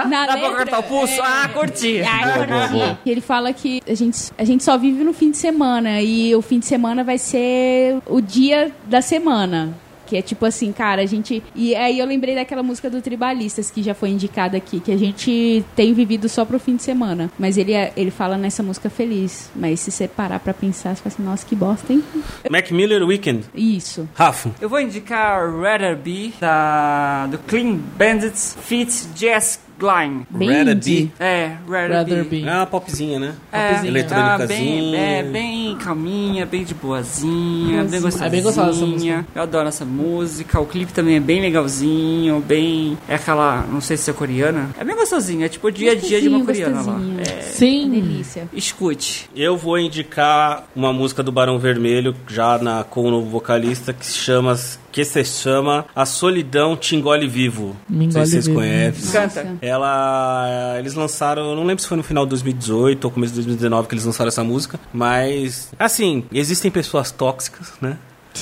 Speaker 2: Na
Speaker 4: Dá pra
Speaker 2: letra, é,
Speaker 4: cortar o pulso? Ah, curti.
Speaker 2: Ai,
Speaker 3: Boa, boa,
Speaker 2: Jordi.
Speaker 3: boa.
Speaker 2: Ele fala que a gente, a gente só vive no fim de semana e o fim de semana vai ser o dia da semana. Que é tipo assim, cara, a gente. E aí eu lembrei daquela música do Tribalistas que já foi indicada aqui, que a gente tem vivido só pro fim de semana. Mas ele, é- ele fala nessa música feliz. Mas se você parar pra pensar, você fala assim, nossa, que bosta, hein?
Speaker 1: Mac Miller Weekend.
Speaker 2: Isso.
Speaker 1: Rafa.
Speaker 4: Eu vou indicar Rather Be, da, do Clean Bandits Fit Jazz Line.
Speaker 2: Bem
Speaker 1: Rather
Speaker 2: indie.
Speaker 1: Be.
Speaker 4: É, Rather,
Speaker 5: Rather
Speaker 4: Be.
Speaker 5: Be.
Speaker 1: É uma popzinha, né?
Speaker 4: É,
Speaker 1: Popzinha.
Speaker 4: ah, bem,
Speaker 1: Eletrônicazinha.
Speaker 4: é, bem calminha, bem de boazinha, bem gostosinha.
Speaker 5: É bem gostosa essa música.
Speaker 4: Eu adoro essa música. O clipe também é bem legalzinho, bem... É aquela... Não sei se é coreana. É bem gostosinha. É tipo o dia a dia de uma
Speaker 2: Gostosinho,
Speaker 4: coreana lá.
Speaker 2: gostosinho.
Speaker 4: É,
Speaker 2: Uma
Speaker 5: Sim.
Speaker 2: delícia.
Speaker 4: escute.
Speaker 1: Eu vou indicar uma música do Barão Vermelho, já na, com o novo vocalista, que se chama. Que se chama A Solidão Te Engole Vivo.
Speaker 5: Me
Speaker 1: Não sei se
Speaker 5: Engole
Speaker 1: vocês
Speaker 5: Vivo.
Speaker 1: conhecem.
Speaker 4: Canta.
Speaker 1: É. Ela. Eles lançaram. Eu não lembro se foi no final de 2018 ou começo de 2019 que eles lançaram essa música. Mas. Assim, existem pessoas tóxicas, né?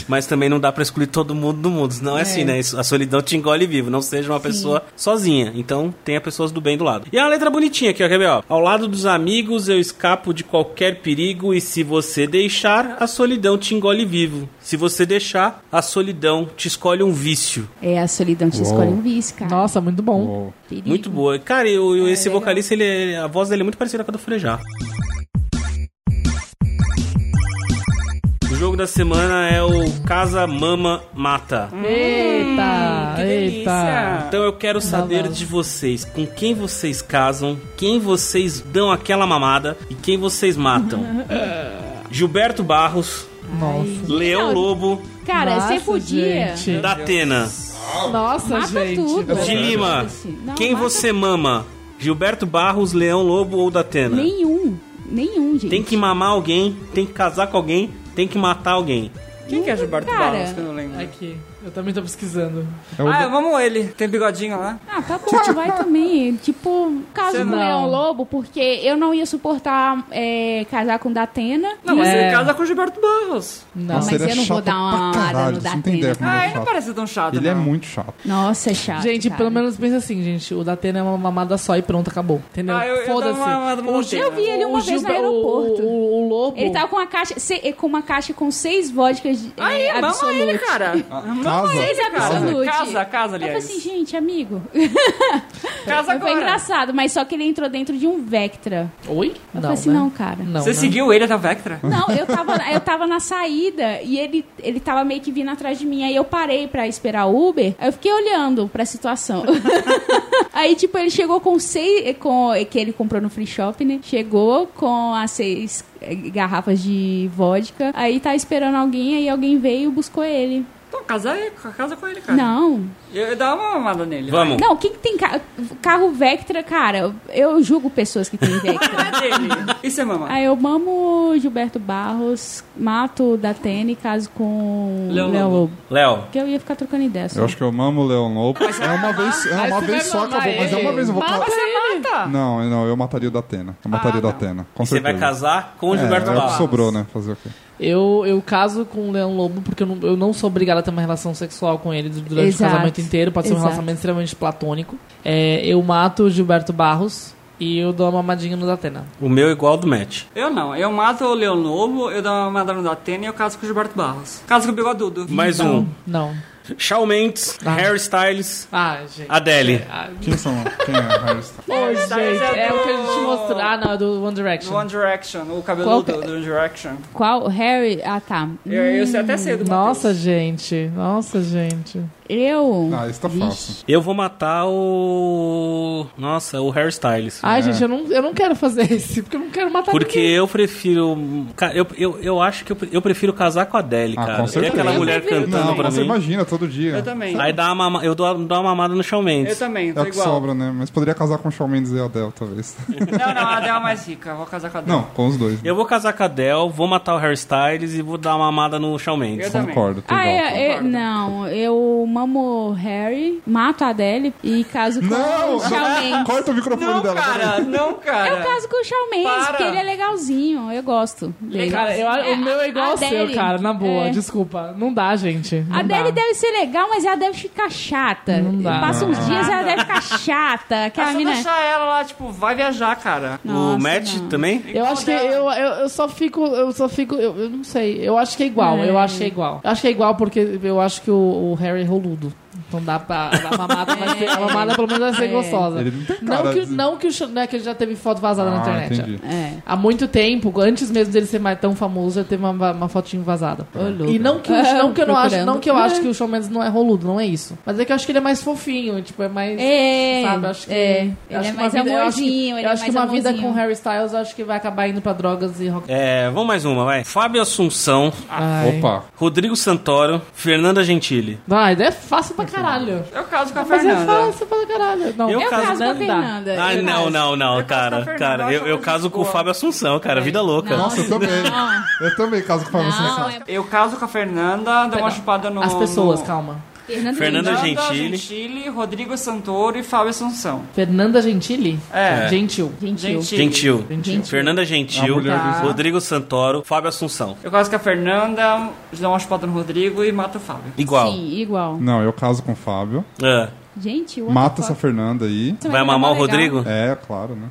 Speaker 1: Mas também não dá pra excluir todo mundo do mundo. Não é, assim, né? Isso- A solidão te engole vivo. Não seja uma pessoa sozinha. Então, tenha pessoas do bem do lado. E a letra bonitinha aqui, ó. Quer ver, ó? Ao lado dos amigos, eu escapo de qualquer perigo. E se você deixar, a solidão te engole vivo. Se você deixar, a solidão te escolhe um vício.
Speaker 2: É, a solidão te
Speaker 3: Uou.
Speaker 2: escolhe um vice, cara.
Speaker 5: Nossa, muito bom.
Speaker 3: Uou.
Speaker 2: Perigo.
Speaker 1: Muito boa. Cara, eu, eu- esse
Speaker 2: legal.
Speaker 1: vocalista, ele, é- a voz dele é muito parecida com a do Frejá. O jogo da semana é o Casa Mama Mata.
Speaker 5: Eita, eita.
Speaker 4: que delícia.
Speaker 1: Então eu quero saber
Speaker 5: lá.
Speaker 1: de vocês, com quem vocês casam, quem vocês dão aquela mamada e quem vocês matam. Gilberto Barros,
Speaker 5: Nossa.
Speaker 1: Leão
Speaker 2: Não,
Speaker 1: Lobo,
Speaker 2: Cara,
Speaker 5: Nossa,
Speaker 2: você podia.
Speaker 5: gente.
Speaker 1: da Atena.
Speaker 5: Nossa,
Speaker 2: Mata
Speaker 5: gente.
Speaker 2: tudo.
Speaker 1: De Lima,
Speaker 2: Não,
Speaker 1: quem
Speaker 2: mata-
Speaker 1: você mama? Gilberto Barros, Leão Lobo ou da Atena?
Speaker 2: Nenhum. Nenhum, gente.
Speaker 1: Tem que mamar alguém, tem que casar com alguém, tem que matar alguém.
Speaker 4: Quem que é Gilberto
Speaker 2: Cara.
Speaker 4: Barros? é Que eu não lembro.
Speaker 5: Aqui. Eu também tô pesquisando.
Speaker 3: É o
Speaker 4: Ah,
Speaker 3: da-
Speaker 4: eu amo ele. Tem bigodinho lá.
Speaker 2: Ah, tá bom, vai também. Tipo, caso
Speaker 4: Você
Speaker 2: do
Speaker 5: não.
Speaker 2: Leão Lobo, porque eu não ia suportar é, casar com o Datena.
Speaker 4: Não,
Speaker 2: e-
Speaker 4: mas
Speaker 5: É.
Speaker 4: ele casa com o Gilberto Barros.
Speaker 5: Não.
Speaker 3: Nossa,
Speaker 2: mas
Speaker 3: ele é
Speaker 2: eu não vou
Speaker 3: chato
Speaker 2: dar uma
Speaker 3: pra
Speaker 2: amada
Speaker 3: caralho,
Speaker 2: no
Speaker 3: você não tem ideia como ele
Speaker 4: Ah,
Speaker 3: é
Speaker 4: ele não
Speaker 3: chato.
Speaker 4: parece tão chato,
Speaker 3: Ele é
Speaker 4: não.
Speaker 3: muito chato.
Speaker 2: Nossa, é chato.
Speaker 5: Gente,
Speaker 2: cara.
Speaker 5: pelo menos pensa assim, gente. O Datena é uma mamada só e pronto, acabou. Entendeu?
Speaker 4: Ah, eu- eu
Speaker 5: Foda-se.
Speaker 4: dava uma mamada no
Speaker 5: O Gil-
Speaker 4: Datena.
Speaker 2: Eu vi ele
Speaker 5: o
Speaker 2: uma vez no
Speaker 5: Gilber- o-
Speaker 2: aeroporto.
Speaker 5: O, o lobo.
Speaker 2: Ele tá- tava com uma caixa, se- com uma caixa com seis vodkas de-
Speaker 4: Aí,
Speaker 2: eh,
Speaker 4: mama
Speaker 2: absolute.
Speaker 4: ele, cara.
Speaker 3: Ah,
Speaker 4: Mama
Speaker 3: casa?
Speaker 4: ele, cara.
Speaker 2: Absolute.
Speaker 4: Casa, casa,
Speaker 2: Eu falei
Speaker 4: aliás.
Speaker 2: assim, gente, amigo.
Speaker 4: Casa
Speaker 2: Mas Foi
Speaker 4: agora.
Speaker 2: engraçado, mas só que ele entrou dentro de um Vectra.
Speaker 5: Oi?
Speaker 2: Eu falei assim,
Speaker 5: né?
Speaker 2: não, cara.
Speaker 5: Não,
Speaker 4: Você
Speaker 5: né?
Speaker 4: seguiu ele até o Vectra?
Speaker 2: Não, eu tava, eu tava na saída e ele, ele tava meio que vindo atrás de mim. Aí eu parei pra esperar o Uber. Aí eu fiquei olhando pra situação. aí, tipo, ele chegou com seis. Com, que ele comprou no free shop, né? Chegou com as seis eh, garrafas de vodka. Aí tá esperando alguém, aí alguém veio e buscou ele.
Speaker 4: Então, casa, aí, casa com ele, cara.
Speaker 2: Não.
Speaker 4: Eu, eu dava uma mamada nele.
Speaker 1: Vamos.
Speaker 2: Não, quem que tem ca- carro Vectra, cara? Eu julgo pessoas que têm Vectra.
Speaker 4: vai. É dele. Isso é mamar.
Speaker 2: Aí Ah, eu mamo Gilberto Barros, mato o Datene, caso com
Speaker 4: Léo
Speaker 2: Léo
Speaker 4: Lobo.
Speaker 2: Lobo.
Speaker 1: Léo,
Speaker 2: Que eu ia ficar trocando ideia só.
Speaker 3: Eu acho que eu mamo o Leon Lobo. É uma vez, é
Speaker 5: Aí
Speaker 3: uma
Speaker 5: você
Speaker 3: vez
Speaker 5: vai
Speaker 3: só,
Speaker 5: mamar
Speaker 3: acabou. Mas é uma
Speaker 5: ele.
Speaker 3: vez eu vou
Speaker 5: Mata
Speaker 3: falar.
Speaker 5: ele.
Speaker 4: Mata.
Speaker 3: Não, não, eu mataria o da Atena. Eu mataria o da
Speaker 4: não.
Speaker 3: Atena. Com
Speaker 1: você
Speaker 3: certeza.
Speaker 1: vai casar com o
Speaker 3: É,
Speaker 1: Gilberto
Speaker 3: é o que
Speaker 1: Barros.
Speaker 3: sobrou, né? Fazer o quê?
Speaker 5: Eu, eu caso com o Leão Lobo porque eu não, eu não sou obrigada a ter uma relação sexual com ele durante
Speaker 2: Exato.
Speaker 5: o casamento inteiro. Pode ser um
Speaker 2: Exato.
Speaker 5: relacionamento extremamente platônico. É, eu mato o Gilberto Barros e eu dou uma mamadinha no Datena.
Speaker 1: O meu é igual ao do Matt.
Speaker 4: Eu não. Eu mato o Leão Lobo, eu dou uma mamada no Datena e eu caso com o Gilberto Barros. Caso com o Bigodudo.
Speaker 1: Mais um.
Speaker 5: Não.
Speaker 1: Shawn Mendes,
Speaker 5: Ah.
Speaker 1: Harry Styles,
Speaker 5: Ah, gente.
Speaker 1: Adele.
Speaker 5: Ah,
Speaker 3: Quem são? Quem é? Harry Styles?
Speaker 5: Ô, gente, é
Speaker 4: do-
Speaker 5: o que a gente mostrou. Ah, não, é do One Direction.
Speaker 4: One Direction, o cabeludo
Speaker 2: Qual que- é?
Speaker 4: do One Direction.
Speaker 2: Qual? Harry? Ah, tá.
Speaker 4: Eu, eu sei até sei do
Speaker 5: Nossa,
Speaker 4: Matheus.
Speaker 5: gente. Nossa, gente.
Speaker 2: Eu.
Speaker 3: Ah, isso tá fácil.
Speaker 1: Eu vou matar o. Nossa, o Harry Styles.
Speaker 5: Ai, gente, eu não, eu não quero fazer esse, porque eu não quero matar
Speaker 1: É. Porque
Speaker 5: ninguém.
Speaker 1: eu prefiro. Ca- Eu, eu, eu acho que eu, pre- eu prefiro casar com a Adele,
Speaker 3: Ah,
Speaker 1: cara.
Speaker 3: com
Speaker 1: Tem aquela
Speaker 3: certeza.
Speaker 1: mulher cantando
Speaker 3: Não,
Speaker 1: pra
Speaker 3: você
Speaker 1: mim.
Speaker 3: imagina todo dia.
Speaker 4: Eu também.
Speaker 1: Aí dá uma, mama- eu dou, dou uma mamada no Shawn
Speaker 4: Eu
Speaker 1: Mendes.
Speaker 4: também,
Speaker 3: É
Speaker 4: tô
Speaker 3: o que
Speaker 4: igual.
Speaker 3: sobra, né? Mas poderia casar com o Shawn Mendes e a Adele, talvez.
Speaker 4: Não, não, a Adele é mais rica. Vou casar com a Adele.
Speaker 3: Não, com os dois.
Speaker 1: Eu vou casar com a Adele, vou matar o Harry Styles e vou dar uma mamada no Shawn Mendes.
Speaker 4: Eu também.
Speaker 3: Concordo, tô
Speaker 2: Ah,
Speaker 3: igual.
Speaker 2: é, é,
Speaker 4: concordo.
Speaker 2: não, eu mamo Harry, mato a Adele e caso com
Speaker 3: Não! é
Speaker 2: o Shawn Mendes.
Speaker 3: Corta o microfone
Speaker 4: Não,
Speaker 3: dela.
Speaker 4: cara, não, cara.
Speaker 2: Eu caso com o Shawn Mendes,
Speaker 4: Para.
Speaker 2: porque ele é legalzinho, eu gosto. dele.
Speaker 5: Cara, eu-
Speaker 2: É,
Speaker 5: o meu é igual ao seu,
Speaker 2: Adele,
Speaker 5: cara, na boa.
Speaker 2: é.
Speaker 5: Desculpa. Não dá, gente. Não
Speaker 2: A Adele
Speaker 5: dá.
Speaker 2: deve ser legal, mas ela deve ficar chata.
Speaker 5: Não dá.
Speaker 2: Passa uns
Speaker 4: Não.
Speaker 2: dias e ela deve ficar chata.
Speaker 4: É
Speaker 2: Aquela
Speaker 4: só
Speaker 2: mina.
Speaker 4: deixar ela lá, tipo, vai viajar, cara.
Speaker 1: O
Speaker 2: Nossa,
Speaker 1: Matt
Speaker 2: não.
Speaker 1: também?
Speaker 5: Eu acho que eu, eu, eu só fico, eu só fico, eu, eu não sei. Eu acho que é igual, eu acho que é igual. Eu acho que é igual porque eu acho que o, o Harry é roludo. Então dá pra. A mamada,
Speaker 3: é
Speaker 5: vai ser, a mamada pelo menos vai ser
Speaker 2: É.
Speaker 5: gostosa.
Speaker 3: Ele não tem cara
Speaker 5: Não que,
Speaker 3: de-
Speaker 5: não que o Sean- né, que ele já teve foto vazada na
Speaker 3: Ah,
Speaker 5: internet.
Speaker 3: entendi.
Speaker 2: É.
Speaker 5: Há muito tempo, antes mesmo dele ser mais tão famoso, ele teve uma, uma fotinho vazada. E
Speaker 2: É,
Speaker 5: não que, eu- não que eu não acho, não que eu acho que o Shawn Mendes não é roludo, não é isso. Mas é que eu acho que ele é mais fofinho, tipo, é mais.
Speaker 2: É,
Speaker 5: Sabe, eu acho que.
Speaker 2: é. Ele
Speaker 5: eu acho
Speaker 2: é
Speaker 5: que uma
Speaker 2: mais
Speaker 5: vida- eu acho que-
Speaker 2: amorzinho,
Speaker 5: Eu acho que,
Speaker 2: ele é mais
Speaker 5: uma vida
Speaker 2: amorzinho.
Speaker 5: com Harry Styles, eu acho que vai acabar indo pra drogas e rock.
Speaker 1: É, vamos mais uma, vai. Fábio Assunção,
Speaker 5: Ai.
Speaker 3: Opa.
Speaker 1: Rodrigo Santoro, Fernanda Gentili.
Speaker 5: Vai, é fácil pra caralho.
Speaker 4: Eu caso com a
Speaker 5: Mas é
Speaker 4: Fernanda.
Speaker 5: fácil pra caralho. Não,
Speaker 1: Eu
Speaker 2: Eu
Speaker 1: caso
Speaker 2: caso com a
Speaker 5: É Fernanda.
Speaker 2: Fernanda.
Speaker 1: Ai,
Speaker 2: É, eu
Speaker 1: Ah, não,
Speaker 2: caso.
Speaker 1: não, não,
Speaker 4: Eu caso com a
Speaker 1: cara.
Speaker 4: Fernanda,
Speaker 1: Cara,
Speaker 4: eu
Speaker 1: eu,
Speaker 4: acho
Speaker 1: eu
Speaker 4: uma
Speaker 1: caso com o
Speaker 4: boa.
Speaker 1: Fábio Assunção, cara. Vida louca.
Speaker 2: Não.
Speaker 3: Nossa, eu também.
Speaker 2: Não.
Speaker 3: Eu também caso com a
Speaker 2: Não,
Speaker 3: Fernanda.
Speaker 2: é
Speaker 4: Eu caso com a Fernanda, dou uma
Speaker 5: Perdão.
Speaker 4: chupada no...
Speaker 5: As pessoas,
Speaker 4: no...
Speaker 5: calma.
Speaker 2: Fernanda, é
Speaker 1: Fernanda é
Speaker 4: Fernanda
Speaker 1: Gentili.
Speaker 4: Gentili. Rodrigo Santoro e Fábio Assunção.
Speaker 5: Fernanda Gentili?
Speaker 4: É.
Speaker 5: Gentil.
Speaker 2: Gentil.
Speaker 4: Gentil.
Speaker 1: Gentil.
Speaker 5: Gentil.
Speaker 1: Fernanda
Speaker 3: A
Speaker 1: Gentil,
Speaker 3: mulher do-
Speaker 1: Rodrigo Santoro, Fábio Assunção.
Speaker 4: Eu caso com a Fernanda, dou uma chupada no Rodrigo e mato o Fábio.
Speaker 1: Igual.
Speaker 2: Sim, igual.
Speaker 3: Não, eu caso com o Fábio.
Speaker 1: Ah,
Speaker 2: Gente, what
Speaker 3: Mata
Speaker 2: the
Speaker 3: essa
Speaker 2: fuck?
Speaker 3: Fernanda aí.
Speaker 2: Isso
Speaker 1: vai
Speaker 2: dar
Speaker 1: mamar o
Speaker 2: mó legal.
Speaker 1: Rodrigo?
Speaker 3: É, claro, né?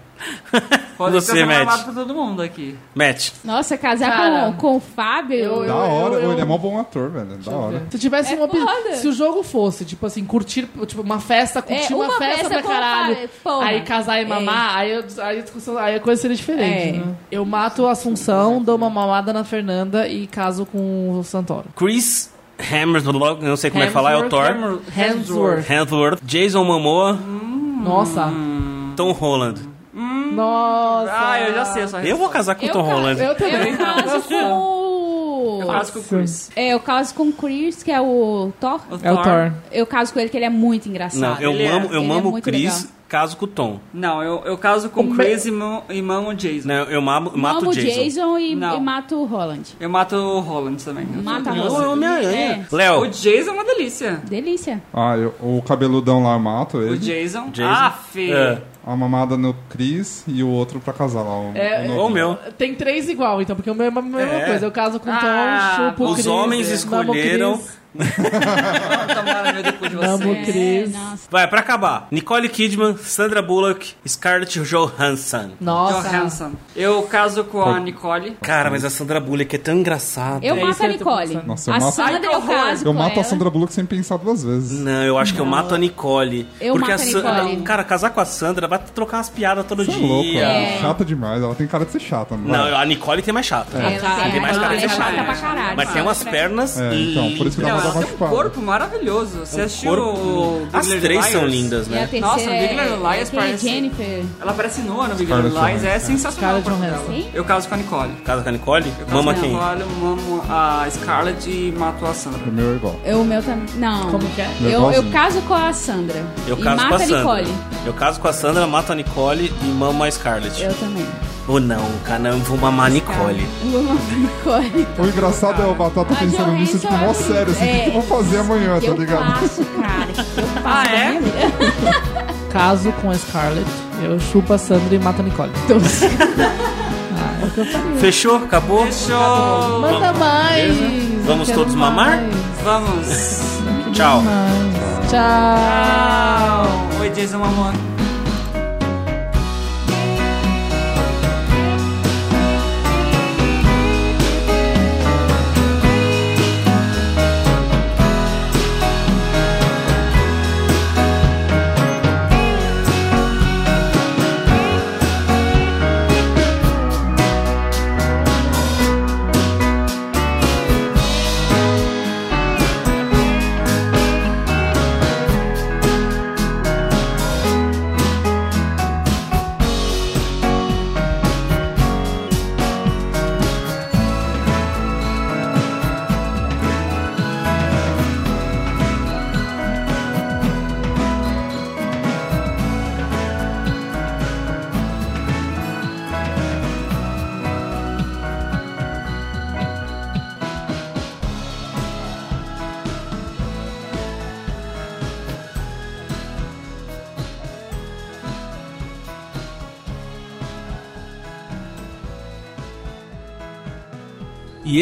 Speaker 4: Rodrigo
Speaker 1: Você,
Speaker 4: tá sendo
Speaker 1: Matt.
Speaker 4: amado por todo mundo aqui.
Speaker 1: Matt.
Speaker 2: Nossa, casar
Speaker 5: Cara.
Speaker 2: com, com o Fábio.
Speaker 5: Eu-
Speaker 3: Da
Speaker 5: eu-
Speaker 3: hora.
Speaker 5: eu-
Speaker 3: Ele é mó bom ator, velho. Da hora.
Speaker 5: Se tivesse
Speaker 2: É
Speaker 5: uma opção.
Speaker 2: foda.
Speaker 5: Se o jogo fosse, tipo assim, curtir, tipo, uma festa, curtir
Speaker 2: É,
Speaker 5: uma,
Speaker 2: uma
Speaker 5: festa,
Speaker 2: festa
Speaker 5: pra
Speaker 2: com uma
Speaker 5: caralho.
Speaker 2: fa- porra.
Speaker 5: Aí casar e mamar, aí, eu- aí a discussão, aí a coisa seria diferente.
Speaker 2: É.
Speaker 5: né? Eu mato a Assunção, dou uma mamada na Fernanda e caso com o Santoro.
Speaker 1: Chris Hemsworth, não sei como é falar, é o Thor.
Speaker 4: Hammer-
Speaker 5: Hemsworth.
Speaker 1: Hemsworth, Jason Momoa,
Speaker 5: Nossa.
Speaker 1: Tom Holland.
Speaker 5: Nossa.
Speaker 4: Ah, eu já sei a sua
Speaker 1: Eu vou
Speaker 4: resposta.
Speaker 1: casar com o
Speaker 2: Eu
Speaker 1: Tom
Speaker 2: caso.
Speaker 1: Holland.
Speaker 5: Eu também.
Speaker 2: Eu caso com.
Speaker 4: Eu caso com o Chris.
Speaker 2: É, eu caso com o Chris, que é o Thor.
Speaker 5: É o Thor.
Speaker 2: Eu caso com ele, que ele é muito engraçado.
Speaker 1: Não, eu
Speaker 4: Ele é-
Speaker 1: amo, eu
Speaker 2: ele é
Speaker 1: amo o
Speaker 2: muito
Speaker 1: Chris.
Speaker 2: legal.
Speaker 1: caso com o Tom.
Speaker 4: Não, eu, eu caso com
Speaker 5: O
Speaker 4: Chris e mão- e mão o Jason.
Speaker 1: Né? Eu mamo, mato
Speaker 2: Amo
Speaker 1: o
Speaker 2: o
Speaker 1: Jason.
Speaker 2: Jason e,
Speaker 4: Não.
Speaker 2: e mato o Holland.
Speaker 4: Eu mato o Holland também.
Speaker 2: Mata a
Speaker 1: Não, é
Speaker 2: Holland.
Speaker 1: Homem-Aranha.
Speaker 2: É.
Speaker 4: O
Speaker 1: Léo,
Speaker 4: Jason é uma delícia.
Speaker 2: Delícia.
Speaker 3: Ah, eu- o cabeludão lá eu mato
Speaker 4: O
Speaker 3: ele.
Speaker 4: Jason.
Speaker 1: Jason.
Speaker 4: Ah, filho.
Speaker 1: É.
Speaker 3: A mamada no Chris e o outro pra casar lá. O, o
Speaker 5: É,
Speaker 3: novinho.
Speaker 1: ou o meu.
Speaker 5: Tem três igual, então, porque é a mesma, a mesma
Speaker 1: É.
Speaker 5: coisa. Eu caso com o Tom,
Speaker 4: Ah,
Speaker 5: chupo o
Speaker 1: os
Speaker 5: Chris,
Speaker 1: homens
Speaker 2: é.
Speaker 5: mamo o Chris.
Speaker 1: escolheram.
Speaker 4: Tomara no cu de
Speaker 5: Amo
Speaker 4: você.
Speaker 5: o Chris.
Speaker 2: É, nossa.
Speaker 1: Vai, pra acabar. Nicole Kidman, Sandra Bullock, Scarlett Johansson.
Speaker 5: Nossa.
Speaker 4: Johansson. Eu caso com a Nicole.
Speaker 1: Cara, mas a Sandra Bullock é tão engraçada.
Speaker 2: Eu
Speaker 5: É isso
Speaker 2: mato
Speaker 5: que
Speaker 2: a
Speaker 5: eu tô
Speaker 2: Nicole.
Speaker 5: pensando.
Speaker 3: Nossa, eu
Speaker 2: a
Speaker 3: mato-
Speaker 2: Sandra eu
Speaker 4: Ai, que horror.
Speaker 2: caso
Speaker 3: Eu
Speaker 2: com
Speaker 3: mato
Speaker 2: ela.
Speaker 3: a Sandra Bullock sem pensar duas vezes.
Speaker 1: Não, eu acho que eu mato a Nicole.
Speaker 2: Eu
Speaker 1: porque
Speaker 2: mato a
Speaker 1: Sa-
Speaker 2: Nicole.
Speaker 1: Cara, casar com a Sandra vai trocar umas piadas todo
Speaker 3: Você é
Speaker 1: dia.
Speaker 3: louco, ela
Speaker 2: É.
Speaker 3: é chata demais. Ela tem cara de ser chata, não vai?
Speaker 1: Não, a Nicole tem mais chata.
Speaker 2: Ela tem-
Speaker 1: tem mais
Speaker 2: ela
Speaker 1: cara
Speaker 2: é
Speaker 1: de
Speaker 2: chata
Speaker 1: chata.
Speaker 2: pra caralho.
Speaker 1: Mas tem umas pernas
Speaker 3: É, então, por isso que
Speaker 1: lindas.
Speaker 3: dá
Speaker 4: Não,
Speaker 3: uma
Speaker 4: ela tem um
Speaker 3: chupada.
Speaker 4: corpo maravilhoso. Você assistiu
Speaker 1: É um Corpo
Speaker 4: o
Speaker 1: lindo. As
Speaker 4: Big
Speaker 1: três
Speaker 4: Little
Speaker 1: são
Speaker 4: Liars?
Speaker 1: lindas,
Speaker 2: E a
Speaker 1: né?
Speaker 2: terceira
Speaker 4: Nossa, o Big Little
Speaker 2: é,
Speaker 4: Liars
Speaker 2: aquele
Speaker 4: parece-
Speaker 2: Jennifer.
Speaker 4: Ela parece nua no Big Little
Speaker 3: Scarlett
Speaker 4: Lies. É
Speaker 3: Johansson.
Speaker 4: sensacional. o corpo
Speaker 5: Scarlett
Speaker 4: dela.
Speaker 2: Johansson.
Speaker 4: Eu caso com a Nicole.
Speaker 1: Casa com a Nicole?
Speaker 4: Eu caso
Speaker 1: Mama
Speaker 4: com a
Speaker 1: quem?
Speaker 4: Nicole, mamo a Scarlett e mato a Sandra.
Speaker 3: O meu é igual.
Speaker 2: Eu, o meu também. Não.
Speaker 5: Como que é?
Speaker 3: Meu
Speaker 2: Eu, eu
Speaker 3: igualzinho.
Speaker 2: caso com a Sandra.
Speaker 1: Eu
Speaker 2: e
Speaker 1: caso
Speaker 2: mata
Speaker 1: com a
Speaker 2: a
Speaker 1: Sandra.
Speaker 2: Nicole.
Speaker 1: Eu caso com a Sandra, mato a Nicole e mamo a Scarlett.
Speaker 2: Eu também.
Speaker 1: Ou não, cara, eu vou mamar a Nicole.
Speaker 2: Eu amo a Nicole.
Speaker 3: O engraçado é o Batata
Speaker 2: A
Speaker 3: pensando
Speaker 2: Johansson
Speaker 3: nisso, tipo,
Speaker 2: é
Speaker 3: mó
Speaker 2: assim,
Speaker 3: sério, assim, o que
Speaker 2: é,
Speaker 3: que eu vou fazer amanhã,
Speaker 2: que
Speaker 3: tá ligado?
Speaker 2: Eu faço, cara. que Eu faço
Speaker 4: Ah, é?
Speaker 2: na minha vida.
Speaker 5: Caso com a Scarlett, eu chupo a Sandra e mato a Nicole. Então, assim, ah, é
Speaker 1: Fechou? Acabou?
Speaker 4: Fechou!
Speaker 5: Manda mais!
Speaker 1: Vamos
Speaker 5: eu quero
Speaker 1: todos mamar?
Speaker 5: mais.
Speaker 4: Vamos!
Speaker 1: Tchau.
Speaker 5: Mas-
Speaker 4: Tchau! Oi, Jason Mamona.
Speaker 1: E